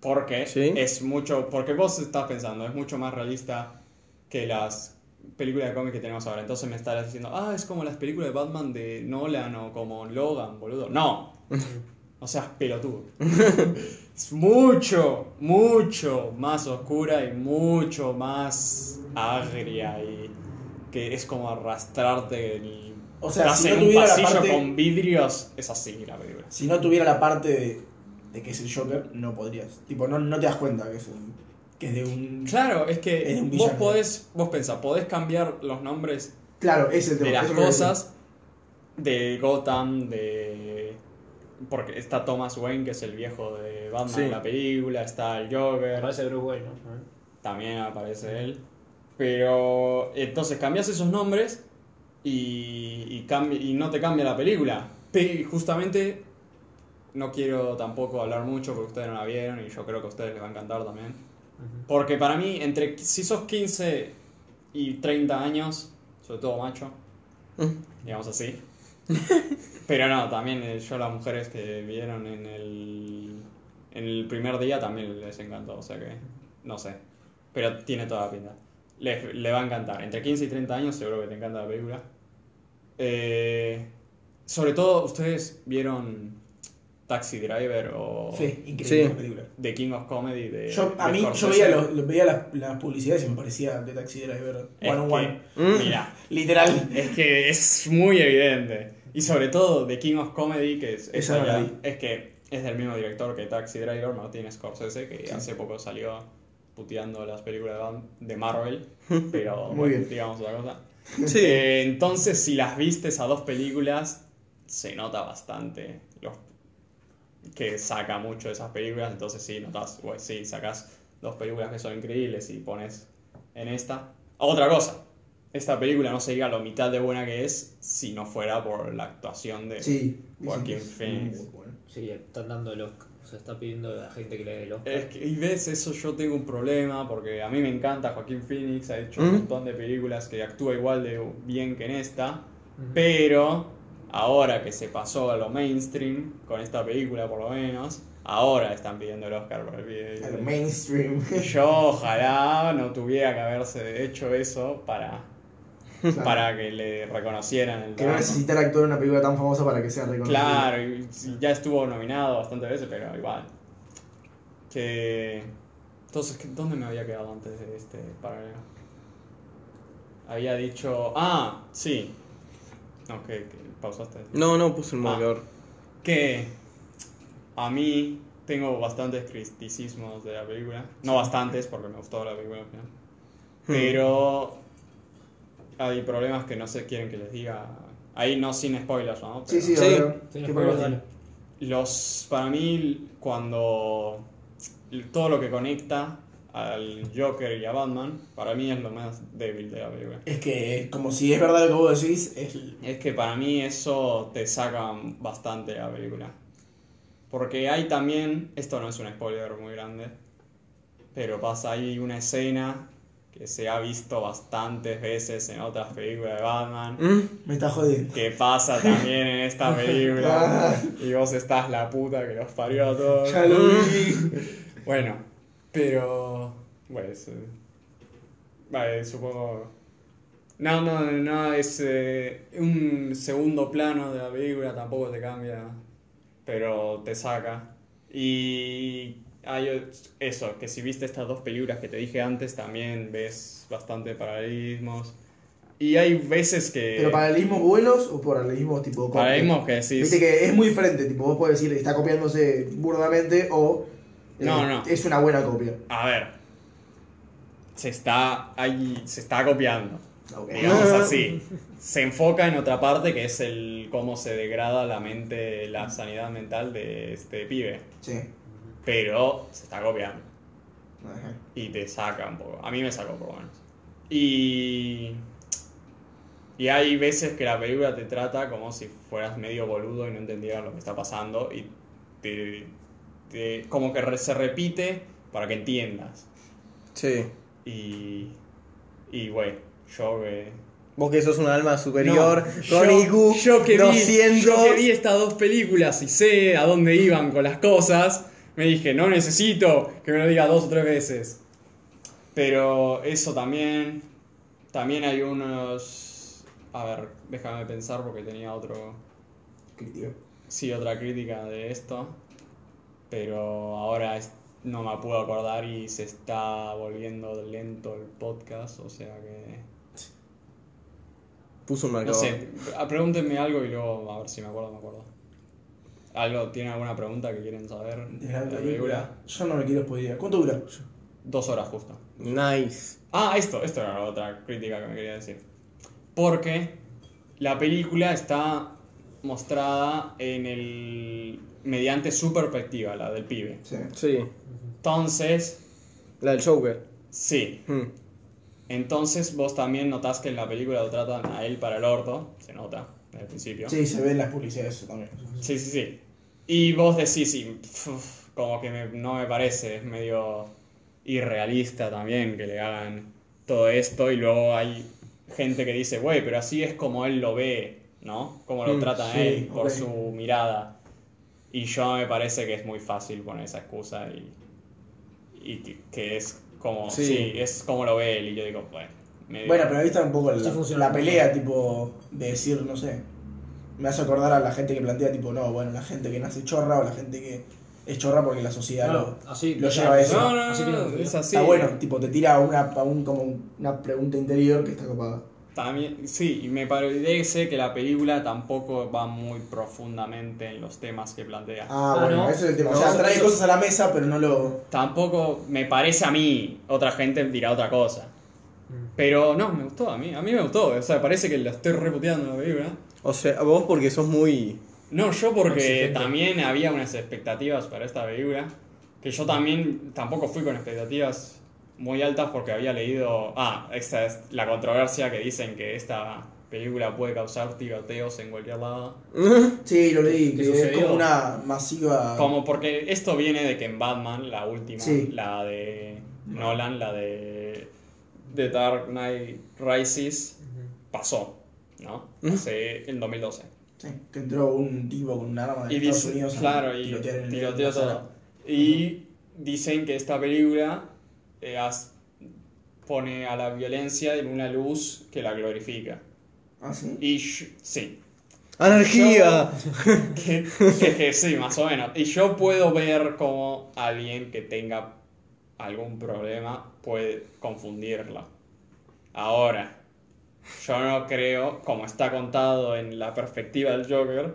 Speaker 1: Porque
Speaker 2: Sí.
Speaker 1: es mucho. Porque vos estás pensando, es mucho más realista que las películas de cómics que tenemos ahora. Entonces me estarás diciendo, ah, es como las películas de Batman de Nolan o como Logan, boludo. No. No seas pelotudo. [LAUGHS] es mucho, mucho más oscura y mucho más agria y que es como arrastrarte el...
Speaker 4: O sea,
Speaker 1: Estás
Speaker 4: si no
Speaker 1: en un
Speaker 4: tuviera la
Speaker 1: pasillo
Speaker 4: parte-
Speaker 1: con vidrios. Es así la película.
Speaker 4: Si no tuviera la parte de, de que es el Joker, no podrías. Tipo, no, no te das cuenta que es, un- que es de un.
Speaker 1: Claro, es que
Speaker 4: Es un
Speaker 1: vos
Speaker 4: villano.
Speaker 1: podés, vos pensás, podés cambiar los nombres
Speaker 4: Claro, es el tema.
Speaker 1: de las
Speaker 4: eso es lo que
Speaker 1: cosas, de Gotham, de... Porque está Thomas Wayne, que es el viejo de Batman
Speaker 2: Sí.
Speaker 1: en la película, está el Joker,
Speaker 3: Parece Bruce Wayne, ¿no?
Speaker 1: también aparece él. Pero entonces cambias esos nombres y, y, cambi- y no te cambia la película. Pe- justamente no quiero tampoco hablar mucho porque ustedes no la vieron y yo creo que a ustedes les va a encantar también. Porque para mí, entre si sos 15 y 30 años, sobre todo macho,
Speaker 2: ¿Mm?
Speaker 1: digamos así.
Speaker 4: [LAUGHS]
Speaker 1: Pero no, también eh, yo las mujeres que vieron en el, en el primer día también les encantó, o sea que no sé. Pero tiene toda la pinta. Les, le va a encantar. Entre 15 y 30 años seguro que te encanta la película. Eh, sobre todo, ¿ustedes vieron Taxi Driver o
Speaker 4: Sí, increíble
Speaker 2: Sí.
Speaker 4: la película.
Speaker 1: The King of Comedy de
Speaker 4: Yo, a
Speaker 1: Eh, de
Speaker 4: mí, yo
Speaker 1: Scorsese?
Speaker 4: veía, los- los- veía las, las publicidades y me parecía de Taxi Driver
Speaker 1: Es
Speaker 4: One on
Speaker 1: que-
Speaker 4: One.
Speaker 2: Mm.
Speaker 1: Mira,
Speaker 4: Literal.
Speaker 1: es que es muy evidente. Y sobre todo de King of Comedy, que es, es,
Speaker 4: Esa no la
Speaker 1: allá-
Speaker 4: vi.
Speaker 1: es que es del mismo director que Taxi Driver, Martin Scorsese, que hace poco salió puteando las películas de Ban- de
Speaker 4: [LAUGHS]
Speaker 1: Marvel, pero
Speaker 4: Muy
Speaker 1: bueno,
Speaker 4: bien.
Speaker 1: digamos otra cosa.
Speaker 2: Sí.
Speaker 1: Eh, entonces, si las viste a dos películas, se nota bastante los que saca mucho de esas películas, entonces sí, notas, güey, sí, sacas dos películas que son increíbles y pones en esta. Otra cosa, esta película no sería lo mitad de buena que es si no fuera por la actuación de...
Speaker 4: Sí.
Speaker 1: Joaquin
Speaker 4: dicen que es
Speaker 1: Phoenix.
Speaker 4: muy bueno.
Speaker 3: Sí, están dando el Oscar. O sea, está pidiendo a la gente que le dé el Oscar.
Speaker 1: Es que, y ves, eso yo tengo un problema porque a mí me encanta Joaquín Phoenix, ha hecho un
Speaker 2: ¿Mm?
Speaker 1: montón de películas que actúa igual de bien que en esta,
Speaker 3: Ujú.
Speaker 1: pero ahora que se pasó a lo mainstream, con esta película por lo menos, ahora están pidiendo el Oscar por el video.
Speaker 4: Al mainstream.
Speaker 1: Yo ojalá no tuviera que haberse hecho eso para, [LAUGHS]
Speaker 4: Claro.
Speaker 1: para que le reconocieran el
Speaker 4: [LAUGHS] Que no
Speaker 1: trabajo.
Speaker 4: necesitar actuar en una película tan famosa para que sea reconocida.
Speaker 1: Claro, y si ya estuvo nominado bastantes veces, pero igual. Que. Entonces, ¿qué- ¿dónde me había quedado antes de este paralelo? Había dicho. Ah, sí. No, que, que pausaste.
Speaker 2: No, no puse el
Speaker 1: Ah.
Speaker 2: marcador.
Speaker 1: Que a mí tengo bastantes criticismos de la película. No bastantes, porque me gustó la película al final. Pero hay problemas que no se quieren que les diga. Ahí no sin spoilers, ¿no?
Speaker 4: Sí,
Speaker 1: Pero-
Speaker 4: sí,
Speaker 2: Sí.
Speaker 4: obvio.
Speaker 3: Sí,
Speaker 4: ¿Qué
Speaker 3: no,
Speaker 4: podemos
Speaker 3: dale.
Speaker 4: hacer?
Speaker 1: los para mí cuando todo lo que conecta al Joker y a Batman para mí es lo más débil de la película
Speaker 4: Es que, como si es verdad lo que vos decís, es
Speaker 1: es que para mí eso te saca bastante la película porque hay también esto no es un spoiler muy grande pero pasa ahí una escena que se ha visto bastantes veces en otras películas de Batman
Speaker 2: ¿Mm?
Speaker 4: me está jodiendo.
Speaker 1: que pasa también en esta película
Speaker 4: [LAUGHS]
Speaker 1: y vos estás la puta que los parió a todos
Speaker 4: Ya lo
Speaker 1: [LAUGHS]
Speaker 4: vi.
Speaker 1: Bueno, pero. Bueno, es, eh, Vale, supongo. No, no, no, es eh, un segundo plano de la película, tampoco te cambia, pero te saca. Y hay ot- eso, que si viste estas dos películas que te dije antes, también ves bastante paralelismos. Y hay veces que...
Speaker 4: ¿Pero paralelismos buenos o paralelismos tipo copia?
Speaker 1: paralelismos que decís...
Speaker 4: Viste que es muy diferente, tipo, vos podés decir está copiándose burdamente o eh,
Speaker 1: No, no.
Speaker 4: es una buena copia.
Speaker 1: A ver. Se está, ahí, se está copiando.
Speaker 4: Ok.
Speaker 1: digamos así. Se enfoca en otra parte que es el cómo se degrada la mente, la sanidad mental de este pibe.
Speaker 4: Sí.
Speaker 1: Pero se está copiando
Speaker 4: Ajá.
Speaker 1: y te saca un poco. A mí me sacó por lo menos. Y. Y hay veces que la película te trata como si fueras medio boludo y no entendieras lo que está pasando y te. te- como que re- se repite para que entiendas.
Speaker 2: Sí.
Speaker 1: Y. Y bueno, yo. eh,
Speaker 2: Vos que sos un alma superior,
Speaker 5: No,
Speaker 2: con
Speaker 5: yo,
Speaker 2: IQ
Speaker 5: yo que vi,
Speaker 2: 200.
Speaker 5: yo que vi estas dos películas y sé a dónde iban con las cosas, me dije, no necesito que me lo diga dos o tres veces.
Speaker 1: Pero eso también. También hay unos. A ver, déjame pensar porque tenía otro.
Speaker 4: Crítico.
Speaker 1: Sí, otra crítica de esto. Pero ahora es- no me puedo acordar y se está volviendo lento el podcast. O sea que.
Speaker 2: Puso un
Speaker 1: No
Speaker 2: marcador.
Speaker 1: sé, a- pregúntenme algo y luego a ver si me acuerdo, me acuerdo. ¿Algo? ¿Tienen alguna pregunta que quieren saber?
Speaker 4: De la película. Yo no me quiero spoilear. ¿Cuánto dura?
Speaker 1: Dos horas justo.
Speaker 2: Nice.
Speaker 1: Ah, esto, esto era la otra crítica que me quería decir. Porque la película está mostrada en el mediante su perspectiva, la del pibe.
Speaker 4: Sí.
Speaker 2: Sí.
Speaker 1: Entonces,
Speaker 2: La del Joker.
Speaker 1: sí.
Speaker 2: Hmm.
Speaker 1: Entonces vos también notás que en la película lo tratan a él para el orto, se nota al principio.
Speaker 4: Sí, se ven las publicidades eso también.
Speaker 1: Sí, sí, sí. Y vos decís, y, pf, como que me- no me parece, es medio irrealista también que le hagan todo esto y luego hay gente que dice, güey, pero así es como él lo ve, ¿no? Como lo
Speaker 2: Mm,
Speaker 1: tratan a
Speaker 4: sí,
Speaker 1: él por
Speaker 4: ok.
Speaker 1: su mirada. Y yo me parece que es muy fácil poner esa excusa y, y que, que es como,
Speaker 2: Sí.
Speaker 1: sí. es como lo ve él. Y yo digo, bueno, medio-
Speaker 4: Bueno, pero ahí está un poco
Speaker 3: Sí
Speaker 4: la,
Speaker 3: funciona.
Speaker 4: la pelea, tipo, de decir, no sé. Me hace acordar a la gente que plantea, tipo, no, bueno, la gente que nace chorra o la gente que es chorra porque la sociedad
Speaker 3: Claro,
Speaker 4: lo.
Speaker 3: así.
Speaker 4: lo lleva a eso.
Speaker 1: No, no,
Speaker 3: Así que
Speaker 1: no, no, es así.
Speaker 4: Está bueno, tipo, te tira una, a un, como un- una pregunta interior que está copada.
Speaker 1: También, sí, y me parece que la película tampoco va muy profundamente en los temas que plantea.
Speaker 4: Ah,
Speaker 3: Ah,
Speaker 4: bueno,
Speaker 3: ¿no?
Speaker 4: ese es el tema.
Speaker 3: No,
Speaker 4: o sea,
Speaker 3: eso-
Speaker 4: trae
Speaker 3: eso-
Speaker 4: cosas a la mesa, pero no lo.
Speaker 1: Tampoco me parece a mí, otra gente dirá otra cosa. Pero no, me gustó a mí, a mí me gustó, o sea, parece que la estoy reputeando la película.
Speaker 2: O sea, vos porque sos muy.
Speaker 1: No, yo porque
Speaker 2: Exigente.
Speaker 1: también había unas expectativas para esta película, que yo también tampoco fui con expectativas muy altas porque había leído, ah, esta es la controversia que dicen que esta película puede causar tiroteos en cualquier lado.
Speaker 2: ¿eh?
Speaker 4: Sí, lo leí,
Speaker 3: ¿Qué
Speaker 4: que es
Speaker 3: sucedió?
Speaker 4: como una masiva.
Speaker 1: Como porque esto viene de que en Batman, la última,
Speaker 4: Sí.
Speaker 1: la de Nolan, la de The Dark Knight Rises, pasó, ¿no? Hace en 2012.
Speaker 4: Sí, que entró un tipo con un arma de
Speaker 1: Y
Speaker 4: Ah, Estados
Speaker 1: dice-
Speaker 4: Unidos. a
Speaker 1: claro, y
Speaker 4: tirotear en el-
Speaker 1: tiroteó
Speaker 4: en la
Speaker 1: todo.
Speaker 4: sala.
Speaker 1: Y dicen que esta película eh, as- pone a la violencia en una luz que la glorifica.
Speaker 4: Ah, sí.
Speaker 1: Y sh- sí,
Speaker 2: ¡Anarquía!
Speaker 1: que, que- que [LAUGHS] sí, más o menos. Y yo puedo ver cómo alguien que tenga algún problema puede confundirla. Ahora, yo no creo, como está contado en la perspectiva del Joker,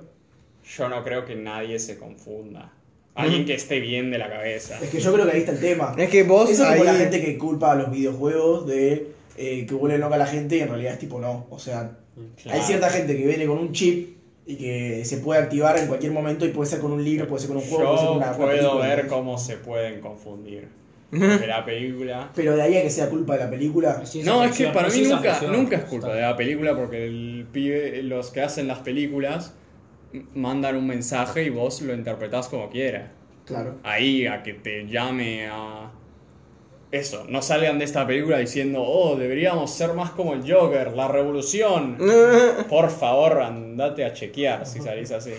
Speaker 1: yo no creo que nadie se confunda. Alguien que esté bien de la cabeza.
Speaker 4: Es que yo creo que ahí está el tema.
Speaker 2: Es que vos
Speaker 4: Eso es como
Speaker 2: ahí-
Speaker 4: la gente que culpa a los videojuegos de eh, que vuelven loca a la gente y en realidad es tipo no. O sea,
Speaker 1: Claro.
Speaker 4: hay cierta gente que viene con un chip y que se puede activar en cualquier momento y puede ser con un libro, puede ser con un juego, puede ser con
Speaker 1: Yo
Speaker 4: una, una
Speaker 1: puedo
Speaker 4: película,
Speaker 1: ver
Speaker 4: ¿entendés?
Speaker 1: cómo se pueden
Speaker 4: [LAUGHS]
Speaker 1: confundir. Porque la película.
Speaker 4: Pero de ahí a que sea culpa de la película.
Speaker 1: No, es que para mí nunca, nunca es culpa de la película porque el pibe, los que hacen las películas m- mandan un mensaje y vos lo interpretás como quieras.
Speaker 4: Claro.
Speaker 1: Ahí a que te llame a... Eso, no salgan de esta película diciendo, oh, deberíamos ser más como el Joker, la revolución. Por favor, andate a chequear si salís así.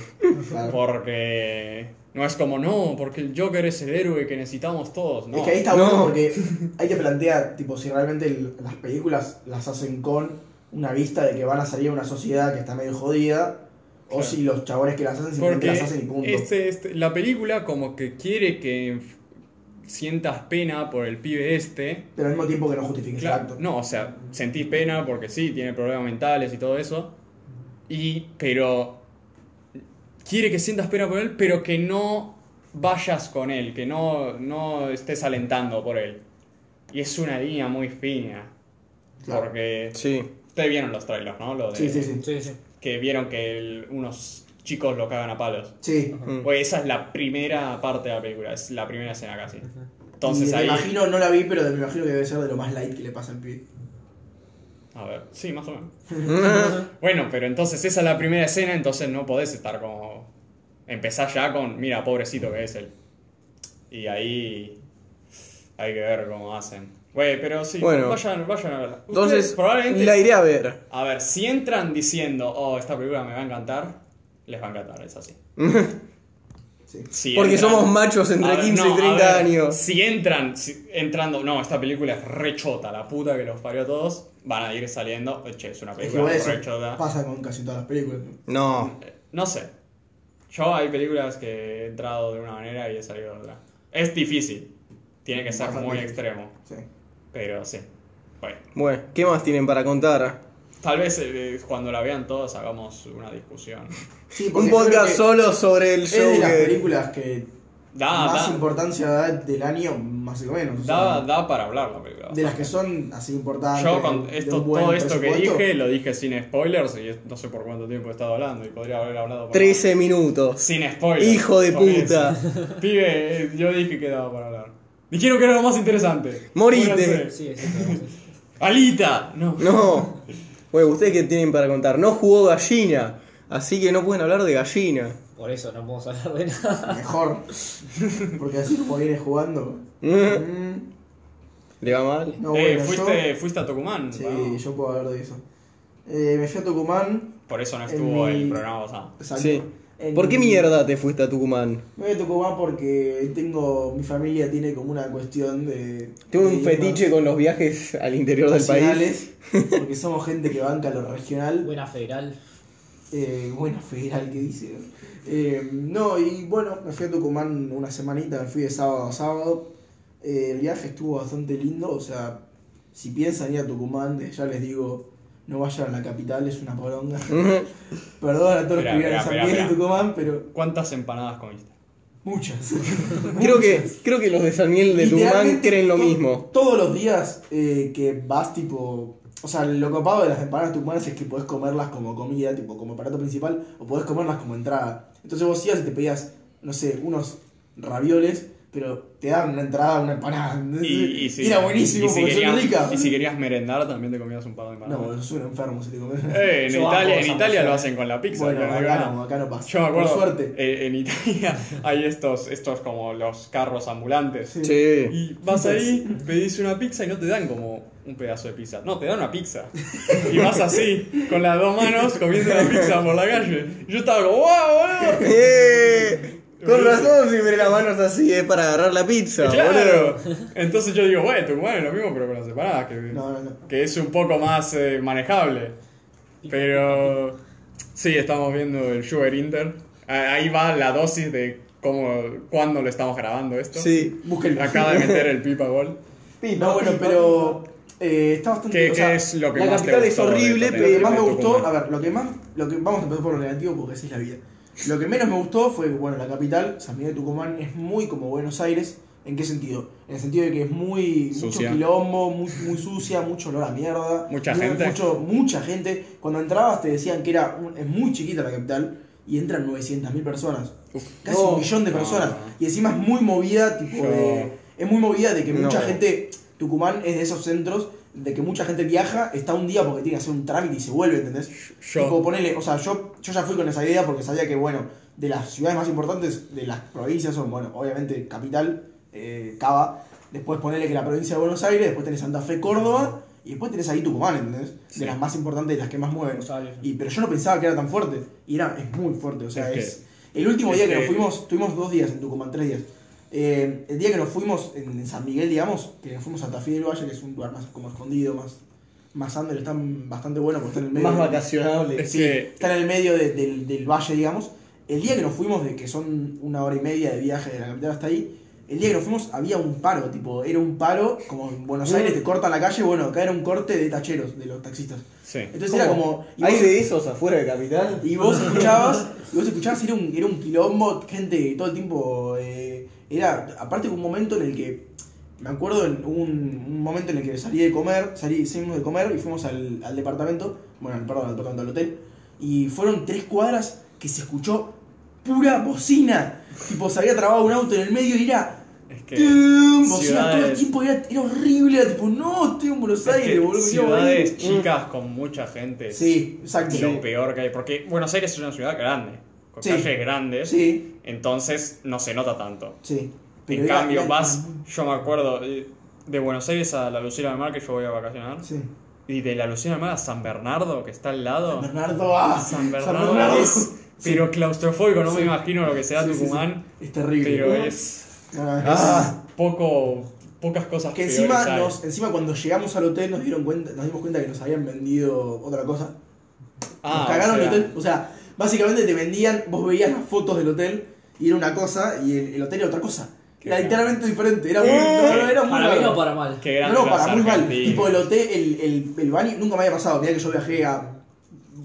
Speaker 4: claro.
Speaker 1: Porque no es como, no, porque el Joker es el héroe que necesitamos todos. No.
Speaker 4: Es que ahí está
Speaker 2: No.
Speaker 4: bueno porque hay que plantear, tipo, si realmente el- las películas las hacen con una vista de que van a salir a una sociedad que está medio jodida, o
Speaker 1: Claro.
Speaker 4: si los chabones que las hacen simplemente
Speaker 1: Porque
Speaker 4: las hacen y punto.
Speaker 1: este, este- la película como que quiere que f- sientas pena por el pibe este.
Speaker 4: Pero al mismo tiempo que no justifiques el acto.
Speaker 1: Claro, no, o sea, sentís pena porque sí, tiene problemas mentales y todo eso. Y, pero quiere que sientas pena por él, pero que no vayas con él, que no, no estés alentando por él. Y es una línea muy fina.
Speaker 4: Claro.
Speaker 1: Porque
Speaker 2: [LAUGHS] Sí.
Speaker 1: ustedes vieron los trailers, ¿no? Lo de-
Speaker 4: Sí, sí, sí.
Speaker 3: Sí, sí.
Speaker 1: Que vieron que el- unos chicos lo cagan a palos.
Speaker 4: Sí.
Speaker 2: Mm.
Speaker 1: Oye, Pues esa es la primera parte de la película, es la primera escena casi.
Speaker 4: Y
Speaker 1: Entonces
Speaker 4: me
Speaker 1: ahí.
Speaker 4: imagino, no la vi, pero me imagino que debe ser de lo más light que le pasa al pibe.
Speaker 1: A ver, sí, más o menos. bueno, pero entonces esa es la primera escena, entonces no podés estar como. Empezás ya con, mira, pobrecito que es él. Y ahí. Hay que ver cómo hacen. Güey, pero sí,
Speaker 2: Bueno.
Speaker 1: vayan, vayan a verla. Ustedes
Speaker 2: [LAUGHS] Entonces,
Speaker 1: probablemente.
Speaker 2: la iré a ver.
Speaker 1: A ver, si entran diciendo, oh, esta película me va a encantar, les va a encantar, es así.
Speaker 4: Sí.
Speaker 1: Si
Speaker 2: Porque
Speaker 1: entran-
Speaker 2: somos machos entre
Speaker 1: A ver,
Speaker 2: 15 y
Speaker 1: no, a
Speaker 2: 30
Speaker 1: ver,
Speaker 2: años.
Speaker 1: Si entran, si- entrando, no, esta película es rechota, la puta que los parió a todos, van a ir saliendo, che, es una
Speaker 4: Es que igual
Speaker 1: película
Speaker 4: eso
Speaker 1: rechota.
Speaker 4: pasa con casi todas las películas.
Speaker 2: No.
Speaker 1: No sé. Yo hay películas que he entrado de una manera y he salido de otra. Es difícil. Tiene que ser
Speaker 4: Bastante
Speaker 1: muy
Speaker 4: difícil.
Speaker 1: extremo.
Speaker 4: Sí.
Speaker 1: Pero sí. Bueno.
Speaker 2: Bueno, ¿qué más tienen para contar?
Speaker 1: Tal vez eh, cuando la vean todos hagamos una discusión.
Speaker 4: Sí, porque
Speaker 2: Un
Speaker 4: yo creo
Speaker 2: podcast
Speaker 4: que
Speaker 2: solo sobre el
Speaker 4: Es
Speaker 2: show
Speaker 4: de las
Speaker 2: que...
Speaker 4: películas que
Speaker 1: Da,
Speaker 4: más
Speaker 1: da,
Speaker 4: importancia da del año, más o menos. o sea,
Speaker 1: da, da para hablar la película.
Speaker 4: de las que son así importantes.
Speaker 1: Yo con
Speaker 4: de
Speaker 1: esto,
Speaker 4: un buen
Speaker 1: todo esto que
Speaker 4: presupuesto.
Speaker 1: dije lo dije sin spoilers y es- no sé por cuánto tiempo he estado hablando y podría haber hablado por
Speaker 2: 13 minutos.
Speaker 1: sin spoilers.
Speaker 2: Hijo de
Speaker 1: Por
Speaker 2: puta.
Speaker 1: eso. Pibe, eh, yo dije que daba para hablar. Dijeron que era lo más interesante.
Speaker 2: Morite.
Speaker 1: Muéranse.
Speaker 3: Sí, exacto.
Speaker 1: Alita. No.
Speaker 2: No. Bueno, ¿ustedes qué tienen para contar? No jugó gallina, así que no pueden hablar de gallina.
Speaker 3: Por eso no podemos hablar de nada.
Speaker 1: [LAUGHS]
Speaker 3: [LAUGHS]
Speaker 4: Mejor. Porque así como viene jugando.
Speaker 2: ¿Le
Speaker 4: Mm,
Speaker 2: ¿Eh? va mal?
Speaker 4: No,
Speaker 1: Eh,
Speaker 4: bueno,
Speaker 1: fuiste, fuiste a Tucumán.
Speaker 4: yo. Sí,
Speaker 1: ¿no?
Speaker 4: yo puedo hablar de eso. Eh, me fui a Tucumán.
Speaker 1: Por eso no
Speaker 4: en
Speaker 1: estuvo
Speaker 4: mi-
Speaker 1: el programa pasado.
Speaker 4: exacto,
Speaker 2: Sí.
Speaker 4: en-
Speaker 2: ¿Por qué mierda te fuiste a Tucumán?
Speaker 4: Me voy a Tucumán porque tengo. Mi familia tiene como una cuestión de.
Speaker 2: Tengo
Speaker 4: de
Speaker 2: un
Speaker 4: idiomas
Speaker 2: fetiche con los viajes al interior del país.
Speaker 4: nacionales,
Speaker 2: [LAUGHS]
Speaker 4: Porque somos gente que banca lo regional.
Speaker 3: Buena federal.
Speaker 4: Eh, bueno, federal, ¿qué dice? Eh, no, y bueno, me fui a Tucumán una semanita, me fui de sábado a sábado. Eh, el viaje estuvo bastante lindo, o sea, si piensan ir a Tucumán, desde ya les digo, no vayan a la capital, es una poronga. Perdón a todos los
Speaker 1: Esperá, esperá,
Speaker 4: que vivían en San
Speaker 1: esperá,
Speaker 4: Miguel
Speaker 1: esperá.
Speaker 4: y Tucumán, pero
Speaker 1: ¿Cuántas empanadas comiste?
Speaker 4: muchas.
Speaker 2: Creo que, creo que los de San Miguel de Tucumán
Speaker 4: Literalmente,
Speaker 2: creen lo
Speaker 4: to-
Speaker 2: mismo.
Speaker 4: Todos los días eh, que vas, tipo. O sea, lo copado de las empanadas tucumanas es que podés comerlas como comida, tipo como aparato principal, o podés comerlas como entrada. Entonces vos ibas y te pedías, no sé, unos ravioles, pero te daban una entrada, una empanada.
Speaker 1: Y, y si-
Speaker 4: era buenísimo,
Speaker 1: y si
Speaker 4: porque son
Speaker 1: querías-
Speaker 4: ricas.
Speaker 1: Y si querías merendar también te comías un par de empanadas.
Speaker 4: No, es un enfermo si te comes.
Speaker 1: Eh, en
Speaker 3: Yo amo
Speaker 1: Italia, en
Speaker 3: esa
Speaker 1: Italia lo
Speaker 3: mujer.
Speaker 1: hacen con la pizza.
Speaker 4: bueno,
Speaker 1: pero no digo
Speaker 4: acá
Speaker 1: nada.
Speaker 4: no, acá no pasa.
Speaker 1: Yo me acuerdo.
Speaker 4: Por suerte.
Speaker 1: eh, en Italia [LAUGHS] hay estos, estos como los carros ambulantes.
Speaker 4: Sí.
Speaker 2: Sí.
Speaker 1: Y vas ahí, pedís una pizza y no te dan como un pedazo de pizza. No, te dan una pizza. Y vas así, con las dos manos, comiendo la pizza por la calle. Y yo estaba como, ¡wow, boludo!
Speaker 4: [LAUGHS]
Speaker 2: ¡Eh! Con razón siempre la mano está así, es para agarrar la pizza, boludo.
Speaker 1: Claro. Entonces yo digo, bueno, Tucumán es lo mismo, pero con las separadas, que,
Speaker 4: No, no, no.
Speaker 1: que es un poco más eh, manejable. Pero sí, estamos viendo el Sugar Inter. Ah, Ahí va la dosis de cómo, cuándo lo estamos grabando esto.
Speaker 2: Sí.
Speaker 4: Búsquenlo.
Speaker 1: Acaba de meter el pipa gol.
Speaker 4: No, bueno, pero. eh, está bastante.
Speaker 1: ¿Qué,
Speaker 4: o sea,
Speaker 1: qué es lo que
Speaker 2: la
Speaker 1: más te
Speaker 2: capital es
Speaker 1: gustó de
Speaker 2: horrible,
Speaker 1: Tottenham?
Speaker 4: Lo que más
Speaker 1: De
Speaker 4: me gustó,
Speaker 1: Tucumán.
Speaker 4: a ver, lo que más, lo que vamos a empezar por lo negativo porque así es la vida. Lo que menos me gustó fue, bueno, la capital, San Miguel de Tucumán, es muy como Buenos Aires. ¿En qué sentido? En el sentido de que es muy
Speaker 5: Sucia.
Speaker 4: mucho quilombo, muy, muy sucia, mucho olor a mierda.
Speaker 5: Mucha
Speaker 4: Muy-
Speaker 5: gente.
Speaker 4: mucho- mucha gente. Cuando entrabas te decían que era un- es muy chiquita la capital y entran 900.000 personas. Casi
Speaker 2: No.
Speaker 4: un millón de
Speaker 1: No,
Speaker 4: personas.
Speaker 1: no.
Speaker 4: Y encima es muy movida, tipo
Speaker 5: Yo-
Speaker 4: de- Es muy movida de que
Speaker 2: No.
Speaker 4: mucha gente... Tucumán es de esos centros de que mucha gente viaja, está un día porque tiene que hacer un trámite y se vuelve, ¿entendés?
Speaker 5: Yo-
Speaker 4: Tipo, ponele, o sea, yo, yo ya fui con esa idea porque sabía que, bueno, de las ciudades más importantes de las provincias son, bueno, obviamente capital, eh, Cava, después ponele que la provincia de Buenos Aires, después tenés Santa Fe, Córdoba, y después tenés ahí Tucumán, ¿entendés?
Speaker 5: Sí.
Speaker 4: De las más importantes y las que más mueven.
Speaker 1: Buenos Aires.
Speaker 4: Y, pero yo no pensaba que era tan fuerte, y era, es muy fuerte, o sea,
Speaker 5: Es
Speaker 4: es...
Speaker 5: que-
Speaker 4: el último
Speaker 5: es
Speaker 4: día que,
Speaker 5: que-
Speaker 4: nos fuimos, estuvimos dos días en Tucumán, tres días. Eh, el día que nos fuimos en, en San Miguel, digamos, que nos fuimos a Tafí del Valle, que es un lugar más como escondido, más, más under, está bastante bueno porque está en el medio.
Speaker 2: Más
Speaker 4: de-
Speaker 2: vacacionable.
Speaker 5: Es
Speaker 4: Sí,
Speaker 5: que-
Speaker 4: está en el medio de- del, del valle, digamos. El día que nos fuimos, de que son una hora y media de viaje de la capital hasta ahí, el día que nos fuimos había un paro, tipo, era un paro, como en Buenos Aires te cortan la calle, bueno, acá era un corte de tacheros, de los taxistas.
Speaker 5: Sí.
Speaker 4: Entonces
Speaker 2: ¿Cómo?
Speaker 4: era como... y
Speaker 2: ¿Hay
Speaker 4: vos-
Speaker 2: de esos afuera de Capital?
Speaker 4: y vos
Speaker 1: [LAUGHS]
Speaker 4: escuchabas, y vos escuchabas, era un, era un quilombo, gente todo el tiempo. eh, era, aparte, un momento en el que. Me acuerdo en un, un momento en el que salí de comer, salí, salimos de comer y fuimos al, al departamento, bueno, al- perdón, al departamento, al hotel, y fueron tres cuadras que se escuchó pura bocina. Tipo, se había trabado un auto en el medio y era.
Speaker 1: Es que
Speaker 4: "Tum", bocina todo el
Speaker 1: ciudades-
Speaker 4: tiempo, era, era horrible, era tipo, no, estoy en Buenos
Speaker 1: es que
Speaker 4: Aires, boludo. me quiero morir".
Speaker 1: ciudades chicas con mucha gente es
Speaker 4: Sí, exacto.
Speaker 1: lo peor que hay. Porque Buenos Aires es una ciudad grande, con
Speaker 4: Sí.
Speaker 1: calles grandes,
Speaker 4: Sí,
Speaker 1: entonces no se nota tanto.
Speaker 4: sí. Pero
Speaker 1: En
Speaker 4: era-
Speaker 1: cambio,
Speaker 4: era-
Speaker 1: vas, yo me acuerdo, eh, de Buenos Aires a la Lucina del Mar, que yo voy a vacacionar,
Speaker 4: Sí.
Speaker 1: y de la Lucina del Mar a San Bernardo, que está al lado.
Speaker 4: Bernardo, ah,
Speaker 1: San Bernardo, es,
Speaker 4: [LAUGHS] Sí.
Speaker 1: pero claustrofóbico, no
Speaker 4: Sí.
Speaker 1: me imagino lo que sea
Speaker 4: Sí, sí,
Speaker 1: Tucumán,
Speaker 4: es terrible.
Speaker 1: pero es
Speaker 4: Ah,
Speaker 1: poco, pocas cosas
Speaker 4: que
Speaker 1: peores
Speaker 4: encima,
Speaker 1: hay.
Speaker 4: nos, encima cuando llegamos al hotel nos dieron cuenta, nos dimos cuenta que nos habían vendido otra cosa.
Speaker 1: Ah,
Speaker 4: nos cagaron
Speaker 1: o sea,
Speaker 4: el hotel, o sea, básicamente te vendían, vos veías las fotos del hotel y era una cosa y el, el hotel era otra cosa.
Speaker 1: Qué
Speaker 4: Era
Speaker 1: grande.
Speaker 4: literalmente diferente, era muy, no, no, era muy
Speaker 3: Para bien
Speaker 4: raro.
Speaker 3: o para mal.
Speaker 1: Qué grande
Speaker 4: No, no, para
Speaker 1: las
Speaker 4: muy mal.
Speaker 1: Argentinas.
Speaker 4: Tipo, el hotel, el, el, el baño, nunca me había pasado. Mirá que yo viajé a.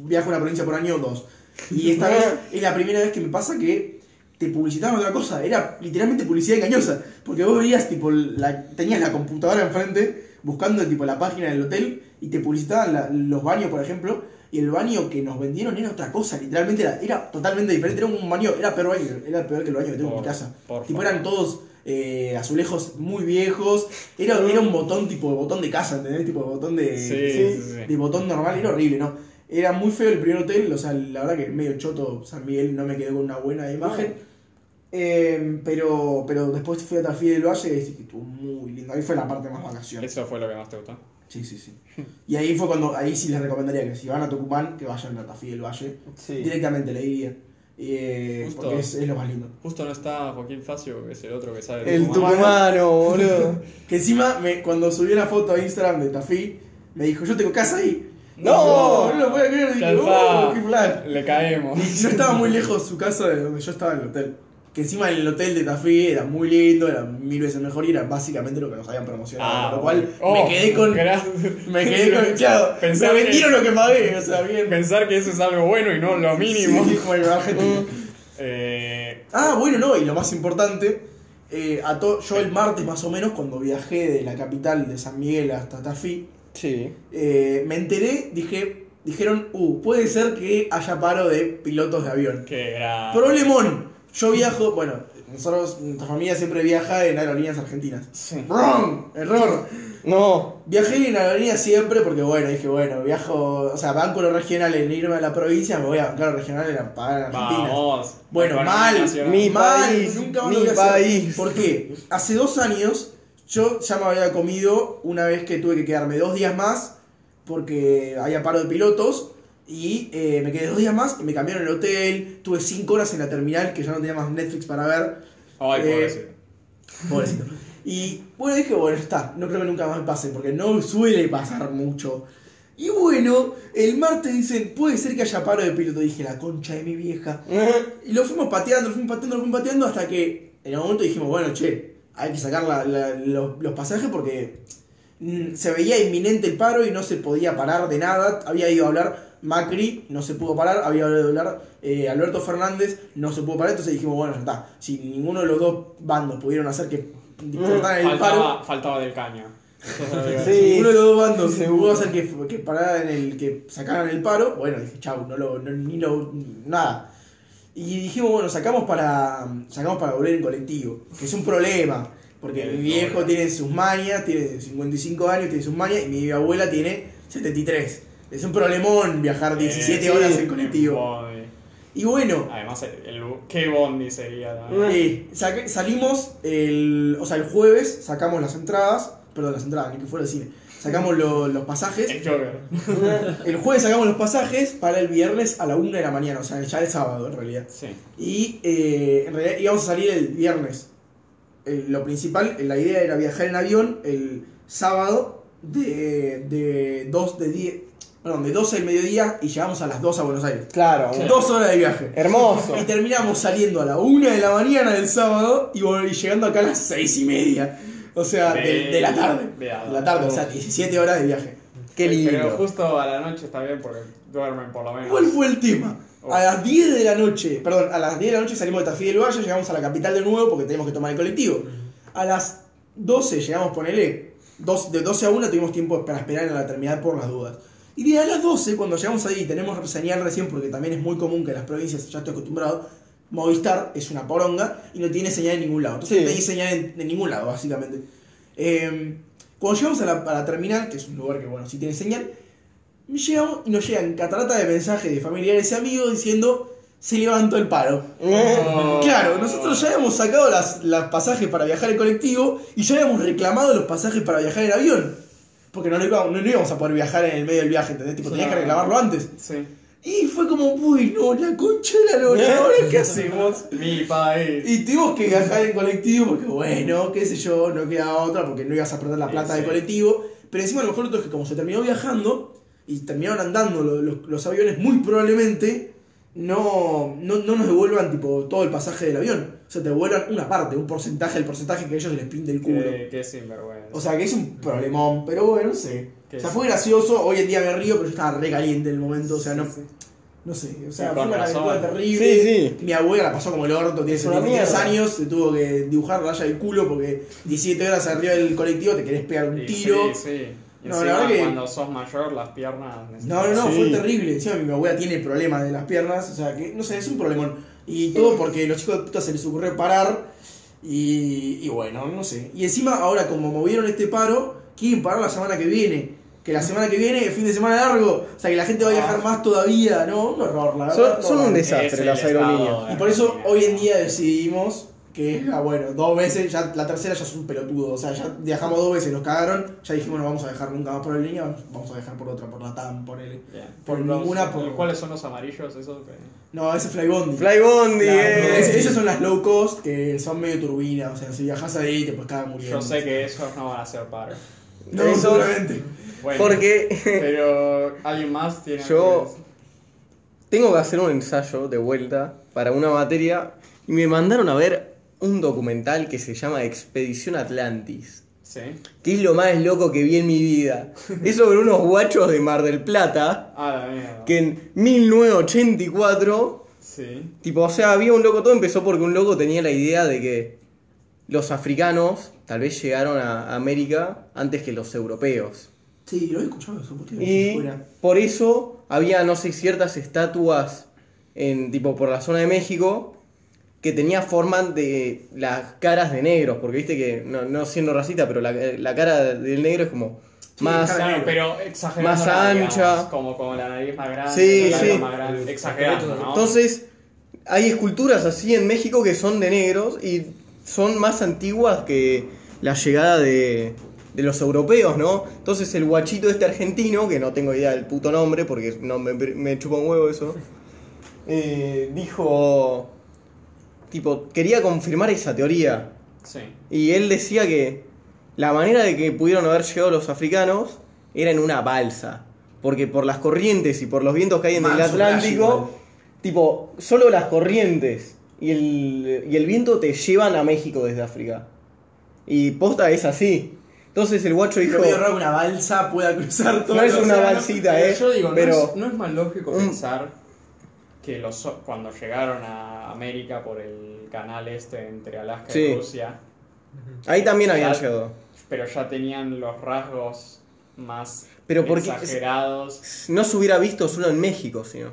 Speaker 4: Viajo a una provincia por año o dos. Y esta vez es la primera vez que me pasa que te publicitaban otra cosa. Era literalmente publicidad engañosa. Porque vos veías, tipo, la, tenías la computadora enfrente buscando, tipo, la página del hotel y te publicitaban la- los baños, por ejemplo. Y el baño que nos vendieron era otra cosa, literalmente era, era totalmente diferente. Era un baño, era peor, baño, era peor que el baño que tengo en mi
Speaker 1: Por-
Speaker 4: casa.
Speaker 1: por
Speaker 4: tipo,
Speaker 1: favor.
Speaker 4: eran todos eh, azulejos muy viejos. Era, era un botón tipo botón de casa, ¿entendés? Tipo botón de,
Speaker 1: Sí, sí, sí.
Speaker 4: de botón normal, era horrible, ¿no? Era muy feo el primer hotel, o sea, la verdad que medio choto San Miguel no me quedó con una buena imagen. Eh, pero, pero después fui a Tafí del Valle y sí que estuvo muy lindo. Ahí fue la parte más vacaciones.
Speaker 1: Eso fue lo que más te gustó.
Speaker 4: Sí, sí, sí. Y ahí fue cuando, ahí sí les recomendaría que si van a Tucumán, que vayan a Tafí del Valle.
Speaker 2: Sí.
Speaker 4: Directamente le diría. Eh,
Speaker 1: Justo.
Speaker 4: porque es, es lo más lindo.
Speaker 1: Justo no está Joaquín Facio, que es el otro que sabe. de
Speaker 2: El
Speaker 1: Tucumán.
Speaker 2: tucumano, boludo.
Speaker 4: Que encima, me, cuando subí la foto a Instagram de Tafí, me dijo, yo tengo casa ahí.
Speaker 1: No.
Speaker 4: no, no lo podía creer.
Speaker 1: Ya
Speaker 4: Dije, oh,
Speaker 1: está.
Speaker 4: qué plan.
Speaker 1: Le caemos.
Speaker 4: Y no estaba muy lejos su casa de donde yo estaba en el hotel. Que encima el hotel de Tafí era muy lindo, era mil veces mejor y era básicamente lo que nos habían promocionado. con lo cual,
Speaker 1: oh,
Speaker 4: me quedé con...
Speaker 1: gra-
Speaker 4: [LAUGHS] Me
Speaker 1: [LAUGHS]
Speaker 4: quedé con... Claro,
Speaker 1: Pensar
Speaker 4: me
Speaker 1: que-
Speaker 4: vendieron lo que pagué, o sea, bien.
Speaker 1: Pensar que eso es algo bueno y no lo mínimo.
Speaker 4: Sí, bueno,
Speaker 1: Mm.
Speaker 4: Argentina.
Speaker 1: [LAUGHS] Eh,
Speaker 4: Ah, bueno, no, y lo más importante, eh, a to- yo el martes más o menos, cuando viajé de la capital de San Miguel hasta Tafí,
Speaker 2: Sí.
Speaker 4: eh, me enteré, dije, dijeron, uh, puede ser que haya paro de pilotos de avión.
Speaker 1: que era.
Speaker 4: Problemón, yo viajo, bueno, nosotros, nuestra familia siempre viaja en aerolíneas argentinas. Wrong, error.
Speaker 2: No.
Speaker 4: Viajé en aerolínea siempre porque, bueno, dije, bueno, viajo, o sea, banco lo regional en irme a la provincia, me voy a bancar lo regional en la- pagar en Argentina.
Speaker 1: Vamos.
Speaker 4: Bueno,
Speaker 1: Economía
Speaker 4: mal,
Speaker 1: nacional.
Speaker 2: Mi
Speaker 4: Mal,
Speaker 2: país,
Speaker 4: nunca más
Speaker 2: mi
Speaker 4: lo voy a hacer.
Speaker 2: país.
Speaker 4: ¿Por qué? Hace dos años yo ya me había comido una vez que tuve que quedarme dos días más porque había paro de pilotos y eh, me quedé dos días más y me cambiaron el hotel. Tuve cinco horas en la terminal que ya no tenía más Netflix para ver.
Speaker 1: Ay,
Speaker 4: Eh,
Speaker 1: pobrecito.
Speaker 4: Pobrecito. Y bueno, dije, bueno, ya está, no creo que nunca más me pase, porque no suele pasar mucho. Y bueno, el martes dicen, puede ser que haya paro de piloto. Dije, la concha de mi vieja. Y lo fuimos pateando, lo fuimos pateando, lo fuimos pateando, hasta que en algún momento dijimos, bueno, che, hay que sacar la- la- los, los pasajes porque mm, se veía inminente el paro y no se podía parar de nada. Había ido a hablar Macri, no se pudo parar. Había ido a hablar eh, Alberto Fernández, no se pudo parar. Entonces dijimos, bueno, ya está. Si ninguno de los dos bandos pudieron hacer que cortaran el paro,
Speaker 1: Faltaba, faltaba del caño.
Speaker 4: si
Speaker 2: Sí,
Speaker 4: ninguno de los dos bandos se
Speaker 2: seguro.
Speaker 4: pudo hacer que, que pararan el que sacaran el paro, bueno, dije, chau, no lo, no- ni lo, ni- nada. Y dijimos, bueno, sacamos para sacamos para volver en colectivo, que es un problema, porque
Speaker 1: Bien,
Speaker 4: mi viejo
Speaker 1: bueno.
Speaker 4: tiene sus mañas, tiene 55 años, tiene sus mañas, y mi abuela tiene 73. Es un problemón viajar 17
Speaker 1: Eh,
Speaker 4: horas
Speaker 1: sí.
Speaker 4: en colectivo.
Speaker 1: Bondi.
Speaker 4: Y bueno,
Speaker 1: Además, el, el- qué bondi sería. la verdad.
Speaker 4: eh, saqué- salimos el. O sea, el jueves sacamos las entradas. Perdón, las entradas, ni que fuera el cine. Sacamos lo- los pasajes.
Speaker 1: El Joker.
Speaker 4: El jueves sacamos los pasajes para el viernes a la 1 de la mañana, o sea, ya el sábado en realidad.
Speaker 1: Sí.
Speaker 4: Y eh, en realidad íbamos a salir el viernes. El- lo principal, eh, la idea era viajar en avión el sábado de, de 2 de 10. Perdón, de 12 del mediodía y llegamos a las 2 a Buenos Aires.
Speaker 2: Claro,
Speaker 1: Sí.
Speaker 4: Dos horas de viaje.
Speaker 2: hermoso.
Speaker 4: Y terminamos saliendo a la una de la mañana del sábado y vol- y llegando acá a las seis y media. O sea, de,
Speaker 1: Ve-
Speaker 4: de la tarde.
Speaker 1: veado.
Speaker 4: De la tarde, o sea, 17 horas de viaje.
Speaker 2: Qué
Speaker 1: Pero
Speaker 2: lindo.
Speaker 1: justo a la noche está bien porque duermen por lo menos.
Speaker 4: ¿Cuál fue el tema?
Speaker 1: Oh.
Speaker 4: A las 10 de la noche, perdón, a las 10 de la noche salimos de Tafí del Valle, llegamos a la capital de nuevo porque tenemos que tomar el colectivo. A las 12 llegamos, ponele, dos- de 12 a 1 tuvimos tiempo para esperar en la terminal por las dudas. Y de a las 12, cuando llegamos ahí, tenemos señal recién porque también es muy común que en las provincias, ya estoy acostumbrado, Movistar es una poronga y no tiene señal en ningún lado. Entonces
Speaker 2: Sí.
Speaker 4: no tenés señal en, en ningún lado, básicamente. Eh, cuando llegamos a la, a la terminal, que es un lugar que, bueno, sí tiene señal, llegamos y nos llegan catarata de mensajes de familiares y amigos diciendo se levantó el paro.
Speaker 1: Oh.
Speaker 4: Claro, nosotros ya habíamos sacado las, las pasajes para viajar en colectivo y ya habíamos reclamado los pasajes para viajar en avión. Porque no, lo íbamos, no, no íbamos a poder viajar en el medio del viaje, ¿entendés? Tipo, tenías
Speaker 1: Claro.
Speaker 4: que reclamarlo antes.
Speaker 1: Sí.
Speaker 4: Y fue como, uy, no, la concha de la lora, ¿ahora
Speaker 1: [LAUGHS]
Speaker 4: qué hacemos?
Speaker 1: Mi país.
Speaker 4: Y tuvimos que viajar en colectivo porque, bueno, qué sé yo, no quedaba otra porque no ibas a perder la
Speaker 1: Sí,
Speaker 4: plata
Speaker 1: sí.
Speaker 4: del colectivo. Pero encima lo mejor de todo es que como se terminó viajando y terminaron andando lo- los, los aviones, muy probablemente no, no, no nos devuelvan tipo todo el pasaje del avión. O sea, te devuelvan una parte, un porcentaje, el porcentaje que ellos les pinte el culo.
Speaker 1: Qué, qué sinvergüenza.
Speaker 4: O sea, que es un problemón, pero bueno, no sé.
Speaker 1: ¿Qué
Speaker 4: O sea,
Speaker 1: es?
Speaker 4: fue gracioso, hoy en día me río, pero yo estaba re caliente en el momento, o sea, no,
Speaker 1: Sí, sí.
Speaker 4: no sé, o sea,
Speaker 1: Sí,
Speaker 4: fue
Speaker 1: con
Speaker 4: una
Speaker 1: razón.
Speaker 4: aventura terrible.
Speaker 2: Sí,
Speaker 4: Mi abuela la pasó como el orto, tiene
Speaker 2: Es una
Speaker 4: 73
Speaker 2: mierda.
Speaker 4: años, se tuvo que dibujar raya del culo porque 17 horas arriba del colectivo te querés pegar un
Speaker 1: Y
Speaker 4: tiro.
Speaker 1: Sí, sí. Y
Speaker 4: No, la
Speaker 1: encima
Speaker 4: verdad que-
Speaker 1: cuando sos mayor, las piernas.
Speaker 4: No, no, no,
Speaker 2: Sí.
Speaker 4: fue terrible. Encima mi abuela tiene problemas de las piernas, o sea que, no sé, es un problemón. Y todo porque los chicos de puta se les ocurrió parar y, y bueno, no sé. Y encima ahora como movieron este paro, quieren parar la semana que viene. Que la semana que viene es fin de semana largo, o sea que la gente va a
Speaker 1: Ah.
Speaker 4: viajar más todavía, ¿no? Un horror, la verdad.
Speaker 2: Son, son
Speaker 4: horror.
Speaker 2: un
Speaker 1: Es
Speaker 2: desastre
Speaker 1: el
Speaker 2: las
Speaker 1: estado
Speaker 2: aerolíneas.
Speaker 1: de
Speaker 4: Y por eso
Speaker 1: Argentina.
Speaker 4: hoy en día decidimos que, ah, bueno, dos veces, ya la tercera ya es un pelotudo. O sea, ya viajamos dos veces, nos cagaron, ya dijimos no vamos a dejar nunca más por la línea, vamos a dejar por otra, por la TAM, por el.
Speaker 1: Bien.
Speaker 4: Por
Speaker 1: Los-
Speaker 4: ninguna, por-
Speaker 1: ¿Cuáles son los amarillos? Esos que-
Speaker 4: No, ese Flybondi.
Speaker 2: Flybondi,
Speaker 4: Claro,
Speaker 2: eh.
Speaker 4: es- esas son las low cost que son medio turbinas, o sea, si viajas ahí te puedes cagar muriendo.
Speaker 1: Yo sé que esos no van a ser paro.
Speaker 4: No,
Speaker 2: Esos-
Speaker 4: seguramente.
Speaker 1: Bueno,
Speaker 2: Porque [LAUGHS]
Speaker 1: Pero alguien más tiene.
Speaker 2: Yo-
Speaker 1: algo que decir?
Speaker 2: tengo que hacer un ensayo de vuelta para una materia y me mandaron a ver un documental que se llama Expedición Atlantis.
Speaker 1: Sí.
Speaker 2: Que es lo más loco que vi en mi vida. Es sobre unos guachos de Mar del Plata
Speaker 1: Ah, la mierda.
Speaker 2: que en 1984
Speaker 1: Sí.
Speaker 2: Tipo, o sea, había un loco, todo empezó porque un loco tenía la idea de que los africanos tal vez llegaron a América antes que los europeos.
Speaker 4: Sí, lo he escuchado eso, ¿por qué?
Speaker 2: Y
Speaker 4: Fuera.
Speaker 2: por eso había, no sé, ciertas estatuas en tipo por la zona de México que tenía forma de las caras de negros, porque viste que, no, no siendo racista, pero la, la cara del negro es como
Speaker 4: Sí,
Speaker 2: más...
Speaker 4: cara
Speaker 1: Claro, pero exagerando.
Speaker 2: Más
Speaker 1: la- digamos,
Speaker 2: ancha.
Speaker 1: como, como la nariz más grande.
Speaker 2: Sí,
Speaker 1: la
Speaker 2: sí.
Speaker 1: boca Más grande, exagerando, ¿no?
Speaker 2: Entonces, hay esculturas así en México que son de negros y son más antiguas que la llegada de, de los europeos, ¿no? Entonces, el guachito este argentino, que no tengo idea del puto nombre porque no me, me chupa un huevo eso, eh, dijo. Tipo, quería confirmar esa teoría.
Speaker 1: Sí.
Speaker 2: Y él decía que la manera de que pudieron haber llegado los africanos era en una balsa. Porque por las corrientes y por los vientos que hay en el
Speaker 4: Manso flash igual.
Speaker 2: Atlántico, tipo, solo las corrientes y el, y el viento te llevan a México desde África. Y posta es así. Entonces el guacho dijo,
Speaker 4: Lo medio raro que una balsa pueda cruzar todo
Speaker 2: No es
Speaker 4: el
Speaker 2: una
Speaker 4: océano.
Speaker 2: balsita,
Speaker 1: pero
Speaker 2: eh,
Speaker 1: Yo digo,
Speaker 2: pero- Mm.
Speaker 1: no, es, no es más lógico
Speaker 2: Un-
Speaker 1: pensar que los o- cuando llegaron a América por el canal este entre Alaska
Speaker 2: Sí.
Speaker 1: y Rusia,
Speaker 2: ahí también habían
Speaker 1: Claro.
Speaker 2: llegado.
Speaker 1: pero ya tenían los rasgos más
Speaker 2: Pero porque-
Speaker 1: exagerados.
Speaker 2: No se hubiera visto solo en México, sino.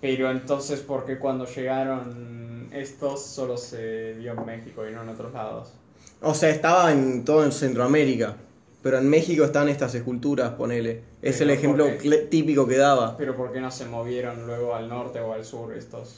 Speaker 1: Pero entonces, ¿por qué cuando llegaron estos solo se vio en México y no en otros lados?
Speaker 2: O sea, estaba en todo en Centroamérica. Pero en México están estas esculturas, ponele. Es el
Speaker 1: Pero,
Speaker 2: ejemplo
Speaker 1: ¿por qué?
Speaker 2: cl- típico que daba.
Speaker 1: Pero ¿por qué no se movieron luego al norte o al sur estos?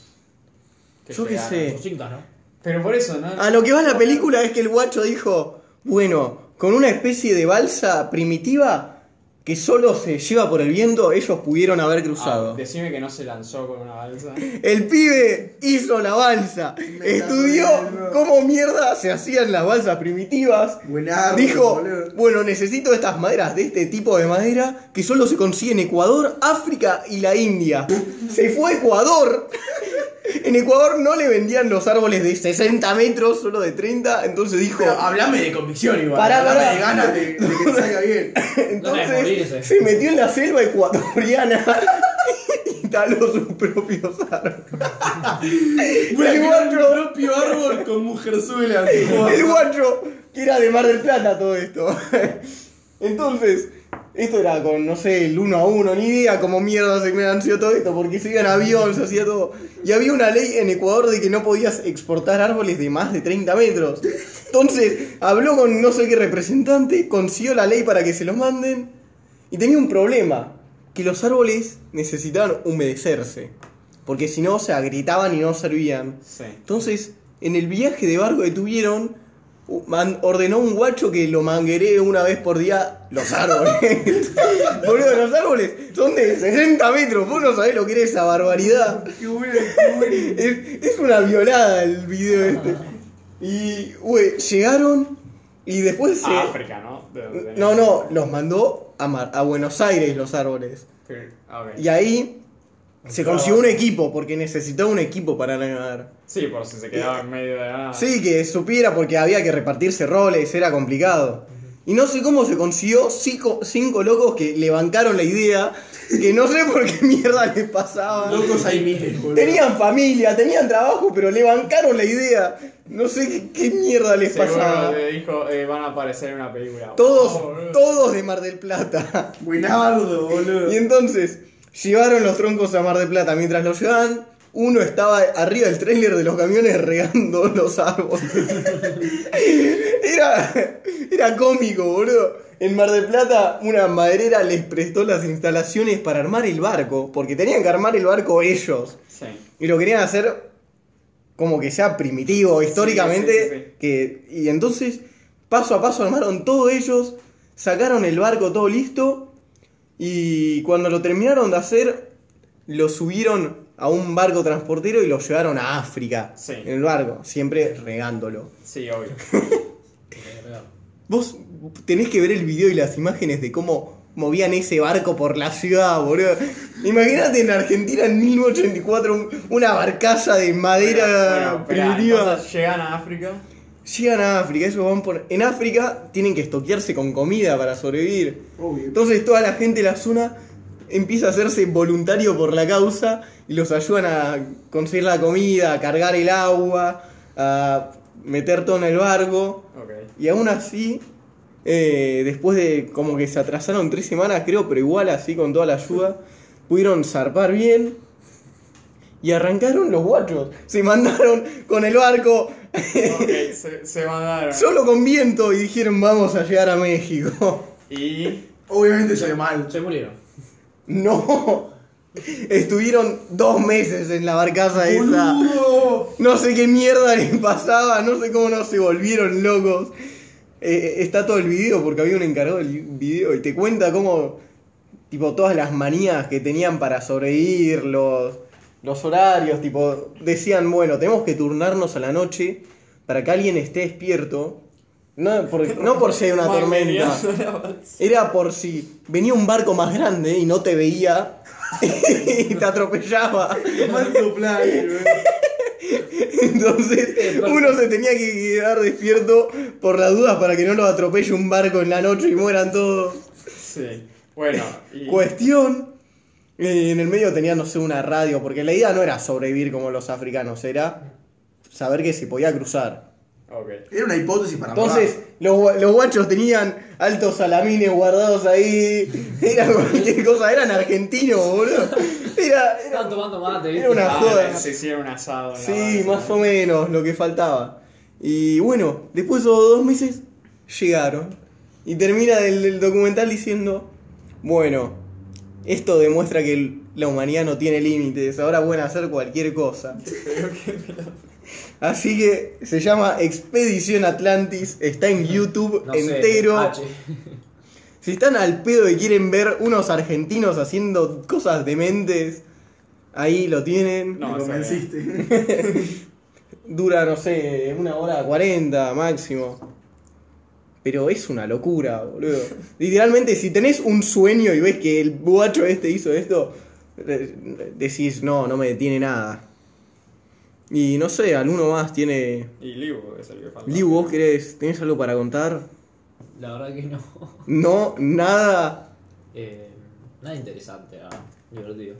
Speaker 2: Yo qué
Speaker 1: llegaron?
Speaker 2: sé.
Speaker 3: Los incas, ¿no?
Speaker 1: Pero por eso, ¿no?
Speaker 2: A lo que va la película es que el guacho dijo, bueno, con una especie de balsa primitiva que solo se lleva por el viento, ellos pudieron haber
Speaker 1: Ah,
Speaker 2: cruzado.
Speaker 1: decime que no se lanzó con una balsa.
Speaker 2: El pibe hizo la balsa,
Speaker 4: Me
Speaker 2: estudió
Speaker 4: cago en el rock.
Speaker 2: cómo mierda se hacían las balsas primitivas.
Speaker 4: Buen árbol,
Speaker 2: Dijo,
Speaker 4: boludo.
Speaker 2: bueno, necesito estas maderas de este tipo de madera que solo se consigue en Ecuador, África y la
Speaker 4: [LAUGHS]
Speaker 2: India. Se fue a Ecuador. [LAUGHS] En Ecuador no le vendían los árboles de 60 metros, solo de 30, entonces dijo...
Speaker 4: Pero hablame de convicción igual.
Speaker 2: Pará,
Speaker 4: hablame
Speaker 2: pará.
Speaker 4: de ganas de, de que te salga [LAUGHS] bien.
Speaker 2: [LAUGHS]
Speaker 3: No, es morir
Speaker 2: Entonces
Speaker 3: ese.
Speaker 2: se metió en la selva ecuatoriana [LAUGHS] y taló sus propios árboles.
Speaker 4: Voy a
Speaker 2: El
Speaker 4: crear mi
Speaker 2: guacho-
Speaker 4: propio árbol
Speaker 2: [LAUGHS]
Speaker 4: con mujerzuela. [LAUGHS] tipo.
Speaker 2: El guacho, que era de Mar del Plata todo esto. [LAUGHS] Entonces, esto era con, no sé, el uno a uno, ni idea cómo mierda se me sido todo esto, porque se iba en avión, se hacía todo. Y había una ley en Ecuador de que no podías exportar árboles de más de 30 metros. Entonces, habló con no sé qué representante, consiguió la ley para que se los manden, y tenía un problema, que los árboles necesitaban humedecerse, porque si no se agrietaban y no servían.
Speaker 1: Sí.
Speaker 2: Entonces, en el viaje de barco que tuvieron, u- man- ordenó un guacho que lo mangueree una vez por día los árboles. [LAUGHS] Boludo, los árboles son de 60 metros, vos no sabés lo que era esa barbaridad.
Speaker 4: Qué bueno, qué bueno.
Speaker 2: Es, es una violada el video este. Y, güey, llegaron y después se...
Speaker 1: A África, ¿no? De donde
Speaker 2: No,
Speaker 1: venían.
Speaker 2: no, los mandó a, Mar- a Buenos Aires los árboles.
Speaker 1: Pero- a ver.
Speaker 2: Y ahí se consiguió un equipo, porque necesitó un equipo para nadar.
Speaker 1: Sí, por si se quedaba en medio de la nada.
Speaker 2: Sí, que supiera porque había que repartirse roles, era complicado. Y no sé cómo se consiguió cinco, cinco locos que le bancaron la idea, que no sé por qué mierda les pasaba.
Speaker 4: Locos hay miles, boludo.
Speaker 2: Tenían familia, tenían trabajo, pero le bancaron la idea. No sé qué, qué mierda les
Speaker 1: Seguro
Speaker 2: pasaba.
Speaker 1: le dijo, eh, van a aparecer en una película. Oh,
Speaker 2: Todos,
Speaker 1: boludo.
Speaker 2: todos de Mar del Plata.
Speaker 4: Buenardo, boludo.
Speaker 2: Y entonces, llevaron los troncos a Mar del Plata. Mientras los llevaban, uno estaba arriba del tráiler de los camiones regando [LAUGHS] los árboles. Era, era cómico, boludo. En Mar del Plata, una maderera les prestó las instalaciones para armar el barco, porque tenían que armar el barco ellos.
Speaker 1: Sí.
Speaker 2: Y lo querían hacer como que sea primitivo, históricamente.
Speaker 1: sí, sí, sí.
Speaker 2: Que, y entonces, paso a paso, armaron todos ellos, sacaron el barco todo listo. Y cuando lo terminaron de hacer, lo subieron a un barco transportero y lo llevaron a África.
Speaker 1: Sí.
Speaker 2: En el barco, siempre regándolo.
Speaker 1: Sí, obvio.
Speaker 2: Vos tenés que ver el video y las imágenes de cómo movían ese barco por la ciudad, boludo. Imagínate en Argentina en 1984 un- una barcaza de madera
Speaker 1: Bueno, bueno, esperá,
Speaker 2: primitiva.
Speaker 1: entonces llegan a África.
Speaker 2: Llegan a África, ellos van por... En África tienen que estoquearse con comida para sobrevivir.
Speaker 4: Obvio.
Speaker 2: Entonces toda la gente de la zona empieza a hacerse voluntario por la causa y los ayudan a conseguir la comida, a cargar el agua, a meter todo en el barco.
Speaker 1: Ok.
Speaker 2: Y aún así, eh, después de como que se atrasaron tres semanas, creo, pero igual así con toda la ayuda, pudieron zarpar bien. Y arrancaron los guachos. Se mandaron con el barco,
Speaker 1: Ok, se, se mandaron.
Speaker 2: solo con viento, y dijeron vamos a llegar a México. [LAUGHS]
Speaker 1: Y.
Speaker 4: Obviamente salió mal.
Speaker 3: Se murieron.
Speaker 2: No. Estuvieron dos meses en la barcaza esa.
Speaker 4: ¡Boludo!
Speaker 2: No sé qué mierda les pasaba, no sé cómo no se volvieron locos. Eh, está todo el video porque había un encargado del video y te cuenta cómo, tipo, todas las manías que tenían para sobrevivir, los, los horarios, tipo, decían, bueno, tenemos que turnarnos a la noche para que alguien esté despierto. No por, no por si hay una tormenta. Era por si venía un barco más grande y no te [LAUGHS] veía y te atropellaba.
Speaker 4: Mando plagio, eh.
Speaker 2: Entonces, uno se tenía que quedar despierto por las dudas para que no nos atropelle un barco en la noche y mueran todos.
Speaker 1: Sí. Bueno, y-
Speaker 2: Pues, Cuestión. eh, En el medio tenía, no sé, una radio, porque la idea no era sobrevivir como los africanos, era saber que se podía cruzar.
Speaker 1: Ok.
Speaker 4: Era una hipótesis para
Speaker 2: Entonces, los, gua- los guachos tenían altos salamines guardados ahí, era cualquier cosa, eran argentinos, boludo. Era, era-
Speaker 3: Estaban tomando mate,
Speaker 2: Era
Speaker 3: ¿viste?
Speaker 2: una
Speaker 1: Ah,
Speaker 2: joda.
Speaker 1: Se hicieron un asado. en la
Speaker 2: Sí,
Speaker 1: base.
Speaker 2: más o menos, lo que faltaba. Y bueno, después de dos meses, llegaron. Y termina el, el documental diciendo, bueno, esto demuestra que el- la humanidad no tiene límites, ahora pueden hacer cualquier
Speaker 3: [LAUGHS]
Speaker 2: cosa. Así que se llama Expedición Atlantis, está en YouTube
Speaker 3: Mm, No sé,
Speaker 2: entero.
Speaker 3: H. [LAUGHS]
Speaker 2: Si están al pedo y quieren ver unos argentinos haciendo cosas dementes, ahí lo tienen.
Speaker 1: No,
Speaker 4: Me
Speaker 1: está bien.
Speaker 4: convenciste.
Speaker 2: Dura, no sé, una hora cuarenta máximo. Pero es una locura, boludo. Literalmente, si tenés un sueño y ves que el guacho este hizo esto, re- decís, no, no me detiene nada. Y no sé, alguno más tiene...
Speaker 1: Y Liu es el que falta.
Speaker 2: Liu, vos querés, ¿tenés algo para contar?
Speaker 3: La verdad que no.
Speaker 2: No, nada,
Speaker 3: Eh, nada interesante, nada. divertido.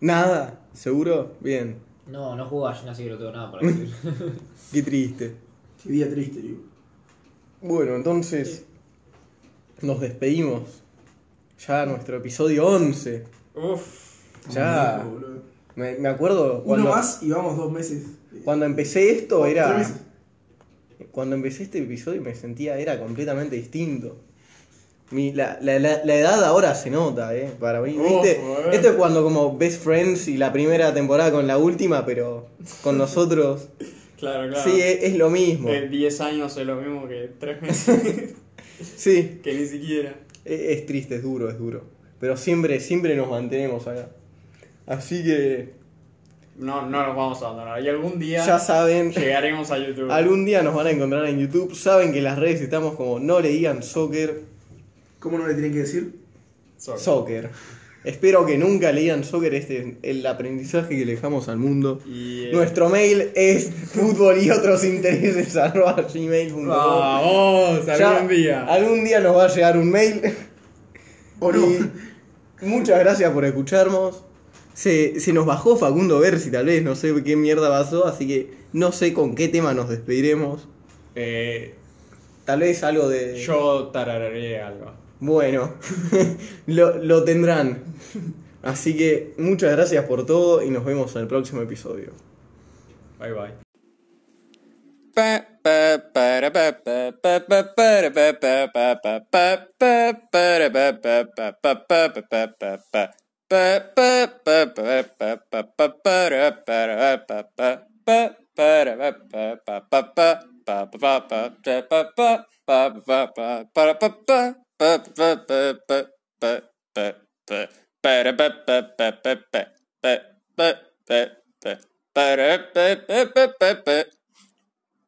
Speaker 2: nada. ¿Seguro? Bien.
Speaker 3: No, no juego a Gina, así que no tengo nada para decir.
Speaker 2: Qué triste.
Speaker 4: [LAUGHS] Qué día triste, digo.
Speaker 2: Bueno, entonces nos despedimos. Ya nuestro episodio 11.
Speaker 1: Uf.
Speaker 2: Ya.
Speaker 4: Viejo, boludo.
Speaker 2: Me, me acuerdo
Speaker 4: Uno
Speaker 2: cuando,
Speaker 4: más y vamos dos meses.
Speaker 2: cuando empecé esto
Speaker 4: Tres
Speaker 2: era
Speaker 4: meses.
Speaker 2: cuando empecé este episodio me sentía era completamente distinto. Mi- la, la- la- la edad ahora se nota, eh, para
Speaker 4: Oh,
Speaker 2: mí.
Speaker 1: Ojo,
Speaker 2: ¿viste?
Speaker 1: eh.
Speaker 2: Esto es cuando como Best Friends y la primera temporada con la última, pero con
Speaker 4: [LAUGHS]
Speaker 2: nosotros.
Speaker 1: Claro, claro.
Speaker 2: Sí, es, es lo mismo.
Speaker 4: Eh.
Speaker 1: De 10 años es lo mismo que 3 meses. [LAUGHS]
Speaker 2: Sí. e,
Speaker 1: que ni siquiera.
Speaker 2: Es, es triste, es duro, es duro. Pero siempre, siempre nos mantenemos acá. Así que
Speaker 1: No, no nos vamos a abandonar. Y algún día
Speaker 2: ya saben,
Speaker 1: llegaremos a YouTube.
Speaker 2: algún día nos van a encontrar en YouTube. Saben que en las redes estamos como no le digan soccer,
Speaker 4: ¿Cómo no le tienen que decir?
Speaker 1: Sorry.
Speaker 2: soccer. Espero que nunca le digan soccer, este es el aprendizaje que le dejamos al mundo.
Speaker 1: Y, eh,
Speaker 2: Nuestro mail es fútbol y otros intereses [LAUGHS] arroba gmail.com.
Speaker 1: Ah,
Speaker 5: Vamos,
Speaker 2: Ya
Speaker 5: algún día.
Speaker 2: Algún día nos va a llegar un mail.
Speaker 4: ¿O no?
Speaker 2: Y muchas gracias por escucharnos. Se, se nos bajó Facundo Bersi, tal vez, no sé qué mierda pasó, así que no sé con qué tema nos despediremos.
Speaker 1: eh,
Speaker 2: Tal vez algo de.
Speaker 1: yo tarararé algo.
Speaker 2: Bueno, [LAUGHS] lo, lo tendrán. Así que muchas gracias por todo y nos vemos en el próximo episodio.
Speaker 1: Bye bye.
Speaker 6: Ba ba ba da ba ba ba ba ba da ba ba ba ba ba ba ba da ba ba ba ba ba ba ba ba ba. Ba ba ba ba ba ba ba ba da ba da ba ba ba ba da ba ba ba ba ba ba ba ba ba da ba ba ba ba ba ba da ba ba ba ba ba ba ba ba ba ba da ba ba ba ba ba ba ba ba ba ba da ba ba ba ba ba.